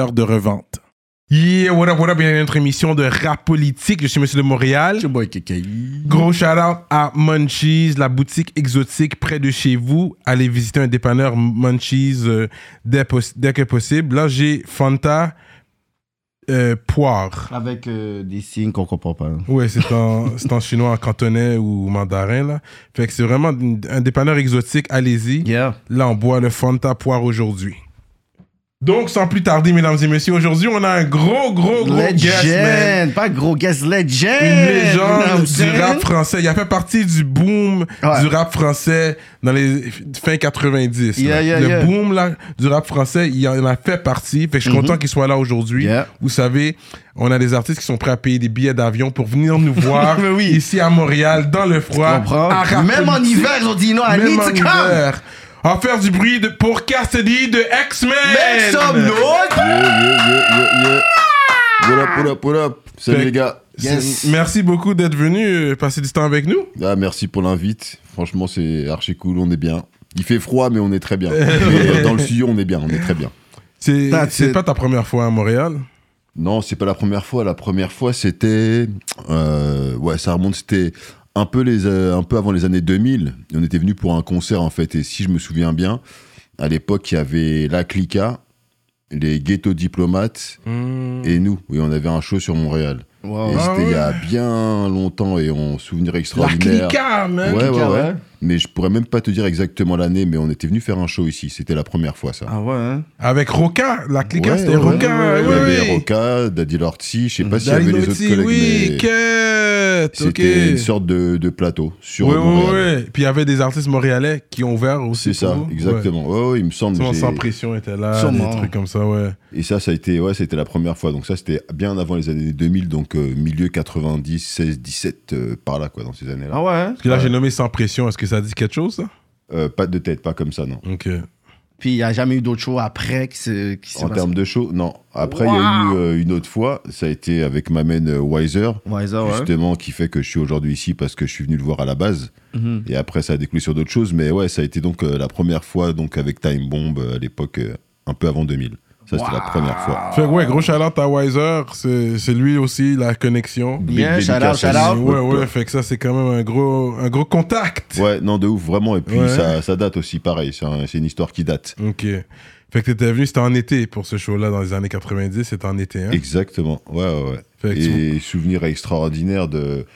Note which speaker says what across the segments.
Speaker 1: de revente. Yeah, what up, what up, bienvenue à notre émission de rap politique. Je suis Monsieur de Montréal. Gros shout out à Munchies, la boutique exotique près de chez vous. Allez visiter un dépanneur Munchies euh, dès, poss- dès que possible. Là, j'ai Fanta euh, Poire.
Speaker 2: Avec euh, des signes qu'on comprend pas. hein.
Speaker 1: Ouais, c'est en, c'est en chinois, en cantonais ou mandarin, là. Fait que c'est vraiment une- un dépanneur exotique, allez-y.
Speaker 2: Yeah.
Speaker 1: Là, on boit le Fanta Poire aujourd'hui. Donc, sans plus tarder, mesdames et messieurs, aujourd'hui, on a un gros, gros, gros guest, man.
Speaker 2: Legend. Pas gros guest, legend.
Speaker 1: Une légende
Speaker 2: You know
Speaker 1: du
Speaker 2: what I'm
Speaker 1: rap français. Il a fait partie du boom
Speaker 2: Ouais.
Speaker 1: du rap français dans les fins 90. là.
Speaker 2: Yeah, yeah,
Speaker 1: le
Speaker 2: yeah.
Speaker 1: boom là, du rap français, il en a fait partie. Fait que je suis content qu'il soit là aujourd'hui.
Speaker 2: Yeah.
Speaker 1: Vous savez, on a des artistes qui sont prêts à payer des billets d'avion pour venir nous voir
Speaker 2: Mais oui.
Speaker 1: ici à Montréal, dans le froid.
Speaker 2: Comprends?
Speaker 1: à rap
Speaker 2: Même en
Speaker 1: politique.
Speaker 2: hiver, ils ont dit non, I
Speaker 1: Même
Speaker 2: need
Speaker 1: en
Speaker 2: to come.
Speaker 1: hiver. En faire du bruit de, pour Cassidy de X-Men.
Speaker 2: Make some noise.
Speaker 3: Yeah, yeah, yeah, yeah, yeah. What up, what up, what up. Salut
Speaker 1: Fait-
Speaker 3: les gars.
Speaker 2: Yes.
Speaker 1: Merci beaucoup d'être venu euh, passer du temps avec nous.
Speaker 3: Ah, merci pour l'invite. Franchement, c'est archi cool. On est bien. Il fait froid, mais on est très bien. Mais, euh, dans le studio, on est bien. On est très bien.
Speaker 1: C'est
Speaker 2: That's
Speaker 1: c'est
Speaker 2: it.
Speaker 1: pas ta première fois à Montréal.
Speaker 3: Non, c'est pas la première fois. La première fois, c'était. euh, ouais, ça remonte. C'était un peu, les, euh, un peu avant les années 2000. Et on était venu pour un concert, en fait. Et si je me souviens bien, à l'époque, il y avait La Clica, les Ghetto Diplomates et nous. Oui, on avait un show sur Montréal.
Speaker 2: Wow.
Speaker 3: Et
Speaker 1: Ah
Speaker 3: c'était il y
Speaker 1: ouais.
Speaker 3: a bien longtemps et on souvenir
Speaker 1: La
Speaker 3: extraordinaire.
Speaker 1: clica, man.
Speaker 3: ouais, ouais,
Speaker 2: Clica,
Speaker 3: ouais.
Speaker 2: ouais.
Speaker 3: Mais je pourrais même pas te dire exactement l'année, mais on était venu faire un show ici. C'était la première fois, ça.
Speaker 2: Ah ouais, hein?
Speaker 1: Avec Roca. La clica,
Speaker 3: Ouais,
Speaker 1: c'était
Speaker 3: ouais,
Speaker 1: Roca.
Speaker 3: Il y
Speaker 1: oui,
Speaker 3: avait
Speaker 1: oui.
Speaker 3: Roca, Daddy Lorty, je sais pas s'il y
Speaker 1: Dali
Speaker 3: avait les autres
Speaker 1: Loti,
Speaker 3: collègues,
Speaker 1: oui,
Speaker 3: mais
Speaker 1: Kate,
Speaker 3: c'était
Speaker 1: ok.
Speaker 3: une sorte de, de plateau sur
Speaker 1: Oui, oui,
Speaker 3: Montréal.
Speaker 1: oui. Puis il y avait des artistes montréalais qui ont ouvert aussi.
Speaker 3: C'est ça,
Speaker 1: pour vous.
Speaker 3: exactement. Ouais, ouais, il me
Speaker 1: Ouais.
Speaker 3: semble.
Speaker 1: Tout le monde
Speaker 3: j'ai-
Speaker 1: Sans pression était là,
Speaker 2: Sûrement.
Speaker 1: des trucs comme ça, ouais.
Speaker 3: Et ça, ça a été, ouais, c'était la première fois. Donc ça, c'était bien avant les années 2000, donc euh, milieu 90, 16, 17, euh, par là, quoi, dans ces années-là.
Speaker 2: Ah ouais, hein?
Speaker 1: Parce que là, j'ai nommé sans pression. Est-ce que ça dit quelque chose, ça
Speaker 3: Euh, pas de tête, pas comme ça, non.
Speaker 1: Ok.
Speaker 2: Puis il n'y a jamais eu d'autres shows après qui se. Qui s'est
Speaker 3: En
Speaker 2: passé.
Speaker 3: termes de show, non. Après, il y a eu euh, une autre fois, ça a été avec ma main euh, Wiser,
Speaker 2: Ouais, ça, ouais.
Speaker 3: justement, qui fait que je suis aujourd'hui ici parce que je suis venu le voir à la base.
Speaker 2: Mhm.
Speaker 3: Et après, ça a découlé sur d'autres choses. Mais ouais, ça a été donc euh, la première fois donc avec Time Bomb euh, à l'époque, euh, un peu avant 2000. Ça, c'était la première fois.
Speaker 1: Fait que ouais, gros shout-out à Wiser. C'est c'est lui aussi, la connexion.
Speaker 3: Big
Speaker 2: Yeah, shout out,
Speaker 3: dédicace à
Speaker 2: shout out.
Speaker 3: lui.
Speaker 1: Ouais, ouais, fait que ça, c'est quand même un gros, un gros contact.
Speaker 3: Ouais, non, de ouf, vraiment. Et puis,
Speaker 1: Ouais.
Speaker 3: ça, ça date aussi, pareil. C'est un- c'est une histoire qui date.
Speaker 1: Ok. Fait que t'étais venu, c'était en été pour ce show-là dans les années 90, c'était en été. Hein?
Speaker 3: Exactement. Ouais, ouais, ouais.
Speaker 1: Fait que tu-
Speaker 3: Et souvenir extraordinaire de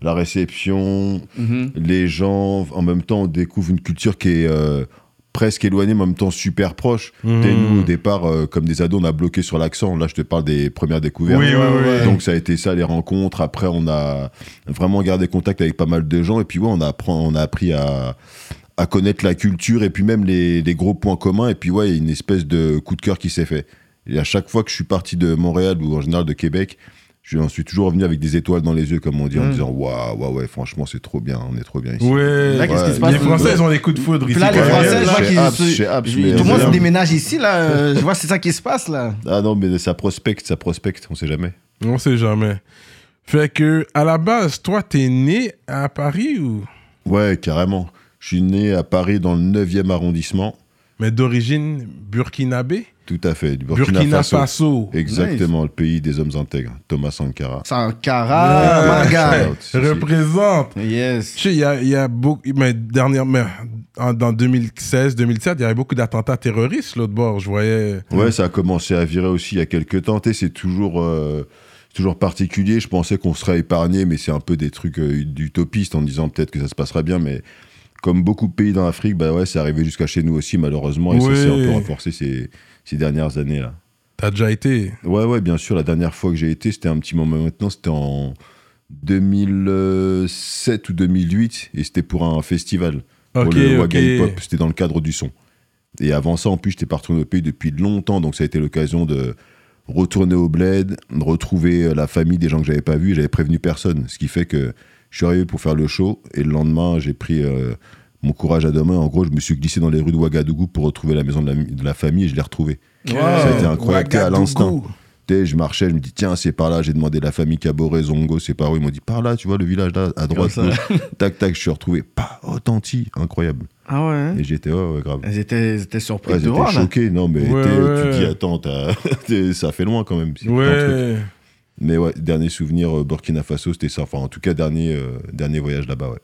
Speaker 3: la réception,
Speaker 2: Mhm.
Speaker 3: les gens, en même temps, on découvre une culture qui est euh, presque éloignée, mais en même temps super proche.
Speaker 1: Mhm.
Speaker 3: Dès nous, au départ, euh, comme des ados, on a bloqué sur l'accent. Là, je te parle des premières découvertes.
Speaker 1: Oui, oui, oui.
Speaker 3: Donc, ça a été ça, les rencontres. Après, on a vraiment gardé contact avec pas mal de gens. Et puis, ouais, on a, appren- on a appris à à connaître la culture et puis même les, les gros points communs. Et puis, ouais, il y a une espèce de coup de cœur qui s'est fait. Et à chaque fois que je suis parti de Montréal ou en général de Québec, je en suis toujours revenu avec des étoiles dans les yeux, comme on dit, en
Speaker 2: Mm.
Speaker 3: disant Waouh, ouais, ouais, franchement, c'est trop bien, on est trop bien ici.
Speaker 1: Ouais.
Speaker 2: Là, qu'est-ce qui se
Speaker 3: Ouais,
Speaker 2: passe
Speaker 1: les Français, ils ont des coups de foudre
Speaker 2: Puis
Speaker 1: ici.
Speaker 2: là, les
Speaker 1: quand même.
Speaker 2: Français, je
Speaker 3: Ouais,
Speaker 2: vois
Speaker 3: chez
Speaker 2: qu'ils
Speaker 3: Abs,
Speaker 2: se-
Speaker 3: chez Abs,
Speaker 2: je-
Speaker 3: mais-
Speaker 2: Tout le monde se
Speaker 3: Ouais.
Speaker 2: déménage ici, là. euh, je vois, c'est ça qui se passe, là.
Speaker 3: Ah non, mais ça prospecte, ça prospecte, on sait jamais.
Speaker 1: On sait jamais. Fait que, à la base, toi, t'es né à Paris ou.
Speaker 3: Ouais, carrément. Je suis né à Paris dans le 9e arrondissement.
Speaker 1: Mais d'origine burkinabé
Speaker 3: Tout à fait, du Burkina,
Speaker 1: Burkina,
Speaker 3: Faso.
Speaker 1: Faso.
Speaker 3: Exactement, le pays des hommes intègres. Thomas Sankara.
Speaker 2: Sankara, my
Speaker 3: Shout
Speaker 2: guy.
Speaker 3: out, si, si.
Speaker 1: Ah, Représente.
Speaker 2: Yes.
Speaker 1: Tu sais, il y a, il y a beaucoup. Mais dernière, mais en- dans 2016-2017, il y avait beaucoup d'attentats terroristes l'autre bord. Je voyais.
Speaker 3: Ouais, ça a commencé à virer aussi il y a quelques temps. Tu sais, C'est toujours, euh, c'est toujours particulier. Je pensais qu'on serait épargné, mais c'est un peu des trucs euh, d'utopistes en disant peut-être que ça se passera bien. Mais comme beaucoup de pays dans l'Afrique, bah ouais, c'est arrivé jusqu'à chez nous aussi, malheureusement. Et ça
Speaker 1: Ouais.
Speaker 3: s'est un peu renforcé ces, ces dernières années-là.
Speaker 1: T'as- T'as déjà été.
Speaker 3: Ouais, ouais, bien sûr. La dernière fois que j'ai été, c'était un petit moment maintenant, c'était en 2007 ou 2008, et c'était pour un festival, pour
Speaker 1: Ok,
Speaker 3: le
Speaker 1: ok.
Speaker 3: Waga Hip Hop, c'était dans le cadre du son. Et avant ça, en plus, j'étais pas retourné au pays depuis longtemps, donc ça a été l'occasion de retourner au bled, de retrouver euh, la famille des gens que j'avais pas vus, et j'avais prévenu personne, ce qui fait que je suis arrivé pour faire le show, et le lendemain, j'ai pris... euh, mon courage à deux mains, en gros, je me suis glissé dans les rues de Ouagadougou pour retrouver la maison de la, de la famille et je l'ai retrouvée. Ça a été incroyable t'es à l'instant. T'es, je marchais, je me dis, tiens, c'est par là. J'ai demandé la famille Caboret, Zongo, c'est par où Ils m'ont dit, par là, tu vois, le village là, à droite.
Speaker 2: Comme
Speaker 3: gauche. tac, tac, je suis retrouvé. Pas authentique, incroyable.
Speaker 2: Ah ouais. hein?
Speaker 3: Et j'étais, oh, ouais, ouais, grave.
Speaker 2: Elles étaient, elles étaient surprises
Speaker 3: Ouais,
Speaker 2: de
Speaker 3: j'étais
Speaker 2: voir, là.
Speaker 3: choqué, non, mais
Speaker 1: Ouais,
Speaker 3: t'es-
Speaker 1: ouais.
Speaker 3: tu dis, attends, t'as- t'es- ça fait loin quand même. c'est plein de
Speaker 1: Ouais.
Speaker 3: trucs. Mais ouais, dernier souvenir, euh, Burkina Faso, c'était ça. Enfin, en tout cas, dernier, euh, dernier voyage là-bas, ouais.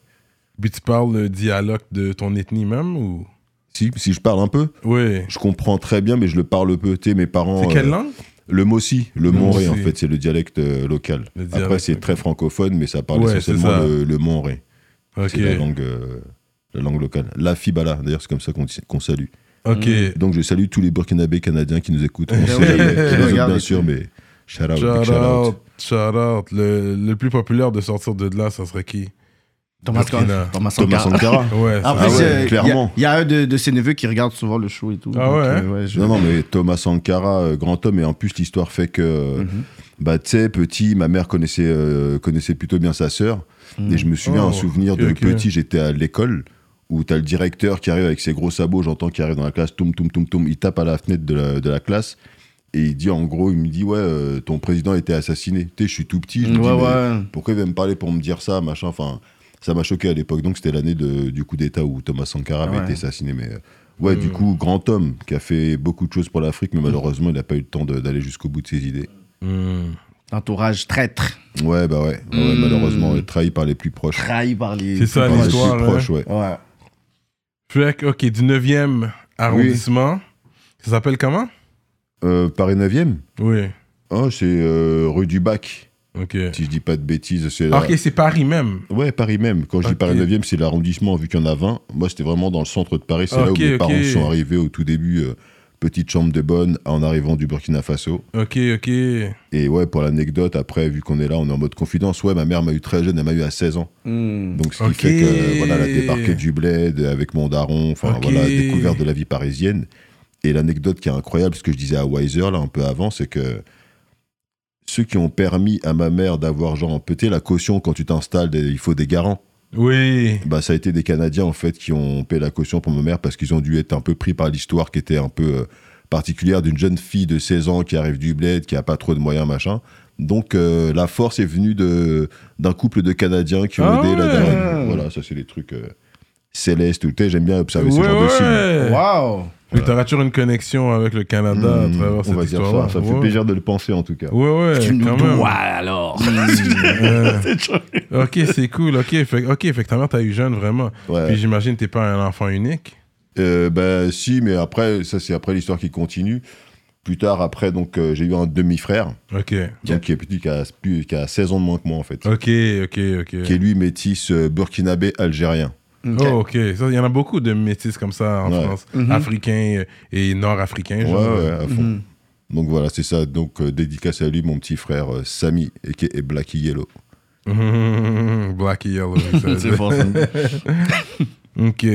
Speaker 1: Puis tu parles le dialecte de ton ethnie même ou.
Speaker 3: Si, si je parle un peu,
Speaker 1: Ouais.
Speaker 3: je comprends très bien, mais je le parle peu. Tu sais, mes parents.
Speaker 1: C'est quelle
Speaker 3: euh,
Speaker 1: langue
Speaker 3: Le Mossi, le,
Speaker 1: Le
Speaker 3: Montré, en
Speaker 1: Mossi.
Speaker 3: fait, c'est le dialecte euh, local.
Speaker 1: Le
Speaker 3: Après,
Speaker 1: dialecte
Speaker 3: c'est
Speaker 1: local.
Speaker 3: très francophone, mais ça parle
Speaker 1: Ouais, c'est
Speaker 3: essentiellement
Speaker 1: ça.
Speaker 3: le, le Montré.
Speaker 1: Ok.
Speaker 3: C'est la langue, euh, la langue locale. La Fibala, d'ailleurs, c'est comme ça qu'on dit- qu'on salue.
Speaker 1: Ok.
Speaker 3: Donc, je salue tous les Burkinabés canadiens qui nous écoutent. On
Speaker 2: Ben
Speaker 3: sait
Speaker 2: oui,
Speaker 3: jamais,
Speaker 2: qui
Speaker 3: qui nous écoutent,
Speaker 2: regardent
Speaker 3: bien
Speaker 2: et
Speaker 3: sûr,
Speaker 2: tout.
Speaker 3: mais shout out, big
Speaker 1: Eh Shout
Speaker 3: Ah shout out.
Speaker 1: out. Shout out. Le, le plus populaire de sortir de là, ça serait qui
Speaker 2: Thomas
Speaker 1: Burkina.
Speaker 2: Sankara. Thomas
Speaker 3: Thomas
Speaker 2: Sankara.
Speaker 3: Sankara.
Speaker 1: Ouais. ça-
Speaker 2: En
Speaker 3: Ah
Speaker 2: plus,
Speaker 3: ouais,
Speaker 2: euh,
Speaker 3: clairement.
Speaker 2: Il y, a- il y a un de, de ses neveux qui regarde souvent le show et tout.
Speaker 1: Ah ouais, hein?
Speaker 2: euh, ouais, je-
Speaker 3: Non, non, mais Thomas Sankara, euh, grand homme, et en plus, l'histoire fait que, euh,
Speaker 2: Mhm.
Speaker 3: bah, tu sais, petit, ma mère connaissait, euh, connaissait plutôt bien sa sœur.
Speaker 2: Mhm.
Speaker 3: Et je me souviens,
Speaker 1: Oh,
Speaker 3: un souvenir
Speaker 1: ok,
Speaker 3: de
Speaker 1: ok.
Speaker 3: petit, j'étais à l'école, où t'as le directeur qui arrive avec ses gros sabots, j'entends qu'il arrive dans la classe, toum, toum, toum, toum, il tape à la fenêtre de la, de la classe, et il dit, en gros, il me dit, ouais, euh, ton président était assassiné. Tu sais, je suis tout petit, je me dis,
Speaker 2: Ouais,
Speaker 3: mais
Speaker 2: ouais.
Speaker 3: pourquoi il va me parler pour me dire ça, machin, enfin, ça m'a choqué à l'époque, donc c'était l'année de- du coup d'État où Thomas Sankara avait
Speaker 2: Ouais.
Speaker 3: été assassiné, mais... euh, Ouais,
Speaker 1: Mm.
Speaker 3: du coup, grand homme qui a fait beaucoup de choses pour l'Afrique, mais malheureusement, il n'a pas eu le temps de- d'aller jusqu'au bout de ses idées.
Speaker 1: Hmm.
Speaker 2: Entourage traître,
Speaker 3: Ouais, bah ouais, ouais, ouais,
Speaker 2: Mm.
Speaker 3: malheureusement, ouais, trahi par les plus proches.
Speaker 2: trahi par les.
Speaker 1: C'est ça,
Speaker 3: Par les plus
Speaker 1: l'histoire, hein.
Speaker 3: proches, ouais.
Speaker 2: Ouais.
Speaker 1: Fait que, ok, du 9e arrondissement. Ça s'appelle comment
Speaker 3: Euh, Paris 9e
Speaker 1: Oui.
Speaker 3: Oh, c'est euh, rue du Bac,
Speaker 1: Ok.
Speaker 3: si je dis pas de bêtises. C'est la-
Speaker 1: Ok, c'est Paris même.
Speaker 3: Ouais, Paris même. Quand je dis
Speaker 1: Ok.
Speaker 3: Paris 9e, c'est l'arrondissement, vu qu'il y en a 20. Moi, c'était vraiment dans le centre de Paris. C'est là où
Speaker 1: Ok,
Speaker 3: mes
Speaker 1: ok.
Speaker 3: parents sont arrivés au tout début. euh, petite chambre de bonne en arrivant du Burkina Faso.
Speaker 1: Ok, ok.
Speaker 3: Et ouais, pour l'anecdote, après, vu qu'on est là, on est en mode confidence. Ouais, ma mère m'a eu très jeune, elle m'a eu à 16 ans.
Speaker 2: Hmm.
Speaker 3: Donc, ce qui
Speaker 1: Ok.
Speaker 3: fait que, euh, voilà, elle a débarqué du bled avec mon daron. Enfin,
Speaker 1: Ok.
Speaker 3: voilà, découverte de la vie parisienne. Et l'anecdote qui est incroyable, ce que je disais à Weiser, là, un peu avant, c'est que ceux qui ont permis à ma mère d'avoir, genre, un peu, tu sais, la caution quand tu t'installes, des- il faut des garants.
Speaker 1: Oui.
Speaker 3: Bah, ça a été des Canadiens, en fait, qui ont payé la caution pour ma mère parce qu'ils ont dû être un peu pris par l'histoire qui était un peu euh, particulière d'une jeune fille de 16 ans qui arrive du bled, qui a pas trop de moyens, machin. Donc, euh, la force est venue de- d'un couple de Canadiens qui ont
Speaker 1: Ah
Speaker 3: aidé la
Speaker 1: ouais.
Speaker 3: daronne. Voilà, ça, c'est des trucs euh, célestes ou tu sais, J'aime bien observer ce
Speaker 1: ouais,
Speaker 3: genre de signes.
Speaker 1: ouais.
Speaker 2: Wow!
Speaker 1: Puis t'as toujours une connexion avec le Canada Ah, bah, à
Speaker 3: Mmh,
Speaker 1: travers
Speaker 3: on va
Speaker 1: cette
Speaker 3: dire
Speaker 1: histoire.
Speaker 3: ça. Ça me fait plaisir de le penser, en tout cas.
Speaker 1: Ouais, ouais,
Speaker 2: tu nous
Speaker 1: Eh, quand même.
Speaker 2: dois alors!
Speaker 1: Euh, ok, c'est cool. Ok, fait, ok, fait que ta mère t'a eu jeune vraiment.
Speaker 3: Ouais.
Speaker 1: Puis j'imagine t'es pas un enfant unique.
Speaker 3: Euh, ben si, mais après, ça c'est après l'histoire qui continue. Plus tard, après, donc euh, j'ai eu un demi-frère,
Speaker 1: Ok,
Speaker 3: donc, qui est petit, qui a, plus- qui a 16 ans de moins que moi en fait.
Speaker 1: ok, ok, ok.
Speaker 3: Qui est lui métis euh, burkinabé algérien.
Speaker 2: Hmm.
Speaker 1: Oh, ok. Ça, Il y en a beaucoup de métis comme ça en
Speaker 3: Ouais.
Speaker 1: France,
Speaker 2: Mhm.
Speaker 1: africains et Mm. nord-africains.
Speaker 3: Ouais,
Speaker 1: genre.
Speaker 3: ouais, à fond.
Speaker 1: Oh.
Speaker 2: Mhm.
Speaker 3: Donc voilà, c'est ça. Donc euh, dédicace à lui, mon petit frère euh, Samy, et qui est Blacky Yellow.
Speaker 1: Mhm. Black et yellow. ça.
Speaker 2: C'est fort.
Speaker 1: ok.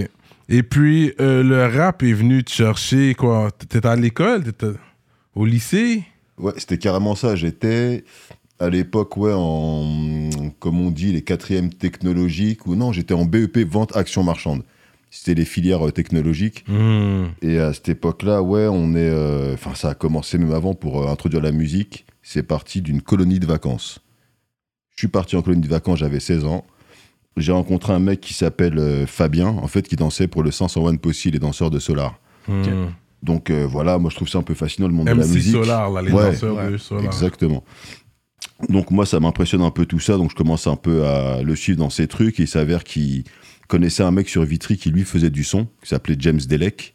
Speaker 1: Et puis euh, le rap est venu te chercher quoi T'étais à l'école T'étais au lycée
Speaker 3: Ouais, c'était carrément ça. J'étais à l'époque, ouais, en, comme on dit, les quatrièmes technologiques, ou non, j'étais en BEP, vente, action marchande. C'était les filières euh, technologiques.
Speaker 1: Mhm.
Speaker 3: Et à cette époque-là, ouais, on est. euh, Enfin, ça a commencé même avant pour euh, introduire la musique. C'est parti d'une colonie de vacances. Je suis parti en colonie de vacances, j'avais 16 ans. J'ai rencontré un mec qui s'appelle euh, Fabien, en fait, qui dansait pour le 501 Possi, les danseurs de Solar.
Speaker 1: Mhm.
Speaker 3: Donc euh, voilà, moi je trouve ça un peu fascinant le monde de la
Speaker 1: MC
Speaker 3: musique.
Speaker 1: Solar, là, les
Speaker 3: Ouais,
Speaker 1: danseurs de Solar.
Speaker 3: Exactement. Donc moi, ça m'impressionne un peu tout ça, donc je commence un peu à le suivre dans ses trucs, et il s'avère qu'il connaissait un mec sur Vitry qui lui faisait du son, qui s'appelait James Delec.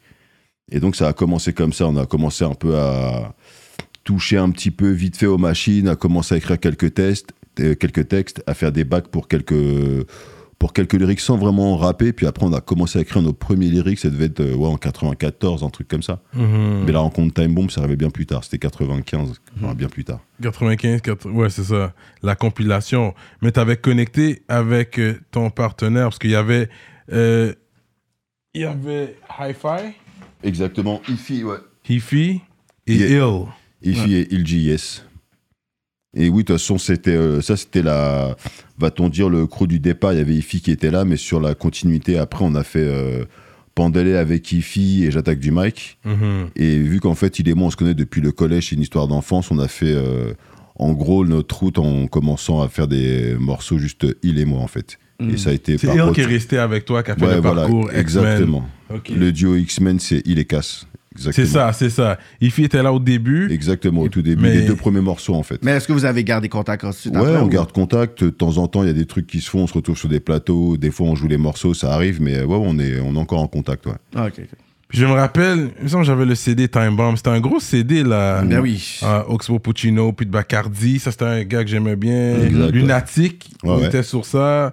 Speaker 3: Et donc ça a commencé comme ça, on a commencé un peu à toucher un petit peu vite fait aux machines, à commencer à écrire quelques tests, euh, quelques textes, à faire des bacs pour quelques pour quelques lyrics sans vraiment rapper. Puis après, on a commencé à écrire nos premiers lyrics. Ça devait être euh, ouais, en 94, un truc comme ça.
Speaker 1: Mmh.
Speaker 3: Mais la rencontre Time Bomb, ça arrivait bien plus tard. C'était 95, enfin, bien plus tard.
Speaker 1: 95, 80, ouais, c'est ça, la compilation. Mais t'avais connecté avec euh, ton partenaire parce qu'il y avait. euh, il y avait Hi-Fi,
Speaker 3: Exactement. Ifi, ouais.
Speaker 1: Hi-Fi et
Speaker 3: Yeah.
Speaker 1: Ill.
Speaker 3: Ifi et Ilji, yes. Et oui, de toute façon, c'était euh, ça, c'était la, va-t-on dire, le crew du départ. Il y avait Ifi qui était là, mais sur la continuité, après, on a fait euh, Pandelé avec Ifi et J'attaque du Mike.
Speaker 1: Mhm.
Speaker 3: Et vu qu'en fait, il et moi, on se connaît depuis le collège, c'est une histoire d'enfance, on a fait euh, en gros notre route en commençant à faire des morceaux juste euh, il et moi, en fait.
Speaker 2: Mm.
Speaker 3: Et ça a été
Speaker 1: Hmm. C'est
Speaker 3: par
Speaker 1: Ill
Speaker 3: retour-
Speaker 1: qui est resté avec toi, qui a fait
Speaker 3: Ouais,
Speaker 1: le
Speaker 3: voilà,
Speaker 1: parcours X-Men.
Speaker 3: exactement.
Speaker 1: Ok.
Speaker 3: Le duo X-Men, c'est il et Cass. Exactement.
Speaker 1: C'est ça, c'est ça. Ifi était là au début.
Speaker 3: Exactement, au tout début,
Speaker 1: Mais-
Speaker 3: les deux premiers morceaux, en fait.
Speaker 2: Mais est-ce que vous avez gardé contact ensuite
Speaker 3: Ouais,
Speaker 2: après,
Speaker 3: on
Speaker 2: ou-
Speaker 3: garde contact. De temps en temps, il y a des trucs qui se font. On se retrouve sur des plateaux. Des fois, on joue les morceaux, ça arrive. Mais euh, ouais, on est, on est encore en contact. Ouais.
Speaker 2: Ah, ok, ok.
Speaker 1: Je me rappelle, il me semble que j'avais le CD Time Bomb. C'était un gros CD, là.
Speaker 2: Ben oui.
Speaker 1: Euh, Oxmo Puccino, puis de Bacardi. Ça, c'était un gars que j'aimais bien.
Speaker 3: Exact.
Speaker 1: Lunatic,
Speaker 3: Ouais,
Speaker 1: on
Speaker 3: ouais.
Speaker 1: était sur ça.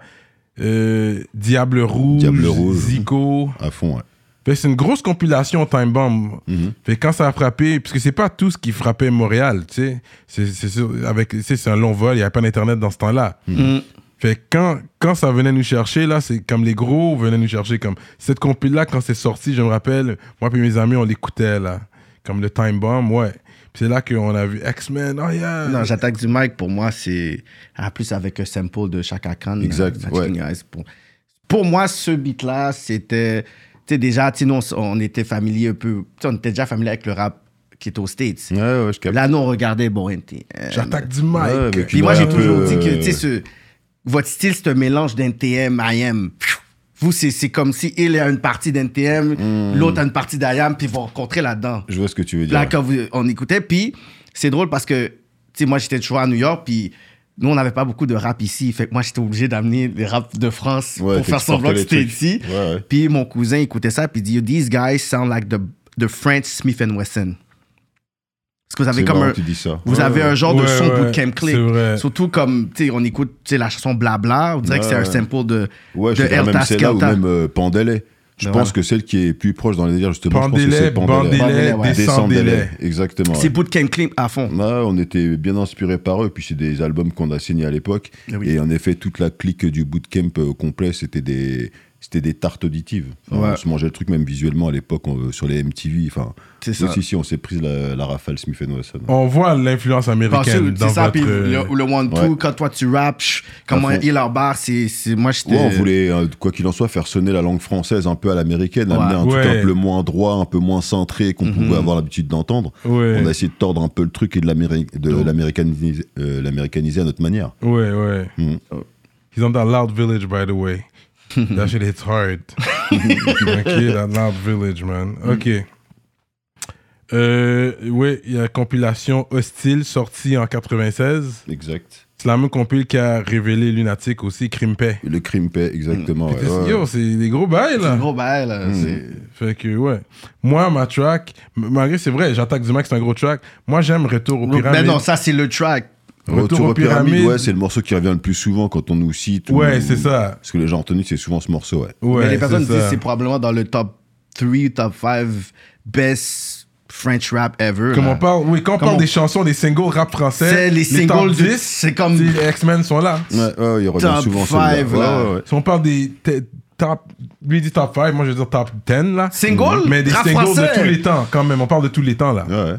Speaker 1: Euh, Diable Rouge,
Speaker 3: Diable Rouge.
Speaker 1: Zico.
Speaker 3: À fond, ouais.
Speaker 1: Fait que c'est une grosse compilation Time Bomb.
Speaker 3: Mhm.
Speaker 1: Fait que quand ça a frappé, parce que c'est pas tout ce qui frappait Montréal, tu sais. C'est, c'est sûr, avec, tu sais, c'est un long vol, il n'y avait pas d'Internet dans ce temps-là.
Speaker 2: Mm.
Speaker 1: Fait que quand, quand ça venait nous chercher, là, c'est comme les gros venaient nous chercher. Comme cette compil-là, quand c'est sorti, je me rappelle, moi et mes amis, on l'écoutait, là. Comme le Time Bomb, ouais. Puis c'est là qu'on a vu X-Men, oh yeah!
Speaker 2: Non, j'attaque du mic pour moi, c'est ah, plus avec un sample de Chaka Khan.
Speaker 3: Exact,
Speaker 2: la- la
Speaker 3: ouais.
Speaker 2: Chicken Rice. Pour, pour moi, ce beat-là, c'était. Tu sais, déjà, tu sais, nous, on s- on était familier un peu. tu sais, on était déjà familier avec le rap qui est aux States.
Speaker 3: Ouais, ouais, je capte.
Speaker 2: Là, nous, on regardait bon. NTM.
Speaker 1: J'attaque du mic!
Speaker 3: Ouais, mais tu
Speaker 2: Puis moi,
Speaker 3: vois,
Speaker 2: j'ai
Speaker 3: un
Speaker 2: toujours
Speaker 3: peu,
Speaker 2: dit que, tu sais,
Speaker 3: euh,
Speaker 2: ce- votre style, c'est un mélange d'NTM, IM. Vous, c'est c'est comme si il a une partie d'NTM,
Speaker 3: Hmm.
Speaker 2: l'autre a une partie d'IM, puis vous rencontrez là-dedans.
Speaker 3: Je vois ce que tu veux dire.
Speaker 2: Là, quand vous- on écoutait, puis c'est drôle parce que, tu sais, moi, j'étais toujours à New York, puis nous, on n'avait pas beaucoup de rap ici. Fait que moi, j'étais obligé d'amener les raps de France
Speaker 3: Ouais,
Speaker 2: pour faire semblant
Speaker 3: t'exportais
Speaker 2: que
Speaker 3: les
Speaker 2: c'était
Speaker 3: trucs.
Speaker 2: ici.
Speaker 3: Ouais, ouais.
Speaker 2: Puis mon cousin écoutait ça, puis il dit, These guys sound like the, the French Smith and Wesson. Parce que vous avez
Speaker 3: C'est
Speaker 2: comme
Speaker 3: marrant
Speaker 2: un.
Speaker 3: que tu dis ça.
Speaker 2: Vous avez un genre de
Speaker 1: Ouais,
Speaker 2: son
Speaker 1: ouais,
Speaker 2: bootcamp click.
Speaker 1: c'est vrai.
Speaker 2: Surtout comme, tu sais, on écoute tu sais, la chanson Blabla, on dirait que c'est
Speaker 3: Ouais.
Speaker 2: un sample de,
Speaker 3: Ouais,
Speaker 2: de
Speaker 3: je dirais même
Speaker 2: Elta
Speaker 3: celle-là ou
Speaker 2: Skelta.
Speaker 3: même euh, Pandelé. Je
Speaker 2: Ouais.
Speaker 3: pense que celle qui est plus proche dans les délires, justement, je pense que
Speaker 1: Pendez-les,
Speaker 3: c'est Pandelé.
Speaker 1: bandez-les,
Speaker 2: Bandez-les, ouais.
Speaker 1: descendez-les.
Speaker 3: Descendez-les. Exactement.
Speaker 2: C'est
Speaker 3: ouais. Mm.
Speaker 2: bootcamp click à fond.
Speaker 3: Là, on était bien inspirés par eux, puis c'est des albums qu'on a signés à l'époque.
Speaker 2: Ah oui.
Speaker 3: Et en effet, toute la clique du bootcamp euh, au complet, c'était des, c'était des tartes auditives. Enfin,
Speaker 2: Ouais.
Speaker 3: On se mangeait le truc même visuellement à l'époque on- euh, sur les MTV. Enfin,
Speaker 2: C'est
Speaker 3: oui,
Speaker 2: ça.
Speaker 3: si, si, on s'est pris la, la rafale Smith Wesson.
Speaker 1: On voit l'influence
Speaker 2: Parce que
Speaker 1: américaine dans
Speaker 2: C'est ça,
Speaker 1: votre...
Speaker 2: puis le, le one-two,
Speaker 3: Ouais.
Speaker 2: quand toi tu rap, comment
Speaker 3: fond.
Speaker 2: il en barre, c'est c'est- moi j'étais.
Speaker 3: Ouais, on voulait, euh, quoi qu'il en soit, faire sonner la langue française un peu à l'américaine,
Speaker 2: Ouais.
Speaker 3: amener un truc
Speaker 1: Ouais.
Speaker 3: un peu moins droit, un peu moins centré qu'on pouvait avoir l'habitude d'entendre.
Speaker 1: Ouais.
Speaker 3: On a essayé de tordre un peu le truc et de l'améric- de
Speaker 2: Donc.
Speaker 3: l'américaniser euh, l'américaniser à notre manière.
Speaker 1: Ouais, ouais.
Speaker 2: Hmm.
Speaker 3: Mhm.
Speaker 1: He's on that loud village, by the way. that shit hits hard. ok, that loud village, man.
Speaker 2: Hmm.
Speaker 1: Ok. Euh, ouais, il y a la compilation Hostile sortie en 96.
Speaker 3: Exact.
Speaker 1: C'est la même compil qui a révélé Lunatic aussi, Crimpé.
Speaker 3: Et le crime paix, exactement. ouais, ouais,
Speaker 1: Yo, c'est des gros bails
Speaker 2: C'est
Speaker 1: là.
Speaker 2: gros bail,
Speaker 3: Hmm.
Speaker 2: là. c'est-
Speaker 1: Fait que ouais. Moi, ma track, m- malgré c'est vrai, j'attaque du max, c'est un gros track. Moi, j'aime Retour au
Speaker 2: Ben
Speaker 1: Pyramide.
Speaker 2: non, ça c'est le track.
Speaker 3: Retour, aux pyramides,
Speaker 1: Pyramide.
Speaker 3: ouais, c'est le morceau qui revient le plus souvent quand on nous cite. ou-
Speaker 1: Ouais, c'est ça.
Speaker 3: Parce que les gens retenus, c'est souvent ce morceau, ouais.
Speaker 1: Ouais,
Speaker 2: Mais les
Speaker 1: c'est
Speaker 2: personnes disent
Speaker 1: ça.
Speaker 2: c'est probablement dans le top 3, top 5 best French rap ever.
Speaker 1: Comme
Speaker 2: là.
Speaker 1: on parle, oui, quand on
Speaker 2: Comme
Speaker 1: parles
Speaker 2: on-
Speaker 1: des chansons, des singles rap français,
Speaker 2: C'est les singles
Speaker 1: top
Speaker 2: du-
Speaker 1: 10,
Speaker 2: c'est comme-
Speaker 1: tu sais, les X-Men sont là.
Speaker 3: Ouais, ouais, il revient
Speaker 2: Top
Speaker 3: souvent
Speaker 2: five,
Speaker 3: celui-là.
Speaker 2: là.
Speaker 3: Ouais, ouais, ouais.
Speaker 1: Si on parle des t- top, lui dit top 5, moi je veux dire top 10 là.
Speaker 2: Single?
Speaker 1: Mais des
Speaker 2: Rap
Speaker 1: singles
Speaker 2: français?
Speaker 1: de tous les temps quand même, on parle de tous les temps là.
Speaker 3: Ouais, ouais.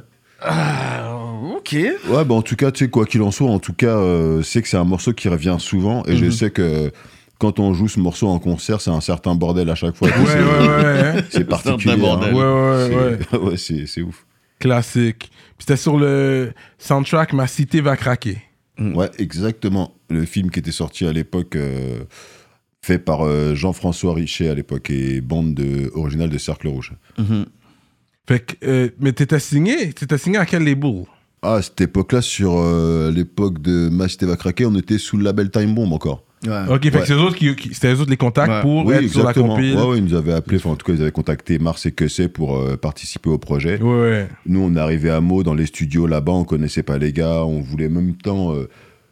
Speaker 2: Ok.
Speaker 3: Ouais, bah en tout cas, tu sais, quoi qu'il en soit, en tout cas, euh, c'est que c'est un morceau qui revient souvent. Et
Speaker 1: Mhm.
Speaker 3: je sais que quand on joue ce morceau en concert, c'est un certain bordel à chaque fois.
Speaker 1: Ouais, ouais, ouais. hein.
Speaker 3: C'est particulier.
Speaker 2: certain bordel.
Speaker 3: hein.
Speaker 1: Ouais, ouais,
Speaker 3: C'est- ouais, c'est c'est ouf.
Speaker 1: Classique. Puis c'était sur le soundtrack Ma cité va craquer.
Speaker 3: Ouais, exactement. Le film qui était sorti à l'époque, euh, fait par euh, Jean-François Richet à l'époque, et bande de, originale de Cercle Rouge.
Speaker 1: Fait que, euh, mais t'étais signé, t'étais signé à quel label?
Speaker 3: Ah, à cette époque-là, sur euh, l'époque de Ma Cité va craquer, on était sous le label Time Bomb encore.
Speaker 2: Ouais.
Speaker 1: Ok, fait que
Speaker 3: Ouais.
Speaker 1: c'est eux autres qui, qui- c'était eux autres les contacts
Speaker 2: Ouais.
Speaker 1: pour être sur la compil.
Speaker 3: Ouais, ouais, ils nous avaient appelé, enfin en tout cas, ils avaient contacté Mars et Kessé pour euh, participer au projet.
Speaker 1: ouais. ouais.
Speaker 3: Nous, on arrivait à Meaux dans les studios là-bas, on connaissait pas les gars, on voulait en même temps. euh,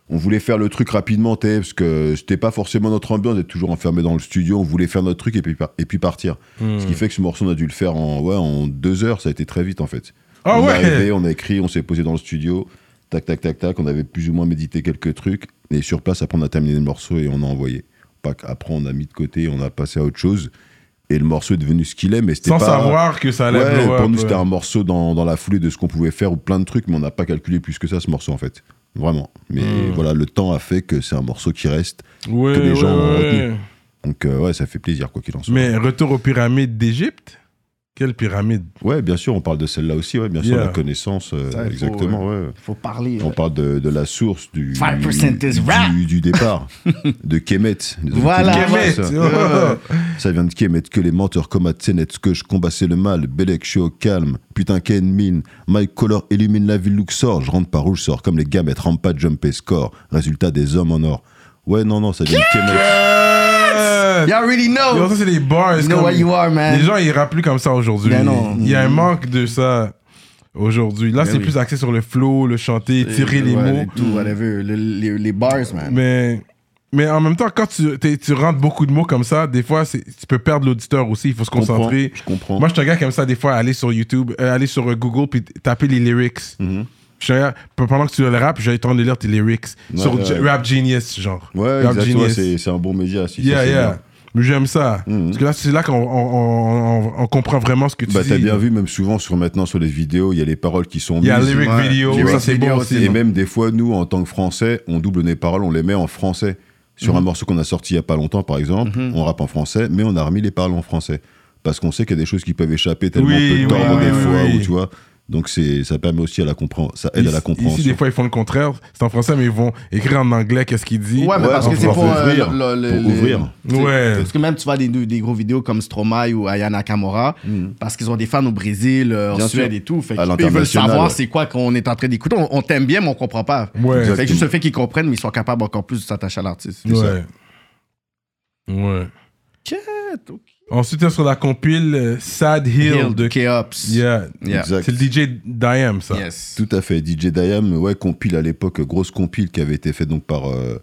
Speaker 3: on voulait faire le truc rapidement, t'es, parce que c'était pas forcément notre ambiance d'être toujours enfermé dans le studio. On voulait faire notre truc et puis, par- et puis partir. Ce qui
Speaker 1: Hmm.
Speaker 3: fait que ce morceau, on a dû le faire en, ouais, en deux heures. Ça a été très vite, en fait.
Speaker 1: Ah
Speaker 3: on
Speaker 1: ouais.
Speaker 3: est arrivé, on a écrit, on s'est posé dans le studio. Tac, tac, tac, tac. On avait plus ou moins médité quelques trucs. Et sur place, après, on a terminé le morceau et on a envoyé. Pas que- Après, on a mis de côté, on a passé à autre chose. Et le morceau est devenu ce qu'il est, mais c'était
Speaker 1: Sans
Speaker 3: pas-
Speaker 1: savoir que ça allait
Speaker 3: Ouais,
Speaker 1: blow
Speaker 3: pour
Speaker 1: up,
Speaker 3: nous,
Speaker 1: ouais.
Speaker 3: c'était un morceau dans, dans la foulée de ce qu'on pouvait faire ou plein de trucs, mais on n'a pas calculé plus que ça ce morceau en fait. Vraiment. Mais
Speaker 1: Hmm.
Speaker 3: voilà, le temps a fait que c'est un morceau qui reste.
Speaker 1: Ouais,
Speaker 3: que les gens
Speaker 1: ouais,
Speaker 3: ont
Speaker 1: ouais.
Speaker 3: retenu. Donc euh, ouais, ça fait plaisir quoi qu'il en soit.
Speaker 1: Mais retour aux pyramides d'Égypte Quelle pyramide
Speaker 3: Ouais, bien sûr, on parle de celle-là aussi, ouais, bien sûr,
Speaker 1: Hmm. Yeah.
Speaker 3: la connaissance, euh,
Speaker 2: Ça, il faut,
Speaker 3: exactement. ouais.
Speaker 2: Faut parler.
Speaker 3: On
Speaker 2: euh,
Speaker 3: parle de, de la source du,
Speaker 2: 5% is
Speaker 3: du-
Speaker 2: rap.
Speaker 3: du, départ, de Kemet. Des
Speaker 2: Voilà,
Speaker 3: Kemet,
Speaker 2: voilà.
Speaker 3: ça.
Speaker 1: Kemet, ouais.
Speaker 3: Ça vient de Kemet, que les menteurs comme à Tsenets, que je combassais le mal, Belek, je suis au calme, putain Ken mine, my color illumine la ville Luxor, je rentre par où je sors, comme les gamètes, rampe pas, jump et score, résultat des hommes en or. Ouais, non, non, ça vient de Kemet.
Speaker 1: Yes!
Speaker 2: You already
Speaker 1: Yo,
Speaker 2: know.
Speaker 1: ça, c'est des bars.
Speaker 2: You know
Speaker 1: comme-
Speaker 2: where you are, man.
Speaker 1: Les gens, ils rappellent plus comme ça aujourd'hui.
Speaker 2: Ben non.
Speaker 1: Il y a un manque de ça aujourd'hui. Là, c'est
Speaker 2: oui.
Speaker 1: plus axé sur le flow, le chanter, tirer les
Speaker 2: Ouais,
Speaker 1: mots.
Speaker 2: Tout, whatever. Le- les, les bars, man.
Speaker 1: Mais, mais en même temps, quand tu, t'es- tu rentres beaucoup de mots comme ça, des fois, c'est- tu peux perdre l'auditeur aussi. Il faut se
Speaker 3: Je comprends,
Speaker 1: concentrer.
Speaker 3: Je comprends.
Speaker 1: Moi, je te regarde comme ça, des fois, aller sur YouTube, euh, aller sur euh, Google, puis taper les lyrics.
Speaker 3: Mm-hmm.
Speaker 1: Je te regarde, p- pendant que tu le rap, j'allais tendre de lire tes lyrics.
Speaker 3: Ouais,
Speaker 1: sur
Speaker 3: ouais.
Speaker 1: G- Rap Genius, genre.
Speaker 3: ouais,
Speaker 1: Rap
Speaker 3: exact, ouais, c'est c'est un bon média. Si ça,
Speaker 1: Yeah,
Speaker 3: c'est
Speaker 1: yeah.
Speaker 3: bien.
Speaker 1: Mais J'aime ça.
Speaker 3: Mhm.
Speaker 1: Parce que là, c'est là qu'on on, on- on- on comprend vraiment ce que tu
Speaker 3: Bah,
Speaker 1: dis.
Speaker 3: t'as bien vu, même souvent sur maintenant sur les vidéos, il y a les paroles qui sont
Speaker 1: Il y a
Speaker 3: mises.
Speaker 1: lyric
Speaker 2: Ouais.
Speaker 1: video,
Speaker 3: Lyric
Speaker 1: ça c'est
Speaker 2: video
Speaker 1: bon
Speaker 2: aussi.
Speaker 1: aussi.
Speaker 3: Et même des fois, nous, en tant que Français, on double les paroles, on les met en français. Sur
Speaker 1: Mhm.
Speaker 3: un morceau qu'on a sorti il y a pas longtemps, par exemple, on rappe en français, mais on a remis les paroles en français. Parce qu'on sait qu'il y a des choses qui peuvent échapper tellement
Speaker 1: Oui,
Speaker 3: peu de
Speaker 1: oui,
Speaker 3: temps,
Speaker 2: oui,
Speaker 3: des
Speaker 2: oui,
Speaker 3: fois,
Speaker 1: oui.
Speaker 3: ou tu vois. Donc c'est, ça permet aussi à la compréhension, ça aide à la compréhension.
Speaker 1: Ici, des fois, ils font le contraire. C'est en français, mais ils vont écrire en anglais qu'est-ce qu'il dit.
Speaker 2: Ouais, mais
Speaker 3: Ouais,
Speaker 2: parce que
Speaker 3: pour
Speaker 2: c'est pour.
Speaker 3: pouvoir
Speaker 2: euh,
Speaker 3: ouvrir,
Speaker 2: le- le-
Speaker 3: pour
Speaker 2: le-
Speaker 3: ouvrir.
Speaker 2: tu sais,
Speaker 1: Ouais.
Speaker 2: Parce que même tu vois des, des gros vidéos comme Stromae ou Ayana Kamora,
Speaker 1: Mhm.
Speaker 2: parce qu'ils ont des fans au Brésil, euh, en
Speaker 3: Bien
Speaker 2: Suède
Speaker 3: sûr.
Speaker 2: et tout. Fait
Speaker 3: À
Speaker 2: qu'ils- ils veulent
Speaker 3: l'international,
Speaker 2: savoir
Speaker 3: ouais.
Speaker 2: c'est quoi qu'on est en train d'écouter. On, on t'aime bien, mais on comprend pas.
Speaker 1: Ouais.
Speaker 2: Fait que
Speaker 3: Exactement.
Speaker 2: juste le fait qu'ils comprennent, mais ils sont capables encore plus de s'attacher à l'artiste.
Speaker 1: ouais. Ouais. Ensuite, sur la compile euh, Sad Hill,
Speaker 2: Hill
Speaker 1: de
Speaker 2: de K-Ops.
Speaker 1: Yeah.
Speaker 2: Yeah.
Speaker 3: Exact.
Speaker 1: C'est le DJ Diam, ça.
Speaker 2: Yes.
Speaker 3: Tout à fait. DJ Diam, ouais, compile à l'époque, grosse compile qui avait été faite donc par, euh,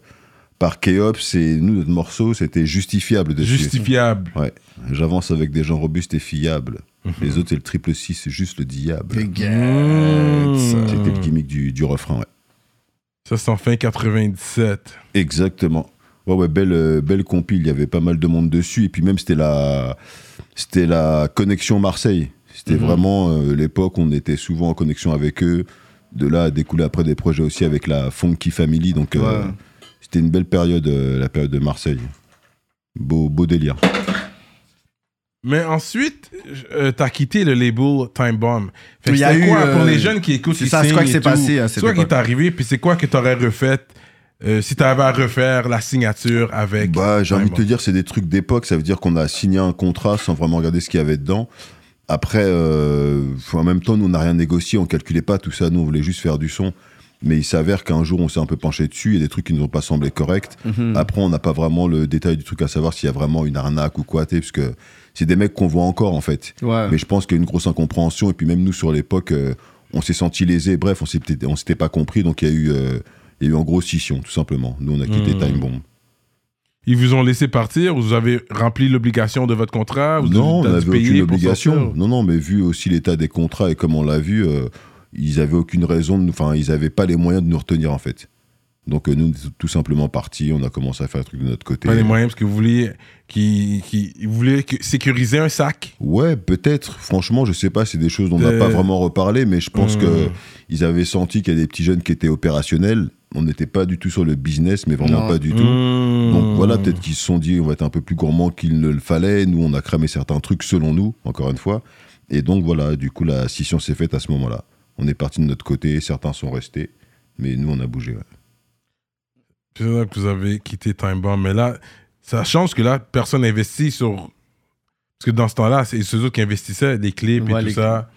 Speaker 3: par Keops. Et nous, notre morceau, c'était justifiable dessus.
Speaker 1: Justifiable.
Speaker 3: Ouais. J'avance avec des gens robustes et fiables. Les autres, c'est le triple 6, c'est juste le diable.
Speaker 2: Big
Speaker 1: Mmh.
Speaker 3: C'était le gimmick du, du refrain, ouais.
Speaker 1: Ça, c'est en fin 97.
Speaker 3: Exactement. Ouais, ouais, belle, euh, belle compile. Il y avait pas mal de monde dessus. Et puis même, c'était la, c'était la connexion Marseille. C'était vraiment euh, l'époque où on était souvent en connexion avec eux. De là a découlé après des projets aussi avec la Funky Family. Donc, euh,
Speaker 2: Ouais.
Speaker 3: c'était une belle période, euh, la période de Marseille. Beau, beau délire.
Speaker 1: Mais ensuite, euh, t'as quitté le label Time Bomb. Fait que
Speaker 2: Il y a
Speaker 1: c'était
Speaker 2: eu,
Speaker 1: quoi pour
Speaker 2: euh,
Speaker 1: les jeunes qui écoutent
Speaker 2: c'est
Speaker 1: qui
Speaker 2: ça, c'est
Speaker 1: signent
Speaker 2: quoi qui
Speaker 1: et
Speaker 2: s'est
Speaker 1: tout,
Speaker 2: passé à
Speaker 1: C'est
Speaker 2: cette
Speaker 1: quoi qui
Speaker 2: époque?
Speaker 1: t'est arrivé, puis c'est quoi que t'aurais refait euh, si t'avais à refaire la signature avec.
Speaker 3: Bah, j'ai
Speaker 1: Time
Speaker 3: envie de te
Speaker 1: Bomb?
Speaker 3: dire, c'est des trucs d'époque. Ça veut dire qu'on a signé un contrat sans vraiment regarder ce qu'il y avait dedans. Après, euh, faut- en même temps, nous, on n'a rien négocié, on calculait pas tout ça. Nous, on voulait juste faire du son. Mais il s'avère qu'un jour, on s'est un peu penché dessus. Il y a des trucs qui nous ont pas semblé corrects.
Speaker 2: Mm.
Speaker 3: Après, on n'a pas vraiment le détail du truc à savoir s'il y a vraiment une arnaque ou quoi, tu sais, parce que c'est des mecs qu'on voit encore, en fait.
Speaker 2: Ouais.
Speaker 3: Mais je pense qu'il y a une grosse incompréhension. Et puis même nous, sur l'époque, euh, on s'est senti lésés. Bref, on s'est peut-être- on s'était pas compris. Donc il y a eu, euh, il y a eu en gros scission, tout simplement. Nous, on a quitté
Speaker 1: Mhm.
Speaker 3: Time Bomb.
Speaker 1: Ils vous ont laissé partir, vous avez rempli l'obligation de votre contrat, Ah, vous
Speaker 3: Non, on
Speaker 1: avez
Speaker 3: n'avait aucune
Speaker 1: payé pour
Speaker 3: obligation.
Speaker 1: sortir.
Speaker 3: Non, non, mais vu aussi l'état des contrats et comme on l'a vu, euh, ils avaient aucune raison, de nous- enfin, ils n'avaient pas les moyens de nous retenir en fait. Donc euh, nous, on est tout simplement partis, on a commencé à faire un truc de notre côté.
Speaker 1: Pas les moyens, parce que vous vouliez, qui, qui, vous vouliez que- sécuriser un sac.
Speaker 3: Ouais, peut-être. Franchement, je sais pas, c'est des choses dont on
Speaker 1: Euh,
Speaker 3: n'a pas vraiment reparlé, mais je pense
Speaker 1: hmm.
Speaker 3: que qu'ils avaient senti qu'il y a des petits jeunes qui étaient opérationnels. On n'était pas du tout sur le business, mais vraiment
Speaker 2: Non.
Speaker 3: pas du tout.
Speaker 1: Mmh.
Speaker 3: Donc voilà, peut-être qu'ils se sont dit on va être un peu plus gourmand qu'il ne le fallait. Nous, on a cramé certains trucs selon nous, encore une fois. Et donc voilà, du coup, la scission s'est faite à ce moment-là. On est parti de notre côté, certains sont restés, mais nous, on a bougé. ouais.
Speaker 1: C'est là que vous avez quitté Time Bomb. Mais là, ça change que là, personne n'investit sur. Parce que dans ce temps-là, c'est ceux autres qui investissaient, les clips et
Speaker 2: Ouais,
Speaker 1: tout
Speaker 2: les
Speaker 1: ça,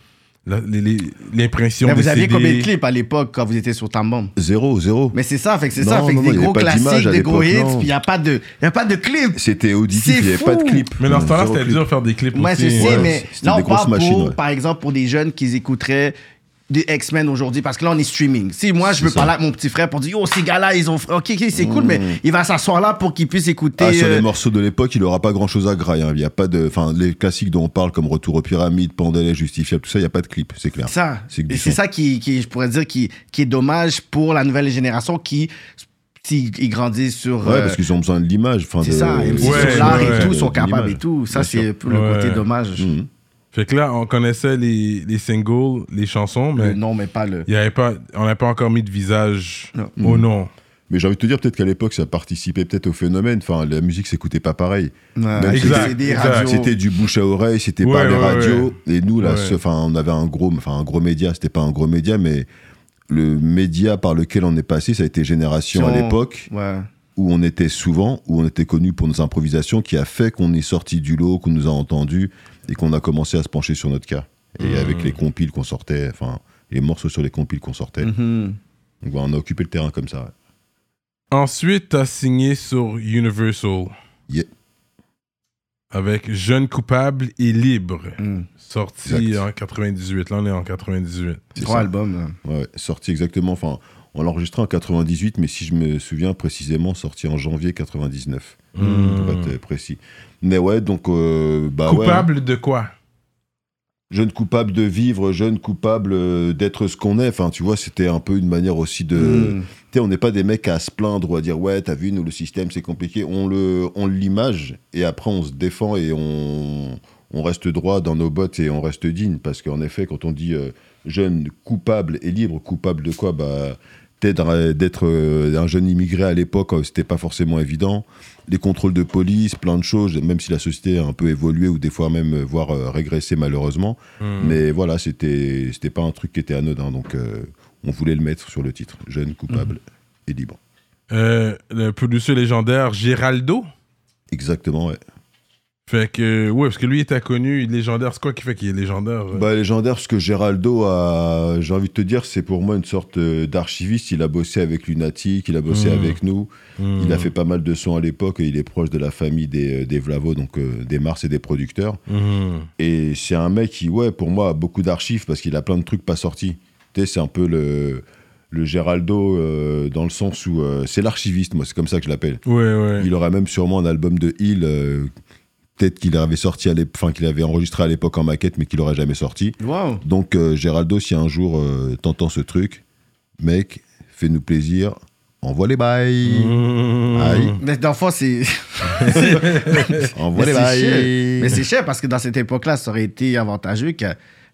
Speaker 1: la- les- les- l'impression
Speaker 2: Mais
Speaker 1: des
Speaker 2: vous aviez
Speaker 1: CD.
Speaker 2: combien de clips à l'époque quand vous étiez sur Tambom?
Speaker 3: Zéro, zéro.
Speaker 2: Mais c'est ça, fait que c'est
Speaker 3: Non,
Speaker 2: ça, fait que
Speaker 3: non, non,
Speaker 2: des
Speaker 3: il y avait
Speaker 2: gros
Speaker 3: pas d'image
Speaker 2: classiques,
Speaker 3: à
Speaker 2: des gros
Speaker 3: l'époque,
Speaker 2: hits,
Speaker 3: non.
Speaker 2: puis il n'y a pas de, y a pas de clip.
Speaker 3: C'était
Speaker 2: C'est
Speaker 3: auditif, il n'y avait pas de
Speaker 2: fou.
Speaker 3: clip.
Speaker 1: Mais dans ce temps-là,
Speaker 3: Zéro
Speaker 1: c'était
Speaker 3: clip.
Speaker 1: dur de faire des clips
Speaker 2: Moi,
Speaker 1: aussi.
Speaker 2: c'est
Speaker 3: ouais,
Speaker 2: mais
Speaker 3: c'était
Speaker 2: là,
Speaker 3: des
Speaker 2: on
Speaker 3: grosses
Speaker 2: parle
Speaker 3: machines,
Speaker 2: pour,
Speaker 3: ouais.
Speaker 2: par exemple, pour des jeunes qui écouteraient des X-Men aujourd'hui parce que là on est streaming. Si moi je veux parler avec mon petit frère pour dire yo ces gars-là ils ont ok ok c'est cool mais il va s'asseoir là pour qu'il puisse écouter.
Speaker 3: Mm. Ah, sur
Speaker 2: euh,
Speaker 3: les morceaux de l'époque, il aura pas grand chose à grailler. hein. Il y a pas de, enfin, les classiques dont on parle comme Retour aux pyramides, Pandelet, Justifiable, tout ça, il y a pas de clip, c'est clair.
Speaker 2: ça
Speaker 3: c'est que du
Speaker 2: Et c'est
Speaker 3: son.
Speaker 2: ça qui, qui je pourrais dire qui, qui est dommage pour la nouvelle génération qui s'ils ils grandissent sur
Speaker 3: Ouais,
Speaker 2: euh,
Speaker 3: parce qu'ils ont besoin de l'image. enfin,
Speaker 2: c'est
Speaker 3: de-
Speaker 2: ça même si
Speaker 1: Ouais,
Speaker 2: sur l'art
Speaker 1: ouais,
Speaker 2: et tout
Speaker 3: de-
Speaker 2: sont
Speaker 3: de
Speaker 2: capables et
Speaker 3: l'image.
Speaker 2: tout ça
Speaker 3: Bien
Speaker 2: c'est
Speaker 3: sûr.
Speaker 2: le côté
Speaker 1: Ouais.
Speaker 2: dommage
Speaker 3: Mhm.
Speaker 1: Fait que là, on connaissait les, les singles, les chansons, mais
Speaker 2: le nom mais pas le
Speaker 1: il y avait pas, on n'a pas encore mis de visage
Speaker 2: Non. Mm.
Speaker 1: au nom.
Speaker 3: Mais j'ai envie de te dire, peut-être qu'à l'époque, ça participait peut-être au phénomène. Enfin, la musique s'écoutait pas pareil.
Speaker 2: Ouais,
Speaker 3: Même
Speaker 2: c'était-
Speaker 1: Ah, exact,
Speaker 2: c'est des
Speaker 1: exact.
Speaker 2: radios.
Speaker 3: C'était du bouche à oreille, c'était
Speaker 1: Ouais,
Speaker 3: par les
Speaker 1: ouais,
Speaker 3: radios. Et nous, là,
Speaker 1: Ouais.
Speaker 3: ce- enfin, on avait un gros, enfin, un gros média. C'était pas un gros média, mais le média par lequel on est passé, ça a été Génération à
Speaker 2: Sur-
Speaker 3: l'époque,
Speaker 2: ouais
Speaker 3: où on était souvent, où on était connu pour nos improvisations, qui a fait qu'on est sorti du lot, qu'on nous a entendus et qu'on a commencé à se pencher sur notre cas. Et
Speaker 1: Hmm.
Speaker 3: avec les compiles qu'on sortait, enfin, les morceaux sur les compiles qu'on
Speaker 1: Hmm.
Speaker 3: sortait.
Speaker 2: Mhm.
Speaker 3: Donc, voilà, on a occupé le terrain comme ça. ouais.
Speaker 1: Ensuite, t'as signé sur Universal.
Speaker 3: Yeah.
Speaker 1: Avec Jeune coupable et libre,
Speaker 2: Mm.
Speaker 1: sorti
Speaker 3: Exact.
Speaker 1: en 98. Là, on est en 98.
Speaker 3: C'est
Speaker 2: Trois
Speaker 3: ça.
Speaker 2: albums. là.
Speaker 3: Ouais, ouais, sorti exactement. Enfin, on l'a enregistré en 98, mais si je me souviens précisément, sorti en janvier 99.
Speaker 1: Hmm.
Speaker 3: Pour être précis. Mais ouais, donc. euh, bah ouais, hein.
Speaker 1: coupable de quoi
Speaker 3: jeune coupable de vivre, jeune coupable euh, d'être ce qu'on est. Enfin, tu vois, c'était un peu une manière aussi de.
Speaker 1: Hmm.
Speaker 2: Mm.
Speaker 3: Tu sais, on n'est pas des mecs à se plaindre ou à dire ouais, t'as vu, nous le système c'est compliqué. On le, on l'image et après on se défend et on, on reste droit dans nos bottes et on reste digne parce qu'en effet, quand on dit euh, jeune coupable et libre, coupable de quoi Bah d'être- d'être euh, un jeune immigré à l'époque, euh, c'était pas forcément évident. Les contrôles de police, plein de choses, même si la société a un peu évolué ou des fois même euh, voire euh, régressé malheureusement.
Speaker 1: Mm.
Speaker 3: Mais voilà, c'était c'était pas un truc qui était anodin, donc euh, on voulait le mettre sur le titre, jeune coupable et libre.
Speaker 1: Euh, Le producer légendaire Géraldo.
Speaker 3: Exactement, ouais.
Speaker 1: Fait que, ouais, parce que lui était connu, il est légendaire. C'est quoi qui fait qu'il est légendaire euh?
Speaker 3: Bah, légendaire, ce que Géraldo a, j'ai envie de te dire, c'est pour moi une sorte euh, d'archiviste. Il a bossé avec Lunatic, il a bossé
Speaker 1: Mhm.
Speaker 3: avec nous,
Speaker 1: Hmm.
Speaker 3: il a fait pas mal de sons à l'époque et il est proche de la famille des, euh, des Vlavo, donc euh, des Mars et des producteurs.
Speaker 1: Hmm.
Speaker 3: Et c'est un mec qui, ouais, pour moi, a beaucoup d'archives parce qu'il a plein de trucs pas sortis. Tu sais, c'est un peu le, le Géraldo euh, dans le sens où euh, c'est l'archiviste, moi, c'est comme ça que je l'appelle.
Speaker 1: Ouais, ouais.
Speaker 3: Il aurait même sûrement un album de Hill, euh, peut-être qu'il avait sorti à l'ép- enfin, qu'il avait enregistré à l'époque en maquette, mais qu'il aurait jamais sorti.
Speaker 2: Wow.
Speaker 3: Donc, euh, Géraldo, si un jour euh, t'entends ce truc, mec, fais-nous plaisir, envoie les
Speaker 2: Mmh.
Speaker 3: bails,
Speaker 1: Hmm.
Speaker 3: Aïe.
Speaker 2: Mais dans le fond, c'est.
Speaker 3: envoie
Speaker 2: mais c'est
Speaker 3: les
Speaker 2: cher.
Speaker 3: bails.
Speaker 2: Mais c'est cher parce que dans cette époque-là, ça aurait été avantageux que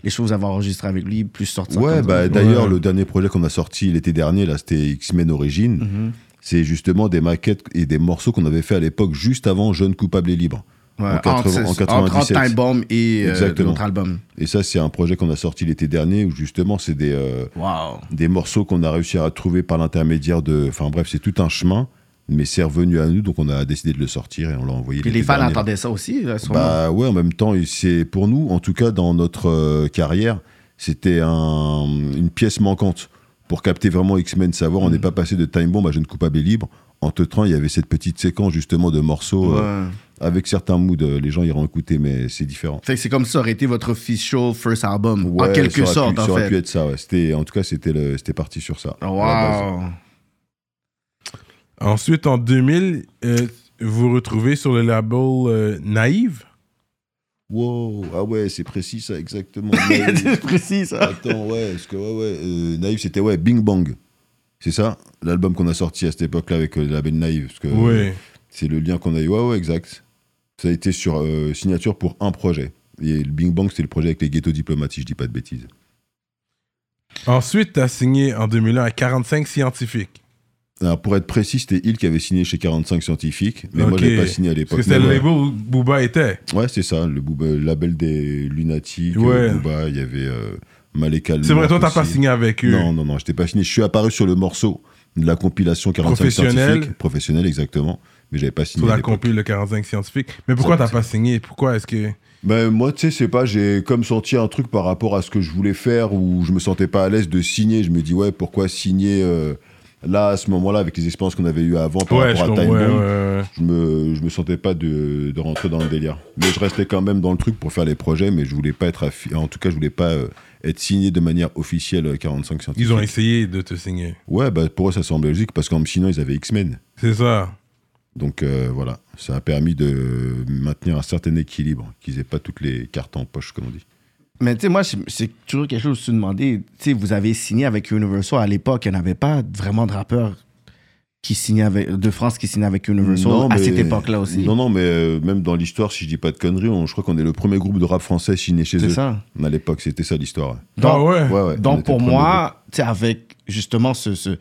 Speaker 2: les choses avaient enregistrées avec lui, plus sortir.
Speaker 3: Ouais,
Speaker 2: comme
Speaker 3: bah
Speaker 2: ça.
Speaker 3: d'ailleurs,
Speaker 1: Ouais.
Speaker 3: le dernier projet qu'on a sorti l'été dernier, là, c'était X-Men Origin.
Speaker 2: Mhm.
Speaker 3: C'est justement des maquettes et des morceaux qu'on avait fait à l'époque, juste avant Jeune Coupable et Libre.
Speaker 2: Ouais,
Speaker 3: en 80
Speaker 2: entre,
Speaker 3: en
Speaker 2: entre
Speaker 3: 97.
Speaker 2: Time Bomb et euh,
Speaker 3: Exactement.
Speaker 2: l'autre album.
Speaker 3: Et ça, c'est un projet qu'on a sorti l'été dernier, où justement, c'est des. euh,
Speaker 2: Wow.
Speaker 3: des morceaux qu'on a réussi à trouver par l'intermédiaire de. Enfin bref, c'est tout un chemin, mais c'est revenu à nous, donc on a décidé de le sortir et on l'a envoyé.
Speaker 2: Puis
Speaker 3: l'été
Speaker 2: les fans
Speaker 3: dernier.
Speaker 2: attendaient ça aussi, là, sûrement.
Speaker 3: Bah ouais, en même temps, et c'est pour nous, en tout cas dans notre euh, carrière, c'était un- une pièce manquante. Pour capter vraiment X-Men, savoir, on
Speaker 2: Mm.
Speaker 3: n'est pas passé de Time Bomb à Jeune Coupable et Libre. En te train, il y avait cette petite séquence justement de morceaux euh,
Speaker 2: Ouais.
Speaker 3: avec certains moods. euh, Les gens iront écouter, mais c'est différent.
Speaker 2: Fait que c'est comme ça aurait été votre official first album, en
Speaker 3: Ouais,
Speaker 2: quelque
Speaker 3: ça aurait
Speaker 2: sorte,
Speaker 3: pu- ça
Speaker 2: en
Speaker 3: aurait pu
Speaker 2: fait.
Speaker 3: être ça, ouais. C'était- En tout cas, c'était le- c'était parti sur ça. à la base.
Speaker 2: Wow.
Speaker 1: Ensuite, en 2000, euh, vous vous retrouvez sur le label euh, Naïve.
Speaker 3: Wow, ah ouais, c'est précis ça, exactement.
Speaker 2: C'est
Speaker 3: Naïf.
Speaker 2: précis, ça.
Speaker 3: Attends, ouais, parce que ouais, ouais, euh, Naïf, c'était ouais, Bing Bang. C'est ça L'album qu'on a sorti à cette époque-là avec euh, le label Naïve. Parce que euh,
Speaker 1: Ouais.
Speaker 3: c'est le lien qu'on a eu. Ouais, ouais, exact. Ça a été sur euh, signature pour un projet. Et le Bing Bang, c'était le projet avec les ghettos diplomates, si je dis pas de bêtises.
Speaker 1: Ensuite, t'as signé en 2001 à 45 scientifiques.
Speaker 3: Alors, pour être précis, c'était il qui avait signé chez 45 Scientifiques. Mais moi,
Speaker 1: Ok.
Speaker 3: je l'ai pas signé à
Speaker 1: Parce que
Speaker 3: l'époque.
Speaker 1: c'était
Speaker 3: mais
Speaker 1: le
Speaker 3: ouais.
Speaker 1: label où Booba était.
Speaker 3: Ouais, c'est ça, le Booba- le label des Lunatiques,
Speaker 1: Ouais.
Speaker 3: euh, Booba, il y avait euh, Malek
Speaker 1: C'est vrai, toi, t'as pas
Speaker 3: signé
Speaker 1: signé avec eux.
Speaker 3: Non, non, non, j'étais pas fini. Je suis apparu sur le morceau de la compilation 45
Speaker 1: Professionnel.
Speaker 3: scientifiques. Professionnel, exactement. Mais j'avais pas signé.
Speaker 1: Sur
Speaker 3: à
Speaker 1: la
Speaker 3: l'époque.
Speaker 1: compil le 45 scientifiques. Mais pourquoi
Speaker 3: Ça,
Speaker 1: t'as pas signé Pourquoi est-ce que.
Speaker 3: Ben, moi, tu sais, c'est pas, j'ai comme senti un truc par rapport à ce que je voulais faire où je me sentais pas à l'aise de signer. Je me dis, ouais, pourquoi signer euh, Là, à ce moment-là, avec les expériences qu'on avait eues avant par
Speaker 1: Ouais, je
Speaker 3: rapport à
Speaker 1: comprends. Ouais, ouais,
Speaker 3: Time Bomb,
Speaker 1: ouais.
Speaker 3: je me, je me sentais pas de, de rentrer dans le délire. Mais je restais quand même dans le truc pour faire les projets, mais je voulais pas être affi- en tout cas, je voulais pas euh, être signé de manière officielle euh, 45 centimes.
Speaker 1: Ils ont essayé de te signer.
Speaker 3: Ouais, bah pour eux ça semblait logique parce qu'en me signant ils avaient X-Men.
Speaker 1: C'est ça.
Speaker 3: Donc euh, voilà, ça a permis de maintenir un certain équilibre, qu'ils aient pas toutes les cartes en poche comme on dit.
Speaker 2: Mais tu sais, moi, c'est- c'est toujours quelque chose que je me suis demandé. Tu sais, vous avez signé avec Universal à l'époque, il n'y en avait pas vraiment de rappeurs qui signaient avec, de France qui signaient avec Universal à
Speaker 3: mais-
Speaker 2: cette époque-là aussi.
Speaker 3: Non non, mais euh, même dans l'histoire, si je dis pas de conneries, on- je crois qu'on est le premier groupe de rap français signé chez
Speaker 2: C'est
Speaker 3: eux.
Speaker 2: ça.
Speaker 3: À l'époque, c'était ça l'histoire.
Speaker 2: Donc,
Speaker 1: ah ouais.
Speaker 3: Ouais, ouais, on
Speaker 2: donc
Speaker 3: était le
Speaker 2: pour
Speaker 3: premier
Speaker 2: moi, tu sais, avec justement ce, ce,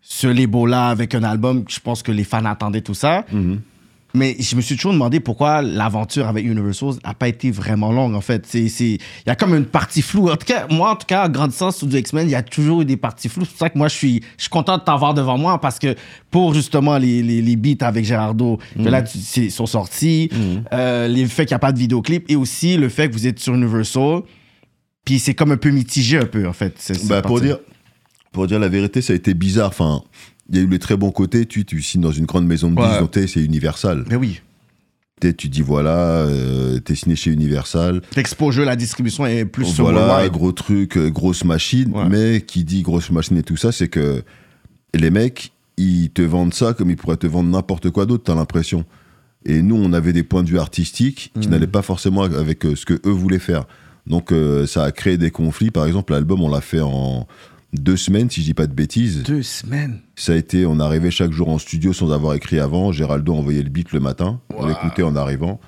Speaker 2: ce Lebo-là, avec un album, je pense que les fans attendaient tout ça.
Speaker 3: Mhm.
Speaker 2: Mais je me suis toujours demandé pourquoi l'aventure avec Universal n'a pas été vraiment longue, en fait. C'est- c'est- Il y a comme une partie floue. En tout cas, moi, en tout cas, en grandissant sous du X-Men, il y a toujours eu des parties floues. C'est pour ça que moi, je suis, je suis content de t'avoir devant moi parce que pour justement les, les, les beats avec Gérardo, que
Speaker 3: Mm.
Speaker 2: là, tu- c'est- sont sortis, euh, le fait qu'il n'y a pas de vidéoclip et aussi le fait que vous êtes sur Universal. Puis c'est comme un peu mitigé, un peu, en fait. c'est- cette
Speaker 3: Bah, pour
Speaker 2: partie-là.
Speaker 3: dire pour dire la vérité, ça a été bizarre. Enfin, il y a eu les très bons côtés. Tu tu signes dans une grande maison de
Speaker 1: Ouais.
Speaker 3: disques, donc t'es- c'est Universal.
Speaker 2: Mais oui.
Speaker 3: T'es- Tu dis voilà, euh, t'es signé chez Universal.
Speaker 2: L'exposure, la distribution est plus sur
Speaker 3: Oh, voilà,
Speaker 2: worldwide.
Speaker 3: gros truc, euh, grosse machine.
Speaker 2: Ouais.
Speaker 3: Mais qui dit grosse machine et tout ça, c'est que les mecs, ils te vendent ça comme ils pourraient te vendre n'importe quoi d'autre, t'as l'impression. Et nous, on avait des points de vue artistiques
Speaker 2: Hmm.
Speaker 3: qui n'allaient pas forcément avec euh, ce que eux voulaient faire. Donc, euh, ça a créé des conflits. Par exemple, l'album, on l'a fait en deux semaines, si je dis pas de bêtises.
Speaker 2: Deux semaines.
Speaker 3: Ça a été, on arrivait chaque jour en studio sans avoir écrit avant. Géraldo envoyait le beat le matin, on l'écoutait en arrivant.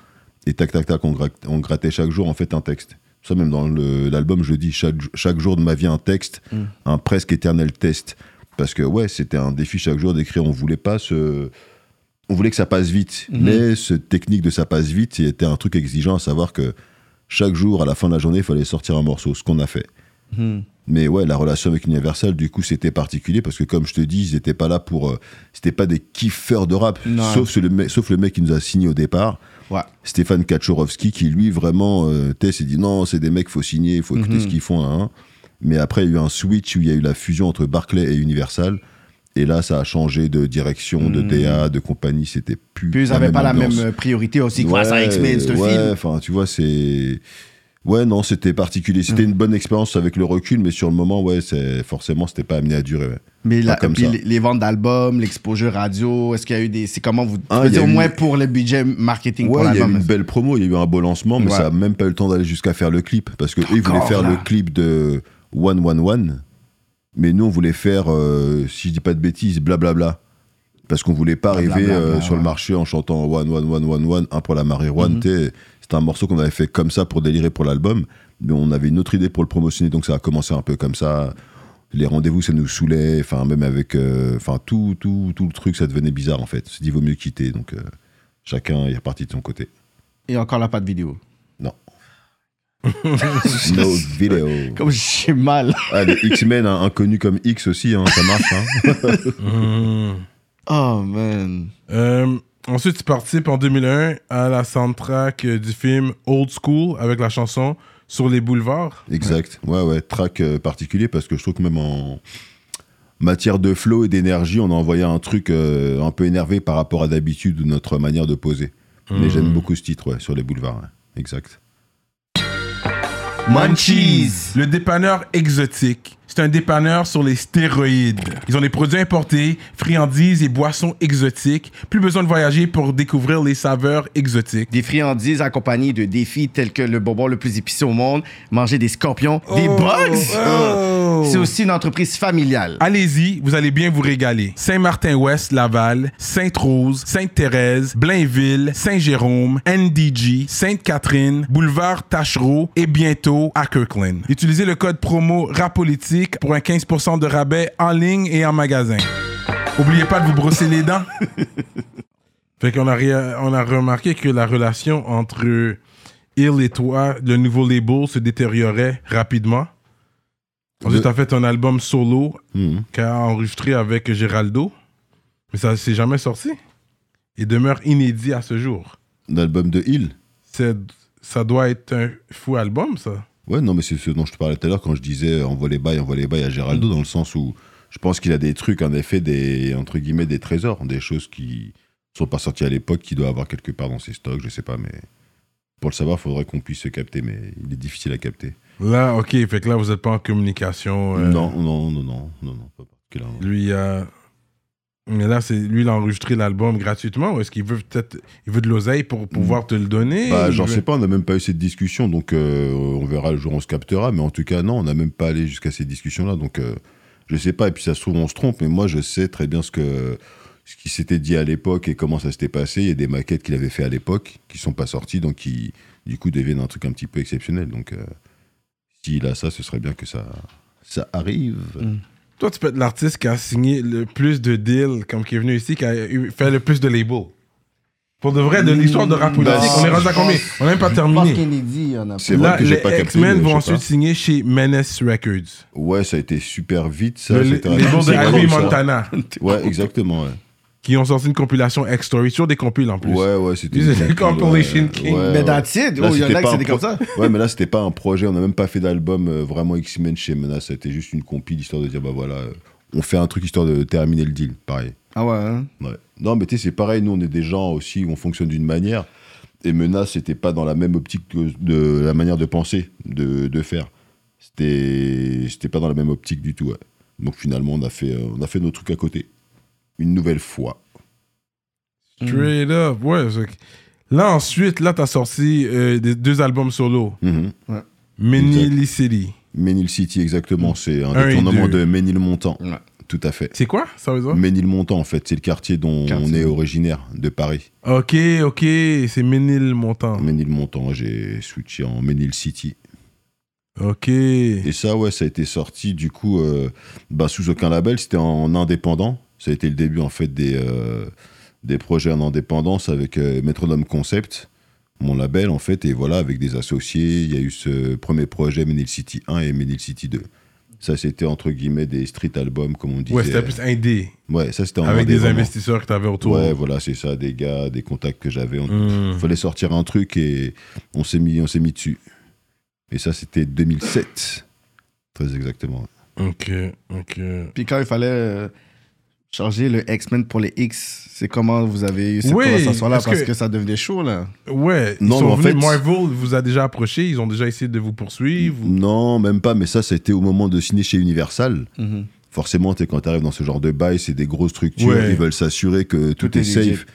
Speaker 3: Et tac, tac, tac, on, grat- on grattait chaque jour en fait un texte. Ça, même dans le- l'album, je dis chaque, chaque jour de ma vie un texte, un presque éternel test. Parce que, ouais, c'était un défi chaque jour d'écrire. On voulait pas se. On voulait que ça passe vite. Mais cette technique de ça passe vite était un truc exigeant, à savoir que chaque jour, à la fin de la journée, il fallait sortir un morceau, ce qu'on a fait. Mais ouais, la relation avec Universal, du coup, c'était particulier parce que, comme je te dis, ils n'étaient pas là pour. euh, c'était pas des kiffeurs de rap,
Speaker 2: Non.
Speaker 3: sauf, ce- le mec- sauf le mec qui nous a signé au départ,
Speaker 2: Ouais.
Speaker 3: Stéphane Kaczorowski, qui lui, vraiment, euh, t'es, s'est dit non, c'est des mecs, faut signer, faut
Speaker 2: Mhm.
Speaker 3: écouter ce qu'ils font. hein. Mais après, il y a eu un switch où il y a eu la fusion entre Barclay et Universal. Et là, ça a changé de direction, de DA, de compagnie. C'était plus.
Speaker 2: Puis ils n'avaient Mhm. pas la
Speaker 3: ambiance.
Speaker 2: même euh, priorité aussi grâce à
Speaker 3: Ouais,
Speaker 2: X-Men, ce
Speaker 3: ouais,
Speaker 2: film.
Speaker 3: enfin, tu vois, c'est. Ouais, non, c'était particulier.
Speaker 2: Mhm.
Speaker 3: C'était une bonne expérience avec le recul, mais sur le moment, ouais, c'est forcément, c'était pas amené à durer. ouais.
Speaker 2: Mais
Speaker 3: Pas
Speaker 2: la,
Speaker 3: comme
Speaker 2: puis
Speaker 3: ça.
Speaker 2: les, les ventes d'albums, l'exposure radio, est-ce qu'il y a eu des. C'est comment vous.
Speaker 3: Ah,
Speaker 2: je veux
Speaker 3: il y
Speaker 2: dire,
Speaker 3: a
Speaker 2: au
Speaker 3: eu-
Speaker 2: moins pour le budget marketing pour
Speaker 3: Ouais, il y a eu
Speaker 2: l'album.
Speaker 3: une belle promo, il y a eu un beau lancement, mais
Speaker 2: Ouais.
Speaker 3: ça a même pas eu le temps d'aller jusqu'à faire le clip, parce que eux, ils voulaient
Speaker 2: Encore,
Speaker 3: faire
Speaker 2: là.
Speaker 3: le clip de One One One, mais nous, on voulait faire, euh, si je dis pas de bêtises, blablabla. parce qu'on voulait pas
Speaker 2: Blablabla,
Speaker 3: arriver euh,
Speaker 2: ouais,
Speaker 3: sur
Speaker 2: ouais.
Speaker 3: le
Speaker 2: Mhm.
Speaker 3: marché en chantant One One One One One, un pour la marijuana. t'sais. C'était un morceau qu'on avait fait comme ça pour délirer pour l'album, mais on avait une autre idée pour le promotionner, donc ça a commencé un peu comme ça. Les rendez-vous, ça nous saoulait, enfin même avec, euh, enfin tout, tout, tout le truc, ça devenait bizarre en fait. On s'est dit vaut mieux quitter, donc euh, chacun est reparti de son côté.
Speaker 2: Et encore là, pas de vidéo.
Speaker 3: Non. no video.
Speaker 2: Comme j'ai mal.
Speaker 3: Ah, les X-Men, hein, inconnus comme X aussi, hein, ça marche. Hein.
Speaker 1: Hmm.
Speaker 2: Oh man.
Speaker 1: Euh, ensuite, tu participes en 2001 à la soundtrack euh, du film Old School avec la chanson Sur les boulevards.
Speaker 3: Exact. Ouais, ouais. Track euh, particulier parce que je trouve que même en matière de flow et d'énergie, on a envoyé un truc euh, un peu énervé par rapport à d'habitude ou notre manière de poser. Mais j'aime beaucoup ce titre, ouais, sur les boulevards. ouais. Exact.
Speaker 2: Munchies.
Speaker 1: Le dépanneur exotique. C'est un dépanneur sur les stéroïdes. Ils ont des produits importés, friandises et boissons exotiques. Plus besoin de voyager pour découvrir les saveurs exotiques.
Speaker 2: Des friandises accompagnées de défis tels que le bonbon le plus épicé au monde, manger des scorpions, des
Speaker 1: Oh,
Speaker 2: bugs.
Speaker 1: oh.
Speaker 2: C'est aussi une entreprise familiale.
Speaker 1: Allez-y, vous allez bien vous régaler. Saint-Martin-Ouest, Laval, Sainte-Rose, Sainte-Thérèse, Blainville, Saint-Jérôme, NDG, Sainte-Catherine, Boulevard Tachereau et bientôt à Kirkland. Utilisez le code promo RAPOLITIQUE pour un 15% de rabais en ligne et en magasin. Oubliez pas de vous brosser les dents. fait qu'on a, ré- on a remarqué que la relation entre Il et toi, le nouveau label, se détériorait rapidement. Ensuite,
Speaker 3: Le-
Speaker 1: t'as fait un album solo
Speaker 3: Mhm.
Speaker 1: qu'a enregistré avec Géraldo, mais ça s'est jamais sorti. Il demeure inédit à ce jour.
Speaker 3: L'album de Hill.
Speaker 1: C'est, ça doit être un fou album, ça.
Speaker 3: Ouais, non, mais c'est ce dont je te parlais tout à l'heure quand je disais euh, envoie les bails, envoie les bails à Géraldo, dans le sens où je pense qu'il a des trucs, en effet, des, entre guillemets, des trésors, des choses qui sont pas sorties à l'époque, qu'il doit avoir quelque part dans ses stocks, je sais pas, mais pour le savoir, faudrait qu'on puisse se capter, mais il est difficile à capter.
Speaker 1: Là, ok, fait que là, vous n'êtes pas en communication. euh,
Speaker 3: Non, non, non, non, non, non, pas particulièrement.
Speaker 1: Lui, euh, mais là, c'est lui, il a enregistré l'album gratuitement ou est-ce qu'il veut peut-être, il veut de l'oseille pour pouvoir te le donner
Speaker 3: Bah,
Speaker 1: ou il
Speaker 3: j'en
Speaker 1: veut-
Speaker 3: sais pas, on n'a même pas eu cette discussion, donc euh, on verra le jour où on se captera, mais en tout cas, non, on n'a même pas allé jusqu'à ces discussions-là, donc euh, je sais pas, et puis ça se trouve, on se trompe, mais moi, je sais très bien ce que ce qui s'était dit à l'époque et comment ça s'était passé. Il y a des maquettes qu'il avait fait à l'époque qui sont pas sorties, donc qui, du coup, deviennent un truc un petit peu exceptionnel. Donc, euh, s'il a ça, ce serait bien que ça, ça arrive.
Speaker 1: Mm. Toi, tu peux être l'artiste qui a signé le plus de deals, comme qui est venu ici, qui a eu- fait le plus de labels. Pour de vrai, de l'histoire de rap politique,
Speaker 3: Mm. Bah,
Speaker 1: on est rendu à
Speaker 2: je pense-
Speaker 1: combien On n'a même pas
Speaker 2: Je pense
Speaker 1: terminé.
Speaker 2: Kennedy, il y en a
Speaker 3: C'est
Speaker 2: pas.
Speaker 3: vrai
Speaker 1: Là,
Speaker 3: que j'ai
Speaker 1: les
Speaker 3: pas capté,
Speaker 1: X-Men
Speaker 3: mais je
Speaker 1: vont
Speaker 3: sais
Speaker 1: ensuite
Speaker 3: pas.
Speaker 1: signer chez Menace Records.
Speaker 3: Ouais, ça a été super vite, ça.
Speaker 1: Le les
Speaker 3: c'était un-
Speaker 1: label de
Speaker 3: c'est
Speaker 1: Harry
Speaker 3: vraiment ça.
Speaker 1: Montana,
Speaker 3: Ouais, exactement, ouais.
Speaker 1: qui ont sorti une compilation X-Story, toujours des compiles en plus.
Speaker 3: Ouais, ouais, c'était.
Speaker 1: Lui,
Speaker 3: une
Speaker 1: c'est le
Speaker 3: compile,
Speaker 1: compilation king.
Speaker 3: Ouais,
Speaker 2: Mais
Speaker 3: ouais.
Speaker 2: that's it.
Speaker 3: euh, Là,
Speaker 2: Oh, il y en
Speaker 3: c'était
Speaker 2: a qui
Speaker 3: pas un
Speaker 2: c'était comme
Speaker 3: pro-
Speaker 2: ça.
Speaker 3: Ouais, mais là, c'était pas un projet. On n'a même pas fait d'album euh, vraiment X-Men chez Menace. C'était juste une compile histoire de dire, bah voilà, euh, on fait un truc histoire de terminer le deal. Pareil.
Speaker 2: Ah ouais, hein?
Speaker 3: Ouais. Non, mais tu sais, c'est pareil. Nous, on est des gens aussi où on fonctionne d'une manière. Et Menace, c'était pas dans la même optique que de la manière de penser, de, de faire. C'était c'était pas dans la même optique du tout. ouais. Donc finalement, on a, fait, euh, on a fait nos trucs à côté. Une nouvelle fois.
Speaker 1: Straight up, ouais. c'est- Là, ensuite, là, t'as sorti euh, des- deux albums solo.
Speaker 2: Mm-hmm.
Speaker 3: Mhm.
Speaker 1: Mini City.
Speaker 3: Menil City, exactement.
Speaker 2: Mm.
Speaker 3: C'est un
Speaker 1: Un et
Speaker 3: détournement
Speaker 1: deux.
Speaker 3: de Ménilmontant.
Speaker 2: Ouais.
Speaker 3: Tout à fait.
Speaker 1: C'est quoi, ça veut dire?
Speaker 3: Ménilmontant, en fait, c'est le quartier dont
Speaker 2: Quartier.
Speaker 3: on est originaire de Paris.
Speaker 1: Ok, ok, c'est Ménilmontant.
Speaker 3: Mm. Ménilmontant, j'ai switché en Ménil City.
Speaker 1: Ok.
Speaker 3: Et ça, ouais, ça a été sorti du coup euh, bah, sous aucun label, c'était en indépendant. Ça a été le début en fait des, euh, des projets en indépendance avec euh, Metronome Concept, mon label en fait, et voilà, avec des associés. Il y a eu ce premier projet Menil City 1 et Menil City 2. Ça, c'était entre guillemets des street albums, comme on disait.
Speaker 1: Ouais, c'était plus indé.
Speaker 3: Ouais, ça, c'était en
Speaker 1: Avec des
Speaker 3: indépendant.
Speaker 1: investisseurs que t'avais autour.
Speaker 3: Ouais, voilà, c'est ça, des gars, des contacts que j'avais. On-
Speaker 1: Hmm.
Speaker 3: Mmh. fallait sortir un truc et on s'est mis, on s'est mis dessus. Et ça, c'était 2007. Très exactement.
Speaker 1: Ok, ok.
Speaker 2: Puis quand il fallait euh, changer le X-Men pour les X, c'est comment vous avez eu cette
Speaker 1: Oui,
Speaker 2: conversation-là
Speaker 1: parce
Speaker 2: Parce
Speaker 1: que-
Speaker 2: que... ça devenait chaud, là.
Speaker 1: Ouais, ils
Speaker 3: Non,
Speaker 1: sont
Speaker 3: mais en
Speaker 1: venus,
Speaker 3: fait-
Speaker 1: Marvel vous a déjà approché, ils ont déjà essayé de vous poursuivre. ou-
Speaker 3: Non, même pas, mais ça, c'était au moment de signer chez Universal.
Speaker 1: Mm-hmm.
Speaker 3: Forcément, t'es, quand t'arrives dans ce genre de bail, c'est des grosses structures,
Speaker 1: Ouais.
Speaker 3: ils veulent s'assurer que tout,
Speaker 2: Tout
Speaker 3: est,
Speaker 2: est legit.
Speaker 3: safe.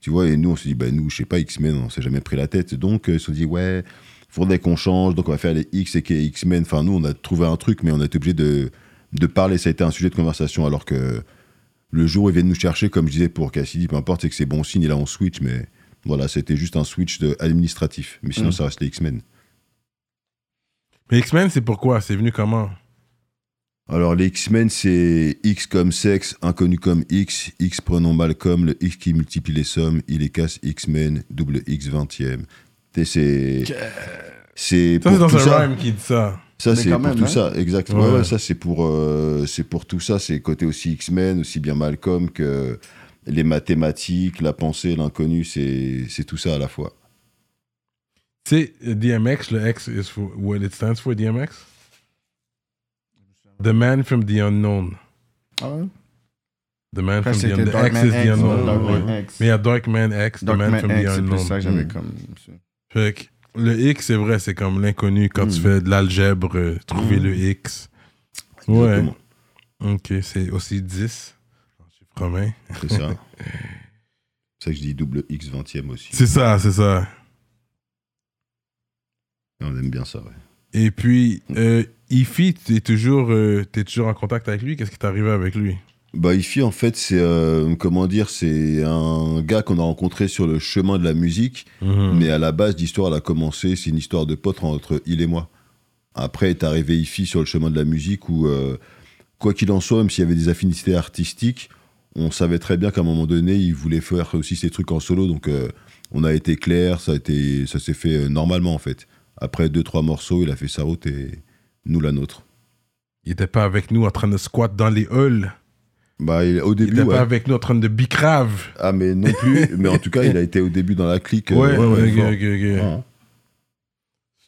Speaker 3: Tu vois, et nous, on s'est dit, bah, nous, je sais pas, X-Men, on s'est jamais pris la tête. Donc, euh, ils se sont dit, ouais, faudrait qu'on change, donc on va faire les X et K- X-Men. Enfin, nous, on a trouvé un truc, mais on a été obligé de, de parler. Ça a été un sujet de conversation, alors que le jour où ils viennent nous chercher, comme je disais pour Cassidy, peu importe, c'est que c'est bon signe, et là, on switch, mais voilà, c'était juste un switch de- administratif. Mais sinon,
Speaker 2: Mhm.
Speaker 3: ça reste les X-Men.
Speaker 1: Mais X-Men, c'est pourquoi C'est venu comment
Speaker 3: Alors, les X-Men, c'est X comme sexe, inconnu comme X, X pronom Malcolm, le X qui multiplie les sommes, il les casse X-Men, double X 20e. T'es- C'est. C'est
Speaker 1: Ça, c'est
Speaker 3: pour
Speaker 1: dans
Speaker 3: tout
Speaker 1: un
Speaker 3: ça.
Speaker 1: rhyme qui dit ça.
Speaker 3: Ça,
Speaker 2: Mais
Speaker 3: c'est
Speaker 2: quand
Speaker 3: pour
Speaker 2: même,
Speaker 3: tout
Speaker 2: hein.
Speaker 3: ça, exactement.
Speaker 1: Ouais.
Speaker 3: Ouais, ouais, ça, c'est pour, euh, c'est pour tout ça. C'est côté aussi X-Men, aussi bien Malcolm que les mathématiques, la pensée, l'inconnu, c'est c'est tout ça à la fois.
Speaker 1: Tu sais, DMX, le X is for what it stands for, DMX The man from the unknown.
Speaker 2: Ah ouais?
Speaker 1: The man
Speaker 2: Après,
Speaker 1: from the
Speaker 2: c'était
Speaker 1: unknown. The X
Speaker 2: Darkman
Speaker 1: is
Speaker 2: X.
Speaker 1: the unknown.
Speaker 3: Dark-
Speaker 2: Darkman
Speaker 3: ouais.
Speaker 2: X.
Speaker 1: Mais il y a Darkman X, The man from
Speaker 2: Darkman
Speaker 1: the
Speaker 2: X, c'est plus
Speaker 1: unknown.
Speaker 2: ça que j'avais
Speaker 3: Mm.
Speaker 2: comme...
Speaker 1: Fait que le X, c'est vrai, c'est comme l'inconnu quand
Speaker 2: Hmm.
Speaker 1: tu fais de l'algèbre, euh, trouver le X. Ouais.
Speaker 3: Exactement.
Speaker 1: Ok, c'est aussi 10. Je promets.
Speaker 3: C'est ça. c'est pour ça que je dis double X 20e aussi.
Speaker 1: C'est ça, c'est ça.
Speaker 3: Et On aime bien ça, ouais.
Speaker 1: Et puis, euh, Ifi, tu es, toujours euh, t'es toujours en contact avec lui. Qu'est-ce qui t'est arrivé avec lui
Speaker 3: Bah, Ifi, en fait, c'est euh, comment dire, c'est un gars qu'on a rencontré sur le chemin de la musique,
Speaker 1: Hmm.
Speaker 3: mais à la base, l'histoire elle a commencé, c'est une histoire de pote entre il et moi. Après est arrivé Ifi sur le chemin de la musique où, euh, quoi qu'il en soit, même s'il y avait des affinités artistiques, on savait très bien qu'à un moment donné, il voulait faire aussi ses trucs en solo, donc euh, on a été clair, ça a été, ça s'est fait euh, normalement en fait. Après deux trois morceaux, il a fait sa route et nous la nôtre.
Speaker 1: Il était pas avec nous en train de squat dans les halls.
Speaker 3: Bah, il- au
Speaker 1: Il
Speaker 3: début,
Speaker 1: était
Speaker 3: ouais.
Speaker 1: pas avec nous en train de bicrave.
Speaker 3: Ah, mais non plus. mais en tout cas, il a été au début dans la clique. euh,
Speaker 1: ouais, ouais,
Speaker 3: fort.
Speaker 1: ok, ok, ok.
Speaker 3: Ouais.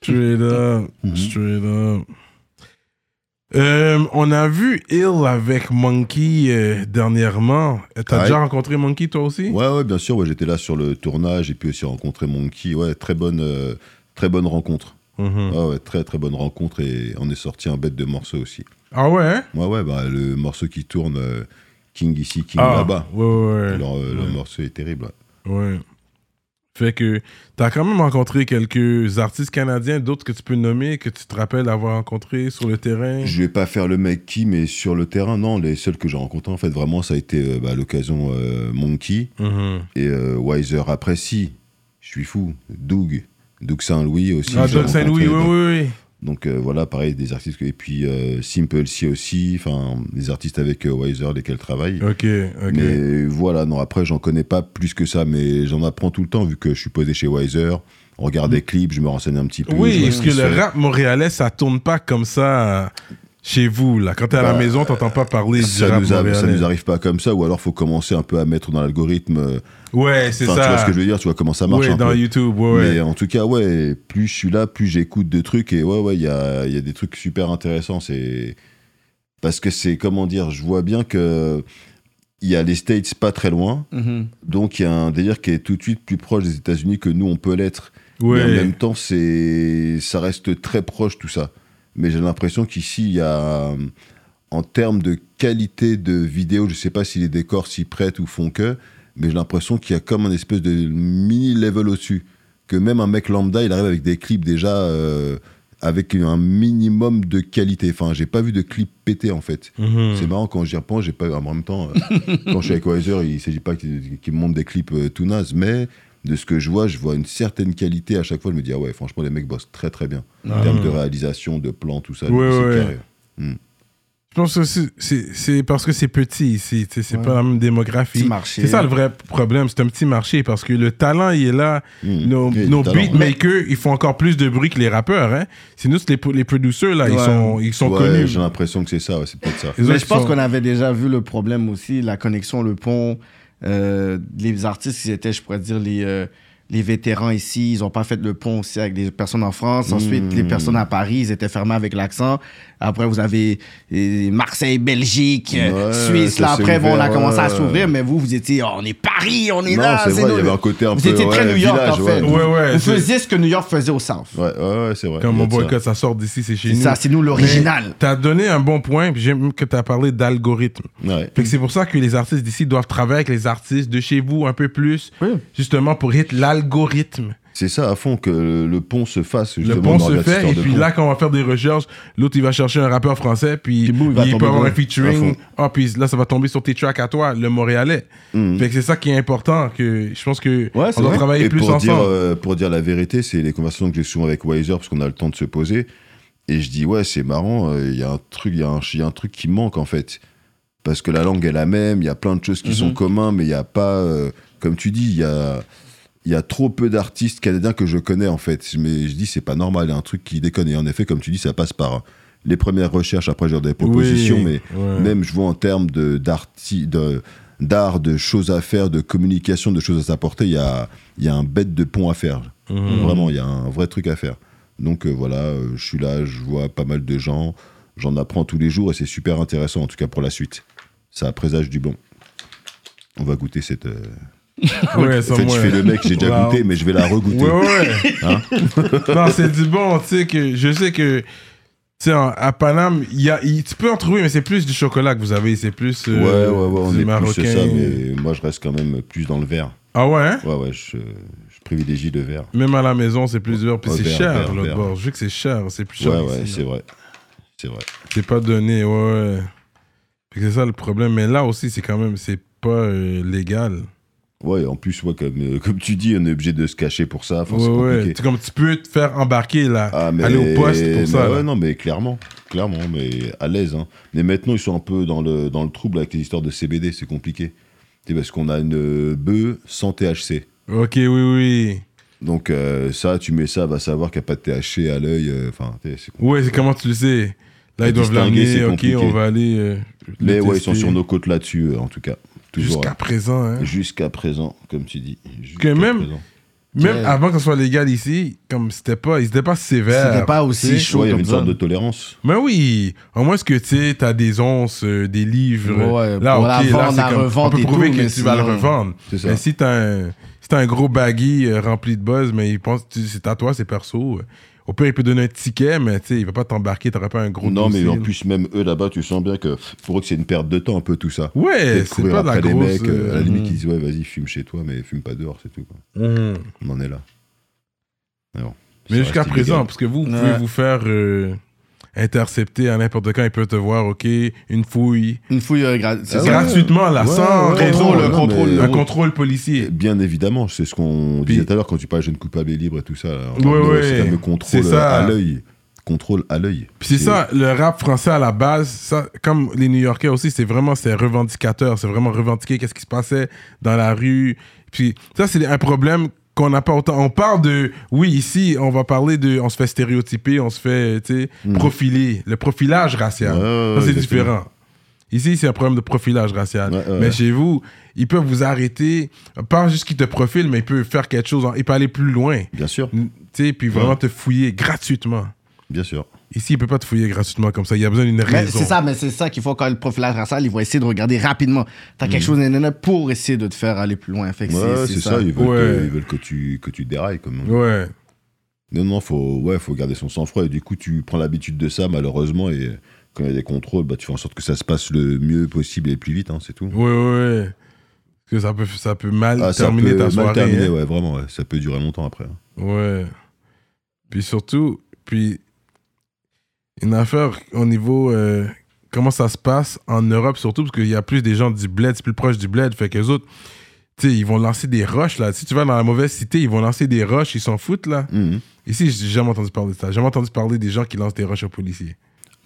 Speaker 1: Straight up,
Speaker 3: Mhm.
Speaker 1: straight up. Euh, on a vu Hill avec Monkey euh, dernièrement. T'as
Speaker 3: Ouais.
Speaker 1: déjà rencontré Monkey toi aussi
Speaker 3: Ouais, ouais, bien sûr. Ouais, j'étais là sur le tournage. J'ai pu aussi rencontrer Monkey. Ouais, très bonne, euh, très bonne rencontre.
Speaker 1: Mhm.
Speaker 3: Ouais, ouais, très, très bonne rencontre. Et on est sorti un bête de morceaux aussi.
Speaker 1: Ah ouais hein?
Speaker 3: Ouais, ouais, bah, le morceau qui tourne, euh, King ici, King
Speaker 1: Ah,
Speaker 3: là-bas.
Speaker 1: Ouais, ouais, ouais.
Speaker 3: Leur, euh, leur
Speaker 1: Ouais.
Speaker 3: morceau est terrible. ouais.
Speaker 1: Ouais. Fait que t'as quand même rencontré quelques artistes canadiens, d'autres que tu peux nommer, que tu te rappelles avoir rencontré sur le terrain.
Speaker 3: Je vais pas faire le mec qui, mais sur le terrain, non, les seuls que j'ai rencontrés, en fait, vraiment, ça a été euh, bah, à l'occasion euh, Monkey
Speaker 1: Mhm.
Speaker 3: et euh, Wiser. Après, si, je suis fou, Doug. Doug Saint-Louis aussi.
Speaker 1: Ah,
Speaker 3: j'ai
Speaker 1: Doug Saint-Louis,
Speaker 3: rencontré.
Speaker 1: oui,
Speaker 3: Donc,
Speaker 1: oui, oui.
Speaker 3: donc, euh, voilà, pareil, des artistes. que- Et puis euh, Simple C aussi, enfin, des artistes avec euh, Wiser, lesquels travaillent.
Speaker 1: Ok, ok.
Speaker 3: Mais voilà, non, après, j'en connais pas plus que ça, mais j'en apprends tout le temps, vu que je suis posé chez Wiser. On regarde des clips, je me renseigne un petit peu. je
Speaker 1: Oui,
Speaker 3: vois ce
Speaker 1: parce que
Speaker 3: qui se
Speaker 1: le
Speaker 3: fait.
Speaker 1: rap montréalais, ça tourne pas comme ça euh, chez vous, là. Quand t'es à la
Speaker 3: Bah,
Speaker 1: maison, t'entends pas parler du
Speaker 3: ça
Speaker 1: rap
Speaker 3: nous, a- ça
Speaker 1: montréalais.
Speaker 3: nous arrive pas comme ça, ou alors faut commencer un peu à mettre dans l'algorithme. euh,
Speaker 1: Ouais, c'est
Speaker 3: Enfin,
Speaker 1: ça.
Speaker 3: tu vois ce que je veux dire, tu vois comment ça marche
Speaker 1: ouais,
Speaker 3: un
Speaker 1: dans
Speaker 3: peu.
Speaker 1: YouTube, ouais, ouais.
Speaker 3: Mais en tout cas, ouais, plus je suis là, plus j'écoute de trucs, et ouais, ouais, il y a, il y a des trucs super intéressants. C'est parce que c'est comment dire, je vois bien que il y a les States pas très loin,
Speaker 1: Mm-hmm.
Speaker 3: donc il y a un délire qui est tout de suite plus proche des États-Unis que nous on peut l'être.
Speaker 1: Ouais.
Speaker 3: Mais en même temps, c'est ça reste très proche tout ça. Mais j'ai l'impression qu'ici, il y a euh, en termes de qualité de vidéo, je sais pas si les décors s'y prêtent ou font que, mais j'ai l'impression qu'il y a comme un espèce de mini level au-dessus. Que même un mec lambda, il arrive avec des clips déjà euh, avec un minimum de qualité. Enfin, j'ai pas vu de clip pété en fait.
Speaker 1: Mhm.
Speaker 3: C'est marrant quand j'y repense, j'ai pas en même temps euh, quand je suis avec Wiser, il s'agit pas qu'il qu'il me montre des clips euh, tout nazes, mais de ce que je vois, je vois une certaine qualité à chaque fois. Je me dis ah ouais, franchement les mecs bossent très très bien en
Speaker 1: Ah.
Speaker 3: termes de réalisation, de plan, tout ça.
Speaker 1: Ouais,
Speaker 3: c'est
Speaker 1: ouais.
Speaker 3: carré.
Speaker 1: Je pense que c'est- c'est c'est parce que c'est petit ici, tu sais, c'est pas la même démographie.
Speaker 2: Petit marché.
Speaker 1: C'est ça le vrai problème, c'est un petit marché parce que le talent il est là.
Speaker 2: Mm.
Speaker 3: Mmh.
Speaker 1: Nos,
Speaker 3: Il y a du
Speaker 1: nos
Speaker 3: talent.
Speaker 1: beatmakers, ils font encore plus de bruit que les rappeurs. Hein. C'est nous, c'est les, les producers là, ils
Speaker 2: Ouais.
Speaker 1: sont, ils sont
Speaker 3: Ouais,
Speaker 1: connus.
Speaker 3: J'ai l'impression que c'est ça, ouais, c'est peut-être ça.
Speaker 1: Les
Speaker 2: Mais
Speaker 1: autres,
Speaker 2: je pense
Speaker 1: ils sont-
Speaker 2: qu'on avait déjà vu le problème aussi, la connexion, le pont. euh, les artistes, ils étaient, je pourrais dire, les, euh, les vétérans ici, ils n'ont pas fait le pont aussi avec les personnes en France. Ensuite, les
Speaker 3: Hmm.
Speaker 2: personnes à Paris, ils étaient fermés avec l'accent. Après, vous avez euh, Marseille, Belgique, euh,
Speaker 3: Ouais,
Speaker 2: Suisse.
Speaker 3: ça
Speaker 2: Là,
Speaker 3: s'est
Speaker 2: après, bon, on a
Speaker 3: ouvert,
Speaker 2: commencé à
Speaker 3: ouais.
Speaker 2: s'ouvrir, mais vous, vous étiez, Oh, on est Paris, on est
Speaker 3: Non,
Speaker 2: là.
Speaker 3: c'est vrai,
Speaker 2: nous.
Speaker 3: il y avait un côté un
Speaker 2: vous
Speaker 3: peu,
Speaker 2: étiez très
Speaker 3: ouais,
Speaker 2: New York,
Speaker 3: village,
Speaker 2: en fait.
Speaker 3: ouais.
Speaker 1: Ouais, ouais,
Speaker 2: vous
Speaker 1: c'est-
Speaker 2: faisiez ce que New York faisait au South.
Speaker 3: Ouais, ouais, ouais, c'est vrai.
Speaker 1: Comme
Speaker 3: il y a
Speaker 1: mon
Speaker 3: de ça.
Speaker 1: boycott, ça sort d'ici, c'est chez
Speaker 2: C'est
Speaker 1: nous.
Speaker 2: ça, c'est nous l'original.
Speaker 1: T'as donné un bon point, puis j'aime que t'as parlé d'algorithme.
Speaker 3: Ouais.
Speaker 1: Fait que c'est pour ça que les artistes d'ici doivent travailler avec les artistes de chez vous un peu plus,
Speaker 2: Oui.
Speaker 1: justement pour hit l'algorithme.
Speaker 3: C'est ça à fond que le, le pont se fasse.
Speaker 1: Le
Speaker 3: justement,
Speaker 1: pont
Speaker 3: dans
Speaker 1: se
Speaker 3: cette
Speaker 1: fait,
Speaker 3: histoire
Speaker 1: et
Speaker 3: de
Speaker 1: puis
Speaker 3: pont.
Speaker 1: là, quand on va faire des recherches, l'autre, il va chercher un rappeur français, puis,
Speaker 2: Puis boum, il va
Speaker 1: il peut
Speaker 2: tomber
Speaker 1: avoir un
Speaker 2: dedans.
Speaker 1: featuring.
Speaker 3: À fond.
Speaker 1: Ah, puis là, ça va tomber sur tes tracks à toi, le Montréalais.
Speaker 3: Mhm.
Speaker 1: Fait que c'est ça qui est important, que je pense que
Speaker 2: Ouais,
Speaker 1: on
Speaker 2: c'est
Speaker 1: doit
Speaker 2: vrai.
Speaker 1: travailler
Speaker 3: Et
Speaker 1: plus
Speaker 3: pour
Speaker 1: ensemble.
Speaker 3: dire, euh, pour dire la vérité, c'est les conversations que j'ai souvent avec Wiser parce qu'on a le temps de se poser. Et je dis ouais, c'est marrant. euh, Il y a un truc, il y, a un- y a un truc qui manque en fait parce que la langue est la même. Il y a plein de choses qui
Speaker 2: Mhm.
Speaker 3: sont communs, mais il y a pas, euh, comme tu dis, il y a il y a trop peu d'artistes canadiens que je connais en fait. Mais je dis c'est pas normal. Il y a un truc qui déconne. Et en effet, comme tu dis, ça passe par les premières recherches. Après, j'ai des propositions, mais
Speaker 1: ouais.
Speaker 3: même je vois en termes de d'arti- de- d'art, de, choses à faire, de communication, de choses à s'apporter, il y a, il y a un bête de pont à faire.
Speaker 1: Mhm.
Speaker 3: Vraiment, il y a un vrai truc à faire. Donc euh, voilà, euh, je suis là, je vois pas mal de gens, j'en apprends tous les jours et c'est super intéressant, en tout cas pour la suite. Ça présage du bon. On va goûter cette. euh,
Speaker 1: Ouais,
Speaker 3: En
Speaker 1: sans
Speaker 3: fait,
Speaker 1: moi.
Speaker 3: je fais le mec, j'ai déjà
Speaker 1: Wow.
Speaker 3: goûté, mais je vais la regoûter.
Speaker 1: Ouais, ouais. non, c'est du bon, tu sais que je sais que tu sais en- à Paname, il y a, il- tu peux en trouver, mais c'est plus du chocolat que vous avez, c'est plus
Speaker 3: Ouais,
Speaker 1: euh,
Speaker 3: ouais, ouais, on
Speaker 1: du
Speaker 3: est plus
Speaker 1: marocain.
Speaker 3: que ça, mais moi je reste quand même plus dans le verre.
Speaker 1: Ah ouais. hein?
Speaker 3: Ouais, ouais, je, je privilégie le verre.
Speaker 1: Même à la maison, c'est plus dur, puis
Speaker 3: Ouais,
Speaker 1: c'est
Speaker 3: vert,
Speaker 1: cher
Speaker 3: vert,
Speaker 1: l'autre
Speaker 3: vert.
Speaker 1: bord. Je sais que c'est cher, c'est plus cher.
Speaker 3: Ouais,
Speaker 1: ici, là.
Speaker 3: ouais, c'est vrai. C'est vrai.
Speaker 1: C'est pas donné, ouais. ouais. Fait que C'est ça le problème, mais là aussi, c'est quand même, c'est pas euh, légal.
Speaker 3: Ouais, en plus, ouais, comme, euh, comme tu dis, on est obligé de se cacher pour ça. Enfin, c'est
Speaker 1: ouais, ouais.
Speaker 3: compliqué.
Speaker 1: C'est comme tu peux te faire embarquer là,
Speaker 3: Ah, mais-
Speaker 1: aller au poste
Speaker 3: mais
Speaker 1: pour ça.
Speaker 3: ouais,
Speaker 1: là.
Speaker 3: non, mais clairement. Clairement, mais à l'aise. hein. Mais maintenant, ils sont un peu dans le, dans le trouble avec les histoires de CBD. C'est compliqué. C'est parce qu'on a une euh, bœuf sans THC.
Speaker 1: Ok, oui, oui.
Speaker 3: Donc, euh, ça, tu mets ça, va savoir qu'il n'y a pas de THC à l'œil. euh, Enfin, t'es- c'est compliqué.
Speaker 1: Ouais, c'est comment tu le sais. Là,
Speaker 3: Et
Speaker 1: ils doivent
Speaker 3: distinguer,
Speaker 1: l'amener,
Speaker 3: c'est
Speaker 1: ok,
Speaker 3: compliqué.
Speaker 1: on va aller. euh, le
Speaker 3: Mais ouais, ils
Speaker 1: tester.
Speaker 3: sont sur nos côtes là-dessus, euh, en tout cas. Toujours.
Speaker 1: Jusqu'à
Speaker 3: hein.
Speaker 1: présent, hein.
Speaker 3: Jusqu'à présent, comme tu dis. Jusqu'à
Speaker 1: même-
Speaker 3: présent.
Speaker 1: Même
Speaker 2: Ouais.
Speaker 1: avant qu'on soit légal ici, comme c'était pas, ils étaient pas sévères.
Speaker 2: C'était pas
Speaker 1: tu
Speaker 2: aussi
Speaker 1: sais.
Speaker 2: chaud
Speaker 3: Ouais, il y
Speaker 2: comme
Speaker 3: avait une
Speaker 2: ça.
Speaker 3: sorte de tolérance.
Speaker 1: Mais oui, au moins, ce que tu sais, t'as des onces, euh, des livres.
Speaker 2: Ouais,
Speaker 1: là,
Speaker 2: Euh, pour
Speaker 1: ok, là,
Speaker 2: la vendre,
Speaker 1: c'est
Speaker 2: la
Speaker 1: comme, on
Speaker 2: revente
Speaker 1: peut
Speaker 2: et
Speaker 1: prouver
Speaker 2: tout,
Speaker 1: que
Speaker 2: mais
Speaker 1: tu vas le
Speaker 2: sinon-
Speaker 1: revendre.
Speaker 3: C'est ça.
Speaker 1: Mais si t'as un, si t'as un gros baggy euh, rempli de buzz, mais il pense que c'est à toi, c'est perso. euh, Au pire, il peut donner un ticket, mais tu sais, il va pas t'embarquer, t'auras pas un gros
Speaker 3: Non, mais
Speaker 1: dossier,
Speaker 3: en
Speaker 1: là.
Speaker 3: plus, même eux là-bas, tu sens bien que pour eux, que c'est une perte de temps un peu tout ça.
Speaker 1: Ouais,
Speaker 3: Peut-être
Speaker 1: Eh, c'est
Speaker 3: courir
Speaker 1: pas de la
Speaker 3: après les
Speaker 1: grosse.
Speaker 3: mecs, euh, à la
Speaker 1: euh,
Speaker 3: limite, ils disent Ouais, vas-y, fume chez toi, mais fume pas dehors, c'est tout. quoi.
Speaker 1: mhm.
Speaker 3: On en est là. Mais bon,
Speaker 1: Mais
Speaker 3: ça
Speaker 1: jusqu'à
Speaker 3: reste
Speaker 1: présent,
Speaker 3: illégal.
Speaker 1: parce que vous, vous pouvez
Speaker 2: Ouais.
Speaker 1: vous faire euh, intercepter à n'importe quand. Ils peuvent te voir, OK, une fouille.
Speaker 2: Une fouille euh, gra- c'est
Speaker 3: Ah
Speaker 2: ça.
Speaker 3: ouais.
Speaker 1: Gratuitement, là,
Speaker 3: Ouais,
Speaker 1: sans
Speaker 3: ouais,
Speaker 2: contrôle,
Speaker 3: ouais,
Speaker 1: raison.
Speaker 3: non,
Speaker 2: contrôle.
Speaker 3: mais-
Speaker 1: Un contrôle policier.
Speaker 3: Bien évidemment, c'est ce qu'on
Speaker 1: Puis-
Speaker 3: disait tout à l'heure quand tu parlais jeune coupable et libre et tout ça. là, en
Speaker 1: Ouais,
Speaker 3: termes de-
Speaker 1: ouais.
Speaker 3: ce fameux
Speaker 1: C'est
Speaker 3: contrôle
Speaker 1: ça.
Speaker 3: à l'œil. Contrôle à l'œil.
Speaker 1: Puis c'est ça, le rap français à la base, ça, comme les New Yorkais aussi, c'est vraiment c'est revendicateur, c'est vraiment revendiquer qu'est-ce qui se passait dans la rue. Puis ça, c'est un problème qu'on n'a pas autant. On parle de, oui, ici, on va parler de, on se fait stéréotyper, on se fait, tu sais, profiler, le profilage racial.
Speaker 3: Hmm. Ouais, ouais,
Speaker 1: Ça, c'est
Speaker 3: exactement.
Speaker 1: différent. Ici, c'est un problème de profilage racial.
Speaker 3: Ouais, ouais,
Speaker 1: mais
Speaker 3: ouais.
Speaker 1: chez vous, ils peuvent vous arrêter, pas juste qu'ils te profilent, mais ils peuvent faire quelque chose, ils peuvent aller plus loin,
Speaker 3: Bien sûr,
Speaker 1: tu sais, puis vraiment te fouiller gratuitement.
Speaker 3: bien sûr.
Speaker 1: Ici, il peut pas te fouiller gratuitement comme ça. Il y a besoin d'une
Speaker 2: Mais
Speaker 1: raison.
Speaker 2: C'est ça, mais c'est ça qu'il faut quand le profilage racial, ils vont essayer de regarder rapidement. T'as quelque chose nanana, pour essayer de te faire aller plus loin. Fait que
Speaker 3: Ouais,
Speaker 2: c'est-
Speaker 3: c'est ça, ils veulent,
Speaker 1: Ouais.
Speaker 3: que, ils veulent que tu, que tu dérailles. Comme...
Speaker 1: Ouais.
Speaker 3: Non, non, faut, ouais, faut garder son sang-froid. Et du coup, tu prends l'habitude de ça, malheureusement. Et quand il y a des contrôles, bah, tu fais en sorte que ça se passe le mieux possible et le plus vite, hein, c'est tout.
Speaker 1: Ouais, ouais. Parce que ça peut, ça peut mal
Speaker 3: Ah, ça
Speaker 1: terminer
Speaker 3: peut
Speaker 1: ta
Speaker 3: mal
Speaker 1: soirée.
Speaker 3: terminer,
Speaker 1: hein.
Speaker 3: ouais, vraiment. ouais. Ça peut durer longtemps après. hein.
Speaker 1: ouais. Puis surtout, puis une affaire au niveau euh, comment ça se passe en Europe, surtout parce qu'il y a plus des gens du bled, c'est plus proche du bled. Fait que les autres, tu sais, ils vont lancer des roches là. Si tu vas dans la mauvaise cité, ils vont lancer des roches, ils s'en foutent là.
Speaker 3: Mhm.
Speaker 1: Ici, j'ai jamais entendu parler de ça. J'ai jamais entendu parler des gens qui lancent des roches aux policiers.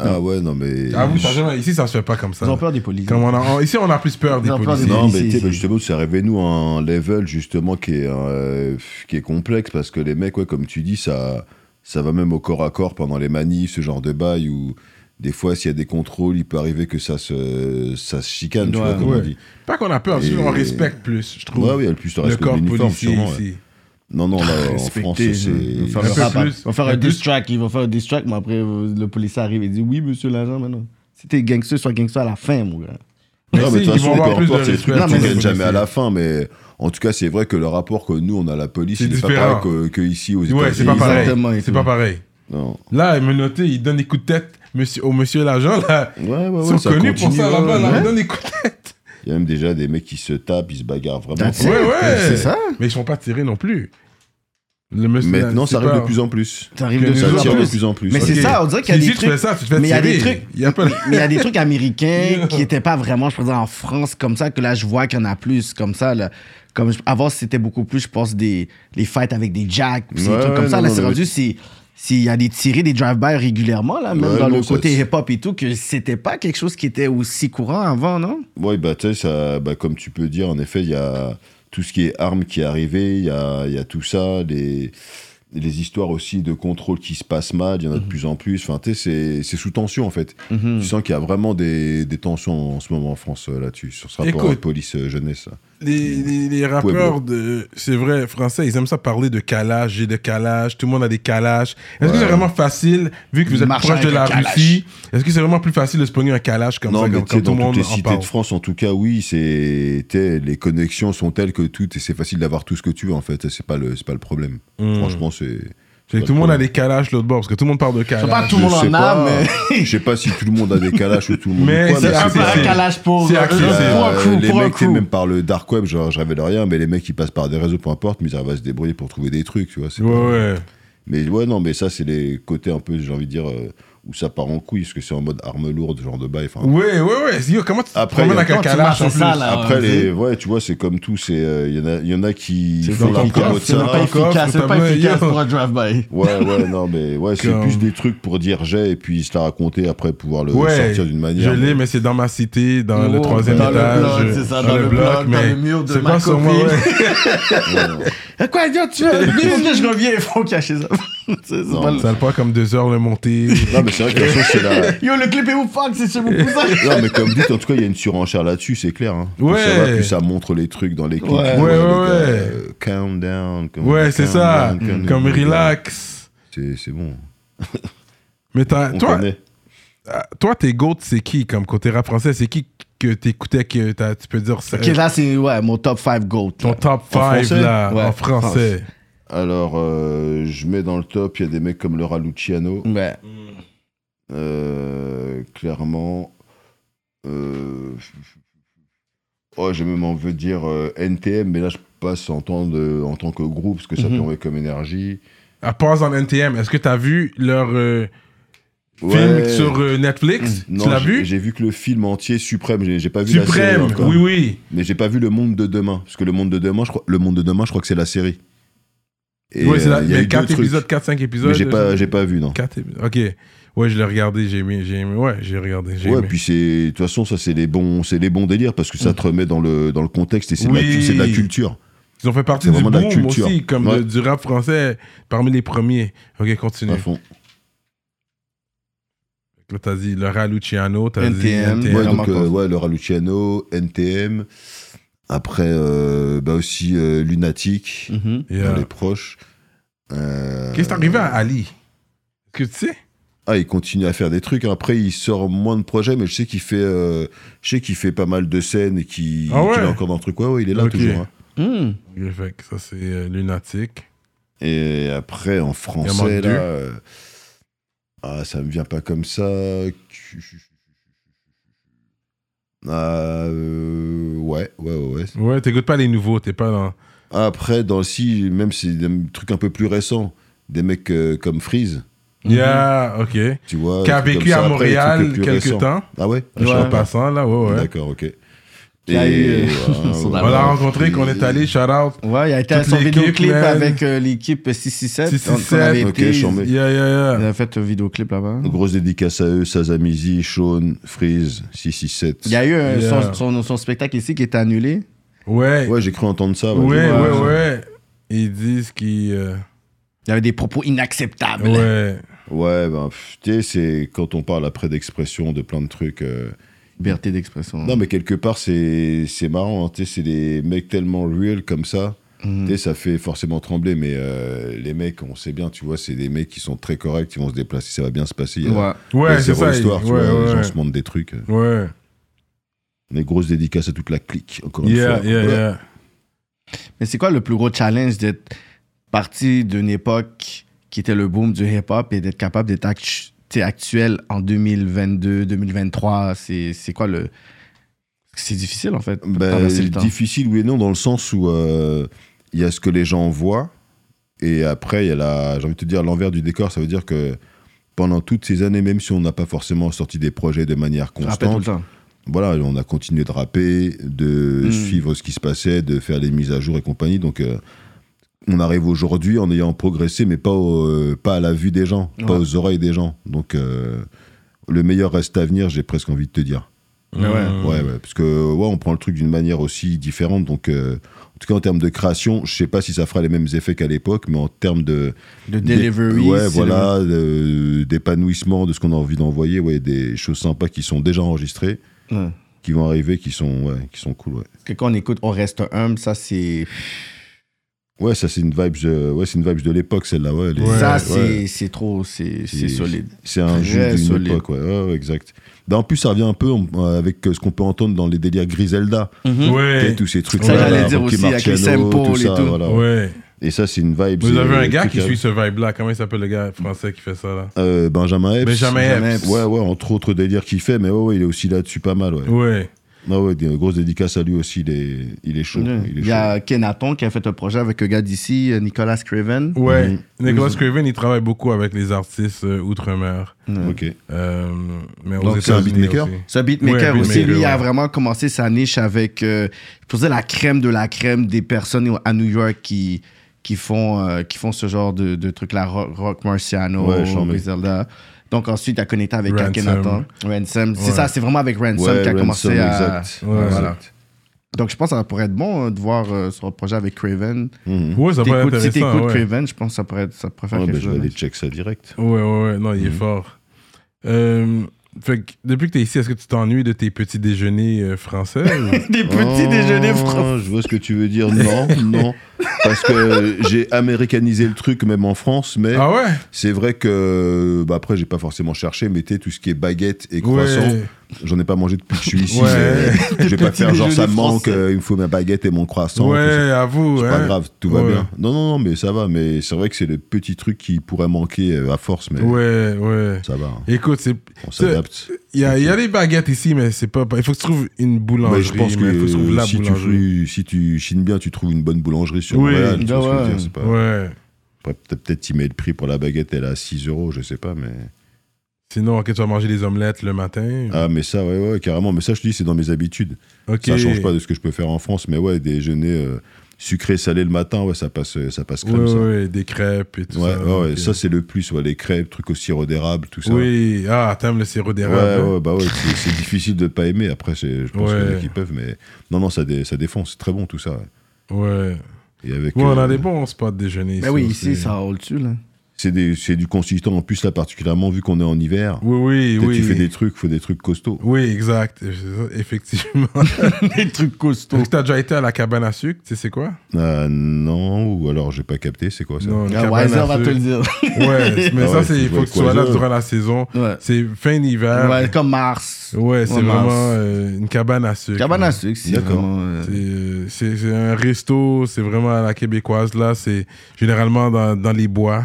Speaker 3: Ah ouais, non, mais.
Speaker 1: Ah, vous, ça, jamais- ici, ça se fait pas comme ça.
Speaker 2: Ils ont peur des policiers.
Speaker 1: Comme on a- on- ici, on a plus peur des
Speaker 2: Ils ont peur des
Speaker 1: policiers.
Speaker 3: Non,
Speaker 2: C'est-
Speaker 3: mais tu sais,
Speaker 2: c'est-
Speaker 3: bah, justement, c'est arrivé-nous un level justement qui est, euh, qui est complexe parce que les mecs, ouais, comme tu dis, ça, ça va même au corps à corps pendant les manifs, ce genre de bail où des fois, s'il y a des contrôles, il peut arriver que ça se, ça se chicane, tu
Speaker 2: Ouais.
Speaker 3: vois, comme on
Speaker 1: Ouais.
Speaker 3: dit.
Speaker 1: Pas qu'on a peur,
Speaker 3: Et-
Speaker 1: on respecte plus, je trouve.
Speaker 3: Ouais, oui, il y a le plus de
Speaker 1: le
Speaker 3: respect de
Speaker 1: corps
Speaker 3: l'uniforme,
Speaker 1: policier
Speaker 3: sûrement. ouais.
Speaker 1: ici.
Speaker 3: Non, non, là, en
Speaker 2: Respecter,
Speaker 3: France, c'est.
Speaker 2: ils vont faire
Speaker 1: Un
Speaker 2: le
Speaker 1: peu
Speaker 2: rap-
Speaker 1: plus.
Speaker 2: ils vont faire
Speaker 1: Un
Speaker 2: un
Speaker 1: peu
Speaker 2: diss
Speaker 1: plus.
Speaker 2: track, ils vont faire un diss track, mais après euh, le policier arrive et dit oui monsieur l'agent maintenant. Si t'es gangster, sois gangster à la fin mon gars.
Speaker 1: Mais
Speaker 3: non,
Speaker 1: si,
Speaker 3: mais de toute
Speaker 1: ils vont
Speaker 3: façon, les
Speaker 1: avoir
Speaker 3: corps à
Speaker 1: plus de
Speaker 3: corps, c'est des
Speaker 1: respect.
Speaker 3: trucs que
Speaker 2: Non,
Speaker 3: tu
Speaker 2: mais
Speaker 3: gagnes
Speaker 2: c'est-
Speaker 3: jamais à la fin, mais en tout cas, c'est vrai que le rapport que nous, on a à la police,
Speaker 1: C'est
Speaker 3: il est pas
Speaker 1: différent.
Speaker 3: pareil que, que ici aux États-Unis.
Speaker 1: Ouais, c'est pas pareil.
Speaker 2: Exactement, et
Speaker 1: C'est
Speaker 2: tout.
Speaker 3: Mm-hmm.
Speaker 1: pas pareil.
Speaker 3: Non.
Speaker 1: Là, il me notait, il donne des coups de tête monsieur, au monsieur l'agent, là.
Speaker 3: Ouais, ouais, ouais.
Speaker 1: Ils sont
Speaker 3: ça
Speaker 1: connus
Speaker 3: continue,
Speaker 1: pour ça
Speaker 3: ouais,
Speaker 1: là-bas, là,
Speaker 3: ouais.
Speaker 1: ils donnent des coups de tête.
Speaker 3: Il y a même déjà des mecs qui se tapent, ils se bagarrent vraiment.
Speaker 2: That's
Speaker 1: Ouais,
Speaker 2: C'est-
Speaker 1: ouais.
Speaker 2: c'est ça.
Speaker 1: Mais ils sont pas tirés non plus. Le monsieur,
Speaker 3: Maintenant, ça arrive de plus en plus.
Speaker 2: T'arrives
Speaker 1: Que
Speaker 2: de
Speaker 1: nous
Speaker 2: plus
Speaker 3: Ça
Speaker 2: en
Speaker 3: tire de
Speaker 2: plus.
Speaker 3: plus en plus.
Speaker 2: Mais
Speaker 3: ouais.
Speaker 2: c'est ça, on dirait qu'il y a
Speaker 1: Si
Speaker 2: des
Speaker 1: tu fais
Speaker 2: trucs.
Speaker 1: ça, tu te fais
Speaker 2: mais il y a des
Speaker 1: tirer.
Speaker 2: trucs-
Speaker 1: Il y a pas
Speaker 2: Mais il y a des trucs américains
Speaker 1: Yeah.
Speaker 2: qui n'étaient pas vraiment, je présent en France comme ça, que là, je vois qu'il y en a plus comme ça. Là. Comme je- avant, c'était beaucoup plus, je pense, des les fights avec des jacks, pis
Speaker 3: Ouais,
Speaker 2: des trucs
Speaker 3: ouais,
Speaker 2: comme ça.
Speaker 3: non,
Speaker 2: Là,
Speaker 3: non,
Speaker 2: c'est
Speaker 3: mais-
Speaker 2: rendu, c'est- c'est- il y a des tirés, des drive-by régulièrement, là, même
Speaker 3: Ouais,
Speaker 2: dans
Speaker 3: non,
Speaker 2: le
Speaker 3: ça,
Speaker 2: côté
Speaker 3: c'est-
Speaker 2: hip-hop et tout, que c'était pas quelque chose qui était aussi courant avant, non?
Speaker 3: Ouais, bah, tu sais, ça- bah, comme tu peux dire, en effet, il y a tout ce qui est armes qui est arrivé, il y a, il y a tout ça, les, les histoires aussi de contrôle qui se passent mal, il y
Speaker 1: Mhm.
Speaker 3: en a de plus en plus. Enfin, tu sais, c'est- c'est sous tension, en fait. Tu sens qu'il y a vraiment des, des tensions en ce moment en France euh, là-dessus, sur ce rapport à euh, la
Speaker 1: Écoute.
Speaker 3: police-jeunesse.
Speaker 1: Les, les, les rappeurs, de, c'est vrai, français, ils aiment ça parler de calage, j'ai de calage, tout le monde a des calages. Est-ce que
Speaker 3: Ouais.
Speaker 1: c'est vraiment facile, vu que vous êtes
Speaker 2: Marcher
Speaker 1: proche de
Speaker 2: avec
Speaker 1: la
Speaker 2: un calage.
Speaker 1: Russie, est-ce que c'est vraiment plus facile de se pogner un calage comme
Speaker 3: non,
Speaker 1: ça,
Speaker 3: mais
Speaker 1: comme,
Speaker 3: tu sais,
Speaker 1: comme tout
Speaker 3: dans
Speaker 1: le monde
Speaker 3: toutes les
Speaker 1: en
Speaker 3: cités
Speaker 1: parle
Speaker 3: de France, en tout cas, oui, c'est t'es- les connexions sont telles que tout, et c'est facile d'avoir tout ce que tu veux, en fait. C'est pas le, c'est pas le problème.
Speaker 1: Hmm.
Speaker 3: Franchement, c'est.
Speaker 1: C'est que tout le monde a des calages l'autre bord, parce que tout le monde parle de calage.
Speaker 2: pas tout le monde
Speaker 3: Je sais
Speaker 2: en a,
Speaker 3: pas.
Speaker 2: mais.
Speaker 3: Je sais pas si tout le monde a des calages ou tout le monde.
Speaker 1: Mais
Speaker 3: ou quoi,
Speaker 1: c'est
Speaker 3: mais
Speaker 1: un
Speaker 2: C'est
Speaker 1: peu
Speaker 2: pas un
Speaker 1: c'est-
Speaker 2: calage pour,
Speaker 1: c'est accessible.
Speaker 2: pour un
Speaker 3: Euh,
Speaker 2: coup,
Speaker 3: les
Speaker 2: pour un
Speaker 3: mecs, tu sais,
Speaker 2: coup.
Speaker 3: même par le dark web, genre, je révèle rien, mais les mecs qui passent par des réseaux, peu importe, mais ils arrivent à se débrouiller pour trouver des trucs, tu vois. c'est
Speaker 1: Ouais,
Speaker 3: pas-
Speaker 1: ouais.
Speaker 3: Mais ouais, non, mais ça, c'est les côtés un peu, j'ai envie de dire, euh, où ça part en couille, parce que c'est en mode arme lourde, genre de bail. enfin,
Speaker 1: Ouais, ouais, ouais. Yo, comment tu te
Speaker 3: Après,
Speaker 1: promènes
Speaker 3: il y a-
Speaker 1: avec un
Speaker 2: Quand tu
Speaker 1: calage
Speaker 2: marches,
Speaker 1: en plus
Speaker 2: c'est ça, là.
Speaker 3: Après,
Speaker 2: ouais,
Speaker 3: les, ouais, tu vois, c'est comme tout, c'est, euh, il y en a- il y, en a qui
Speaker 2: C'est
Speaker 3: font
Speaker 1: dans
Speaker 3: la
Speaker 1: ton
Speaker 2: pas
Speaker 1: corps,
Speaker 2: efficace, c'est
Speaker 3: carottière.
Speaker 2: pas efficace, c'est
Speaker 1: Faut pas
Speaker 2: pas efficace
Speaker 1: dire.
Speaker 2: pour un drive-by.
Speaker 3: Ouais, ouais, non, mais ouais, c'est
Speaker 1: Comme-
Speaker 3: plus des trucs pour dire j'ai et puis se la raconter après pouvoir le
Speaker 1: Ouais,
Speaker 3: sortir d'une
Speaker 1: je
Speaker 3: manière.
Speaker 1: l'ai, mais c'est dans ma cité, dans le
Speaker 2: Oh,
Speaker 1: troisième
Speaker 2: dans le
Speaker 1: étage.
Speaker 2: bloc,
Speaker 1: euh,
Speaker 2: c'est ça, dans le bloc, dans le mur de
Speaker 1: c'est
Speaker 2: ma
Speaker 1: pas sur moi,
Speaker 2: copine.
Speaker 1: ouais.
Speaker 2: Euh, Quoi, Dieu, tu veux? Mais que je reviens, il faut cacher ça. C'est- c'est
Speaker 3: Non,
Speaker 2: pas le-
Speaker 1: Ça le prend comme deux heures le monter.
Speaker 3: Non, mais c'est vrai que de toute façon, c'est la.
Speaker 2: Yo, le clip est où fuck, c'est chez mon cousin.
Speaker 3: Non, mais comme dit, en tout cas, il y a une surenchère là-dessus, c'est clair. Hein. Plus
Speaker 1: Ouais.
Speaker 3: ça va, plus ça montre les trucs dans les clips.
Speaker 2: Ouais.
Speaker 3: tu vois,
Speaker 1: Ouais,
Speaker 3: les
Speaker 1: ouais,
Speaker 3: gars,
Speaker 1: ouais.
Speaker 3: euh, calm down. Comme
Speaker 1: ouais, c'est
Speaker 3: calm
Speaker 1: ça. Mm.
Speaker 3: down, calm
Speaker 1: Comme
Speaker 3: down.
Speaker 1: relax.
Speaker 3: C'est c'est bon.
Speaker 1: Mais t'as-
Speaker 3: On
Speaker 1: toi,
Speaker 3: connaît.
Speaker 1: euh, toi, tes goats, c'est qui Comme côté rap français, c'est qui que t'écoutais que t'as- tu peux dire ça
Speaker 2: Ok, là, c'est ouais, mon top 5 GOAT.
Speaker 1: Ton
Speaker 2: là.
Speaker 1: top
Speaker 3: En
Speaker 1: 5
Speaker 3: français
Speaker 1: là,
Speaker 2: Ouais,
Speaker 1: en français.
Speaker 3: Alors, euh, je mets dans le top, il y a des mecs comme Laura Luciano.
Speaker 1: Mm.
Speaker 2: Ouais.
Speaker 3: Euh, clairement. euh, Oh, je même en veux dire euh, NTM, mais là, je passe en tant, de, en tant que groupe, parce que ça
Speaker 1: Mm-hmm.
Speaker 2: Mhm.
Speaker 3: peut envoyer comme énergie.
Speaker 1: À part en NTM, est-ce que t'as vu leur euh, film
Speaker 3: Ouais. Mm,
Speaker 1: sur euh, Netflix
Speaker 3: Non,
Speaker 1: Tu l'as
Speaker 3: j'ai-
Speaker 1: vu
Speaker 3: J'ai vu que le film entier Suprême, j'ai j'ai pas vu la
Speaker 1: Suprême,
Speaker 3: série encore.
Speaker 1: oui, oui.
Speaker 3: mais j'ai pas vu le monde de demain parce que le monde de demain, je crois le monde de demain, je crois que c'est la série. Et,
Speaker 1: ouais, c'est
Speaker 3: euh,
Speaker 1: là,
Speaker 3: il y a
Speaker 1: mais
Speaker 3: eu
Speaker 1: 4
Speaker 3: deux trucs.
Speaker 1: épisodes, 4-5 épisodes. euh,
Speaker 3: mais j'ai pas j'ai pas vu non.
Speaker 1: Quatre épisodes. Ok. Ouais, je l'ai regardé, j'ai aimé, j'ai aimé. Ouais, j'ai regardé, j'ai
Speaker 3: Ouais,
Speaker 1: aimé. Mm.
Speaker 3: puis c'est de toute façon ça c'est les bons c'est les bons délires parce que ça te remet dans le dans le contexte et c'est de la
Speaker 1: Oui.
Speaker 3: cu- c'est de, la culture.
Speaker 1: Ils ont fait partie
Speaker 3: c'est
Speaker 1: du boom
Speaker 3: vraiment de la culture.
Speaker 1: aussi, comme
Speaker 3: Ouais.
Speaker 1: le- du rap français, parmi les premiers. Ok, continue.
Speaker 3: À fond.
Speaker 1: Là, t'as dit Laura Luciano, t'as dit
Speaker 2: NTM,
Speaker 1: NTM.
Speaker 3: Ouais,
Speaker 2: Laura
Speaker 3: donc, euh,
Speaker 2: Marcos.
Speaker 3: ouais, Laura Luciano, NTM. Après euh, bah aussi euh, Lunatic
Speaker 2: Mhm.
Speaker 1: Mm. Yeah.
Speaker 3: dans les proches. Euh,
Speaker 1: Qu'est-ce qui est arrivé à Ali Est-ce que tu sais
Speaker 3: Ah, il continue à faire des trucs. Après, il sort moins de projets, mais je sais qu'il fait, euh, je sais qu'il fait pas mal de scènes et qu'il
Speaker 1: Ah ouais
Speaker 3: qu'il est encore dans le truc. Ouais, ouais, il est là
Speaker 1: Ok.
Speaker 3: toujours. hein.
Speaker 2: Hmm.
Speaker 1: Ok, fait que Ça, c'est euh, lunatique.
Speaker 3: Et après, en français,
Speaker 1: manque
Speaker 3: là,
Speaker 1: deux.
Speaker 3: euh, ah, ça me vient pas comme ça. Ah, euh, ouais, ouais, ouais, ouais.
Speaker 1: Ouais, t'écoutes pas les nouveaux, t'es pas dans.
Speaker 3: Après, dans le si, même c'est des trucs un peu plus récents, des mecs euh, comme Freeze,
Speaker 1: Yeah, ok.
Speaker 3: tu vois.
Speaker 1: Qui a
Speaker 3: Mhm. des trucs
Speaker 1: vécu
Speaker 3: comme
Speaker 1: à
Speaker 3: ça. Après, les trucs les
Speaker 1: Montréal
Speaker 3: plus
Speaker 1: quelque
Speaker 3: récents.
Speaker 1: temps.
Speaker 3: Ah ouais, Ah, je
Speaker 1: Je
Speaker 3: savais
Speaker 1: suis
Speaker 3: pas.
Speaker 1: passant, là, ouais, ouais.
Speaker 3: D'accord, ok.
Speaker 2: Qui a eu, euh, son
Speaker 1: On l'a rencontré, qu'on est allé, shout out.
Speaker 2: Ouais, il a été à
Speaker 1: Toute
Speaker 2: son
Speaker 1: l'équipe,
Speaker 2: vidéoclip
Speaker 1: man.
Speaker 2: avec euh, l'équipe 667.
Speaker 1: 667.
Speaker 2: On avait
Speaker 3: Ok,
Speaker 2: été,
Speaker 3: chambé.
Speaker 1: Yeah, yeah,
Speaker 2: Il
Speaker 1: yeah.
Speaker 2: a fait un vidéoclip là-bas.
Speaker 3: Grosse dédicace à eux, Sazamizi, Sean, Freeze,
Speaker 2: Il y
Speaker 3: 667.
Speaker 2: a eu euh,
Speaker 1: Yeah.
Speaker 2: son, son, son spectacle ici qui était annulé.
Speaker 1: Ouais, ouais,
Speaker 3: Ouais, j'ai cru entendre ça. ouais.
Speaker 1: ouais,
Speaker 2: Ouais.
Speaker 1: ouais, Ils disent qu'ils. euh,
Speaker 2: Il y avait des propos inacceptables.
Speaker 1: Ouais.
Speaker 3: Ouais, ben, pff, tu sais, c'est quand on parle après d'expression, de plein de trucs. euh,
Speaker 2: Liberté d'expression.
Speaker 3: Non, mais quelque part, c'est c'est marrant. hein, tu sais, c'est des mecs tellement real comme ça.
Speaker 2: Mhm.
Speaker 3: Tu sais, ça fait forcément trembler, mais euh, les mecs, on sait bien, tu vois, c'est des mecs qui sont très corrects, ils vont se déplacer, ça va bien se passer. il y a-
Speaker 2: Ouais.
Speaker 3: il y a
Speaker 1: Ouais, c'est
Speaker 3: zéro
Speaker 1: ça. ils-
Speaker 3: histoire, tu
Speaker 1: ouais,
Speaker 3: vois, les gens
Speaker 1: ouais.
Speaker 3: se montrent des trucs. euh.
Speaker 1: Ouais.
Speaker 3: Des grosses dédicaces à toute la clique, encore une
Speaker 1: Yeah,
Speaker 3: fois.
Speaker 1: yeah,
Speaker 3: Voilà.
Speaker 1: yeah.
Speaker 2: Mais c'est quoi le plus gros challenge d'être parti d'une époque qui était le boom du hip-hop et d'être capable d'être actu- t'sais, actuel en 2022, 2023? C'est c'est quoi le. C'est difficile en fait. de
Speaker 3: Ben,
Speaker 2: traverser le temps.
Speaker 3: difficile, oui et non, dans le sens où euh, il y a ce que les gens voient, et après, il y a la, j'ai envie de te dire, l'envers du décor, ça veut dire que pendant toutes ces années, même si on n'a pas forcément sorti des projets de manière
Speaker 2: Tu te rappelles tout le
Speaker 3: constante,
Speaker 2: temps.
Speaker 3: voilà, on a continué de rapper, de
Speaker 1: Hmm.
Speaker 2: Mm.
Speaker 3: suivre ce qui se passait, de faire des mises à jour et compagnie, donc... euh, on arrive aujourd'hui en ayant progressé, mais pas, au- euh, pas à la vue des gens, pas
Speaker 2: Ouais.
Speaker 3: aux oreilles des gens. Donc, euh, le meilleur reste à venir, j'ai presque envie de te dire.
Speaker 2: Mais ouais,
Speaker 1: Mm.
Speaker 3: Ouais, ouais, parce que ouais, on prend le truc d'une manière aussi différente. Donc, euh, en tout cas, en termes de création, je sais pas si ça fera les mêmes effets qu'à l'époque, mais en termes de
Speaker 2: Le delivery.
Speaker 3: ouais,
Speaker 2: c'est
Speaker 3: voilà, de- d'épanouissement de ce qu'on a envie d'envoyer, ouais, des choses sympas qui sont déjà enregistrées,
Speaker 2: le- Ouais.
Speaker 3: qui vont arriver, qui sont, ouais, qui sont cool. Ouais,
Speaker 2: Parce que quand on écoute On reste humble, ça c'est.
Speaker 3: ouais ça c'est une vibe, ouais, c'est une vibe de l'époque celle-là. Ouais, les-
Speaker 1: Ouais,
Speaker 2: ça
Speaker 3: ouais.
Speaker 2: c'est c'est trop, c'est c'est solide.
Speaker 3: C'est un
Speaker 2: Très
Speaker 3: jeu d'une
Speaker 2: solide.
Speaker 3: époque, ouais, ouais, ouais, exact. Ben, en plus, ça revient un peu on- avec euh, ce qu'on peut entendre dans les délires Griselda,
Speaker 1: Ouais.
Speaker 3: et tous ces trucs.
Speaker 2: Ça, j'allais dire aussi, avec les samples et tout.
Speaker 1: Ouais.
Speaker 3: Et ça, c'est une vibe.
Speaker 1: Vous
Speaker 3: c'est
Speaker 1: avez un
Speaker 3: le
Speaker 1: gars
Speaker 3: truc
Speaker 1: qui
Speaker 3: à-
Speaker 1: suit ce vibe-là. Comment il s'appelle le gars français qui fait ça, là
Speaker 3: Euh, Benjamin Epps.
Speaker 1: Benjamin
Speaker 2: Benjamin
Speaker 1: Epps.
Speaker 2: Epps.
Speaker 3: Ouais, ouais, entre autres délires qu'il fait, mais ouais, ouais, il est aussi là-dessus pas mal, ouais.
Speaker 1: Ouais.
Speaker 3: Ah ouais, des grosses dédicaces à lui aussi, il est, il est chaud.
Speaker 2: Ouais.
Speaker 3: il est
Speaker 2: Il y a Kenaton qui a fait un projet avec un gars d'ici, euh, Nicolas Craven.
Speaker 1: Ouais.
Speaker 3: Mhm.
Speaker 1: Nicolas
Speaker 2: Mhm.
Speaker 1: Craven, il travaille beaucoup avec les artistes euh, outre-mer.
Speaker 3: chaud.
Speaker 2: Ouais.
Speaker 3: Ok.
Speaker 1: Euh, mais aux
Speaker 3: Donc, c'est un
Speaker 1: États-Unis
Speaker 3: beatmaker Mm.
Speaker 1: aussi.
Speaker 2: C'est un beatmaker
Speaker 1: Ouais,
Speaker 2: aussi.
Speaker 1: beatmaker,
Speaker 2: lui, il a
Speaker 1: ouais.
Speaker 2: vraiment commencé sa niche avec, euh, je pourrais dire, la crème de la crème des personnes au- à New York qui, qui, font, euh, qui font ce genre de, de trucs-là. Rock, Rock Marciano,
Speaker 3: Ouais, chambé.
Speaker 2: Griselda. Donc ensuite, il a connecté avec
Speaker 1: Ransom.
Speaker 2: Kenaton. Ransom.
Speaker 1: Ouais.
Speaker 2: C'est ça, c'est vraiment avec Ransom
Speaker 3: Ouais,
Speaker 2: qu'il a
Speaker 3: Ransom,
Speaker 2: commencé à...
Speaker 3: exact.
Speaker 1: Ouais,
Speaker 3: exact.
Speaker 1: voilà.
Speaker 2: Donc, je pense que ça pourrait être bon euh, de voir euh, son projet avec Craven.
Speaker 1: Ouais, ça pourrait être
Speaker 2: T'écoutes- si
Speaker 1: intéressant.
Speaker 2: t'écoutes
Speaker 1: ouais.
Speaker 2: Craven, je pense que ça pourrait, être- ça pourrait faire
Speaker 3: Mhm. Ouais, ben,
Speaker 2: quelque
Speaker 3: je vais
Speaker 2: chose.
Speaker 3: aller check ça direct.
Speaker 1: Ouais, ouais, ouais. Non, il
Speaker 3: Mm.
Speaker 1: est fort. Euh, fait que depuis que t'es ici, est-ce que tu t'ennuies de tes petits déjeuners euh, français ou-
Speaker 2: Des petits déjeuners
Speaker 3: Oh, Je vois ce que tu veux dire. Non, non. Parce que j'ai américanisé le truc, même en France, mais
Speaker 1: Ah ouais
Speaker 3: c'est vrai que. Bah après, j'ai pas forcément cherché, mais tu sais, tout ce qui est baguette et croissant,
Speaker 1: Ouais.
Speaker 3: j'en ai pas mangé depuis que je suis ici.
Speaker 1: Ouais.
Speaker 3: mais Je vais pas
Speaker 2: Petit
Speaker 3: faire genre ça me
Speaker 2: déjeuner
Speaker 3: manque,
Speaker 2: français.
Speaker 3: euh, il me faut ma baguette et mon croissant. tout ça.
Speaker 1: Ouais, avoue.
Speaker 3: C'est
Speaker 1: hein.
Speaker 3: pas grave, tout va
Speaker 1: Ouais.
Speaker 3: bien. Non, non, non, mais ça va. Mais c'est vrai que c'est le petit truc qui pourrait manquer euh, à force, mais
Speaker 1: Ouais, ouais.
Speaker 3: ça va. hein.
Speaker 1: Écoute, c'est-
Speaker 3: On
Speaker 1: c'est-
Speaker 3: s'adapte.
Speaker 1: il y, a- il y a des baguettes ici, mais c'est pas. Il faut que tu trouves une boulangerie.
Speaker 3: Mais Bah, je pense que
Speaker 1: mais il faut que tu trouves la
Speaker 3: si,
Speaker 1: boulangerie.
Speaker 3: tu, si tu chines bien, tu trouves une bonne boulangerie sur
Speaker 1: Oui,
Speaker 3: Montréal. tu
Speaker 2: bah
Speaker 3: vois ce que je
Speaker 2: ouais.
Speaker 3: veux dire, c'est pas-
Speaker 1: Ouais.
Speaker 3: Après, peut-être peut-être y met le prix pour la baguette, elle est à 6 euros, je sais pas, mais.
Speaker 1: Sinon, ok, tu vas manger des omelettes le matin.
Speaker 3: Ah, mais ça, ouais, ouais, carrément. Mais ça, je te dis, c'est dans mes habitudes.
Speaker 1: ok.
Speaker 3: Ah, Ça change pas de ce que je peux faire en France, mais ouais, déjeuner euh, sucré, salé le matin, ouais, ça passe, euh, ça passe
Speaker 1: Ouais,
Speaker 3: crème, ça. Ouais,
Speaker 1: ouais, des crêpes et tout
Speaker 3: ouais,
Speaker 1: ça.
Speaker 3: ouais,
Speaker 1: ok.
Speaker 3: ça, c'est le plus, ouais, les crêpes, trucs au sirop d'érable, tout ça.
Speaker 1: Oui, ah, t'aimes le sirop
Speaker 3: Ouais,
Speaker 1: d'érable. hein?
Speaker 3: ouais, bah ouais, c'est c'est difficile de pas aimer. Après, c'est- je pense qu'il y en a
Speaker 1: Ouais.
Speaker 3: qui peuvent, mais non, non, ça, dé- ça défend, c'est très bon tout ça. ouais.
Speaker 1: hein? Ouais.
Speaker 3: Et avec,
Speaker 1: Ouais, on a
Speaker 3: euh,
Speaker 1: des bons spots de déjeuner ici.
Speaker 2: Mais Ben oui,
Speaker 1: aussi.
Speaker 2: ici, ça roule dessus, là.
Speaker 3: c'est des- c'est du consistant. En plus, là, particulièrement vu qu'on est en hiver,
Speaker 1: Oui, oui,
Speaker 3: peut-être
Speaker 1: oui.
Speaker 3: tu fais des trucs, faut des trucs costauds.
Speaker 1: Oui, exact. Effectivement.
Speaker 2: Des trucs costauds.
Speaker 1: Donc, t'as déjà été à la cabane à sucre, tu sais c'est quoi
Speaker 3: Ah, non, ou alors j'ai pas capté, c'est quoi ça
Speaker 1: Non, une
Speaker 2: Ah,
Speaker 1: cabane
Speaker 2: Wiser
Speaker 1: à
Speaker 2: va te le
Speaker 1: sucre.
Speaker 2: dire.
Speaker 1: Ouais, mais
Speaker 3: Ah
Speaker 1: ça,
Speaker 3: ouais,
Speaker 1: c'est
Speaker 3: tu
Speaker 1: il faut
Speaker 3: vois
Speaker 1: que tu sois là
Speaker 3: quoi,
Speaker 1: durant la saison.
Speaker 2: Ouais.
Speaker 1: C'est fin d'hiver.
Speaker 2: Ouais,
Speaker 1: Ouais,
Speaker 2: comme Mars.
Speaker 1: c'est
Speaker 2: Ouais,
Speaker 1: vraiment
Speaker 2: mince.
Speaker 1: euh, une cabane à sucre.
Speaker 2: Cabane à sucre, c'est
Speaker 3: D'accord.
Speaker 2: vraiment... euh,
Speaker 1: C'est, euh, C'est c'est un resto, c'est vraiment à la québécoise. Là, c'est généralement dans, dans les bois.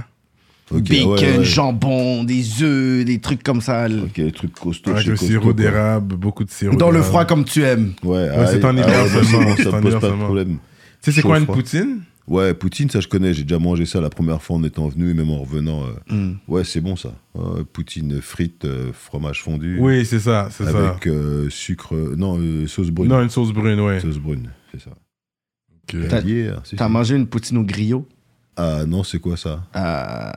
Speaker 3: Ok, ah
Speaker 2: Bacon,
Speaker 3: ouais, ouais.
Speaker 2: jambon, des œufs, des trucs comme ça. l-
Speaker 3: Ok, les trucs costauds.
Speaker 1: Avec
Speaker 3: chez
Speaker 1: Ah, le
Speaker 3: costaud,
Speaker 1: sirop
Speaker 3: quoi.
Speaker 1: d'érable, beaucoup de sirop.
Speaker 2: Dans le
Speaker 1: d'érable.
Speaker 2: froid comme tu aimes.
Speaker 3: Ouais, ah,
Speaker 1: c'est en
Speaker 3: ah,
Speaker 1: hiver
Speaker 3: ouais, bah,
Speaker 1: seulement,
Speaker 3: bon,
Speaker 1: c'est en
Speaker 3: Ça me pose
Speaker 1: hiver
Speaker 3: pas de
Speaker 1: seulement.
Speaker 3: problème.
Speaker 1: Tu sais, c'est
Speaker 3: Chaud,
Speaker 1: quoi une
Speaker 3: froid.
Speaker 1: poutine
Speaker 3: Ouais, poutine, ça je connais, j'ai déjà mangé ça la première fois en étant venu et même en revenant. euh,
Speaker 2: Mm.
Speaker 3: Ouais, c'est bon ça. Ouais, poutine, frites, euh, fromage fondu.
Speaker 1: Oui, c'est ça, c'est ça.
Speaker 3: Avec euh, sucre. euh, Non, euh, sauce brune.
Speaker 1: Non, une sauce brune, ouais.
Speaker 3: Sauce brune, c'est ça.
Speaker 1: Ok.
Speaker 2: T'as-
Speaker 3: Hier, c'est
Speaker 2: T'as
Speaker 3: ça.
Speaker 2: mangé une poutine au griot
Speaker 3: Ah non, c'est quoi ça
Speaker 2: euh,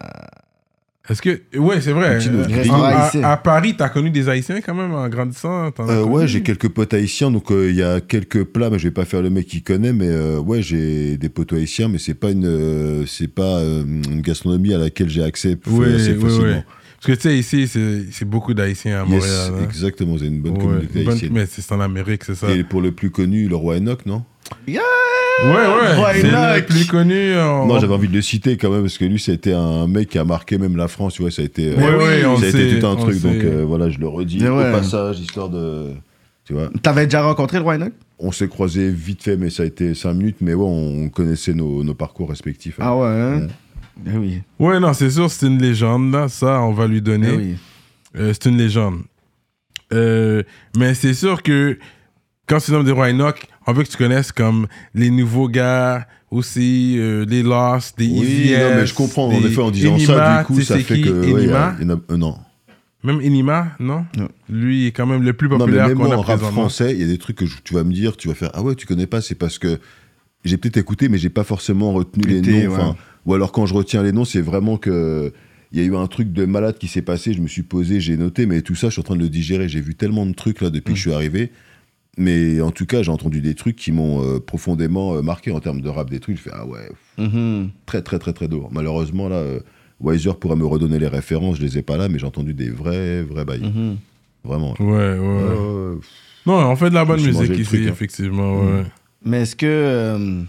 Speaker 1: Est-ce que. Ouais, c'est vrai.
Speaker 3: Poutine au
Speaker 1: Euh,
Speaker 3: grill.
Speaker 1: en- à,
Speaker 2: Haïtien.
Speaker 1: à Paris, t'as connu des Haïtiens quand même en grandissant t'en as
Speaker 3: Euh,
Speaker 1: connu
Speaker 3: ouais, j'ai quelques potes haïtiens, donc euh, il y a quelques plats, mais je vais pas faire le mec qui connaît, mais euh, ouais, j'ai des potes haïtiens, mais c'est pas une, euh, c'est pas euh, une gastronomie à laquelle j'ai accès plus-
Speaker 1: Ouais,
Speaker 3: assez
Speaker 1: ouais,
Speaker 3: facilement.
Speaker 1: ouais. Parce que tu sais, ici, c'est c'est beaucoup d'Haïtiens à
Speaker 3: Yes,
Speaker 1: Montréal. hein.
Speaker 3: exactement, c'est une bonne
Speaker 1: Ouais,
Speaker 3: communauté
Speaker 1: une bonne-
Speaker 3: haïtienne.
Speaker 1: Mais c'est en Amérique, c'est ça.
Speaker 3: Et pour le plus connu, le roi Enoch, non
Speaker 1: Ouais, ouais.
Speaker 2: Roy
Speaker 1: C'est le
Speaker 2: Enoch.
Speaker 1: plus connu. en-
Speaker 3: Non, j'avais envie de le citer quand même, parce que lui, c'était un mec qui a marqué même la France, tu vois, ça a été, euh,
Speaker 1: Ouais, ouais, on
Speaker 3: ça a
Speaker 1: sait,
Speaker 3: été tout un
Speaker 1: on
Speaker 3: truc, donc
Speaker 1: sait.
Speaker 3: euh, voilà, je le redis
Speaker 2: Mais ouais.
Speaker 3: au passage, histoire de. Tu vois,
Speaker 2: T'avais déjà rencontré le roi Enoch
Speaker 3: on s'est croisés vite fait, mais ça a été cinq minutes, mais ouais, on connaissait nos, nos parcours respectifs. hein.
Speaker 2: Ah ouais, hein? Eh oui.
Speaker 1: Ouais, non, c'est sûr, c'est une légende, là. Ça, on va lui
Speaker 2: eh
Speaker 1: donner.
Speaker 2: oui.
Speaker 1: Euh, c'est une légende. Euh, mais c'est sûr que quand tu nommes des rois Enoch, on veut que tu connaisses comme les nouveaux gars aussi, euh, les Lost, des
Speaker 3: Oui,
Speaker 1: Easy
Speaker 3: non, mais
Speaker 1: S,
Speaker 3: je comprends. En
Speaker 1: des
Speaker 3: effet, en disant
Speaker 1: Enima,
Speaker 3: ça, du coup,
Speaker 1: tu sais
Speaker 3: ça
Speaker 1: c'est
Speaker 3: fait
Speaker 1: qui,
Speaker 3: que. ouais, il y
Speaker 1: Enima?
Speaker 3: a- il y en a- euh, non.
Speaker 1: Même Enima, non?
Speaker 2: Non.
Speaker 1: Lui est quand même le plus
Speaker 3: Non, mais
Speaker 1: populaire
Speaker 3: même
Speaker 1: qu'on
Speaker 3: moi,
Speaker 1: a
Speaker 3: en rap
Speaker 1: présentement.
Speaker 3: français, il y a des trucs que je- tu vas me dire, tu vas faire Ah ouais, tu connais pas, c'est parce que j'ai peut-être écouté, mais j'ai pas forcément retenu les
Speaker 2: Écouté,
Speaker 3: noms. enfin, Ou alors quand je retiens les noms, c'est vraiment que. Il y a eu un truc de malade qui s'est passé, je me suis posé, j'ai noté, mais tout ça, je suis en train de le digérer. J'ai vu tellement de trucs là depuis que
Speaker 1: Mm.
Speaker 3: je suis arrivé. Mais en tout cas, j'ai entendu des trucs qui m'ont euh, profondément euh, marqué en termes de rap, des trucs. Je fais, ah ouais,
Speaker 2: Mhm.
Speaker 3: très très très très lourd. Malheureusement là, euh, Weiser pourra me redonner les références, je les ai pas là, mais j'ai entendu des vrais vrais bails.
Speaker 2: Mhm.
Speaker 3: Vraiment.
Speaker 1: Ouais, ouais. Mm. ouais.
Speaker 3: Euh,
Speaker 1: Non, on fait de la bonne
Speaker 3: me suis
Speaker 1: musique
Speaker 3: mangé le
Speaker 1: ici,
Speaker 3: truc, hein.
Speaker 1: effectivement. Ouais.
Speaker 2: Mais est-ce que euh,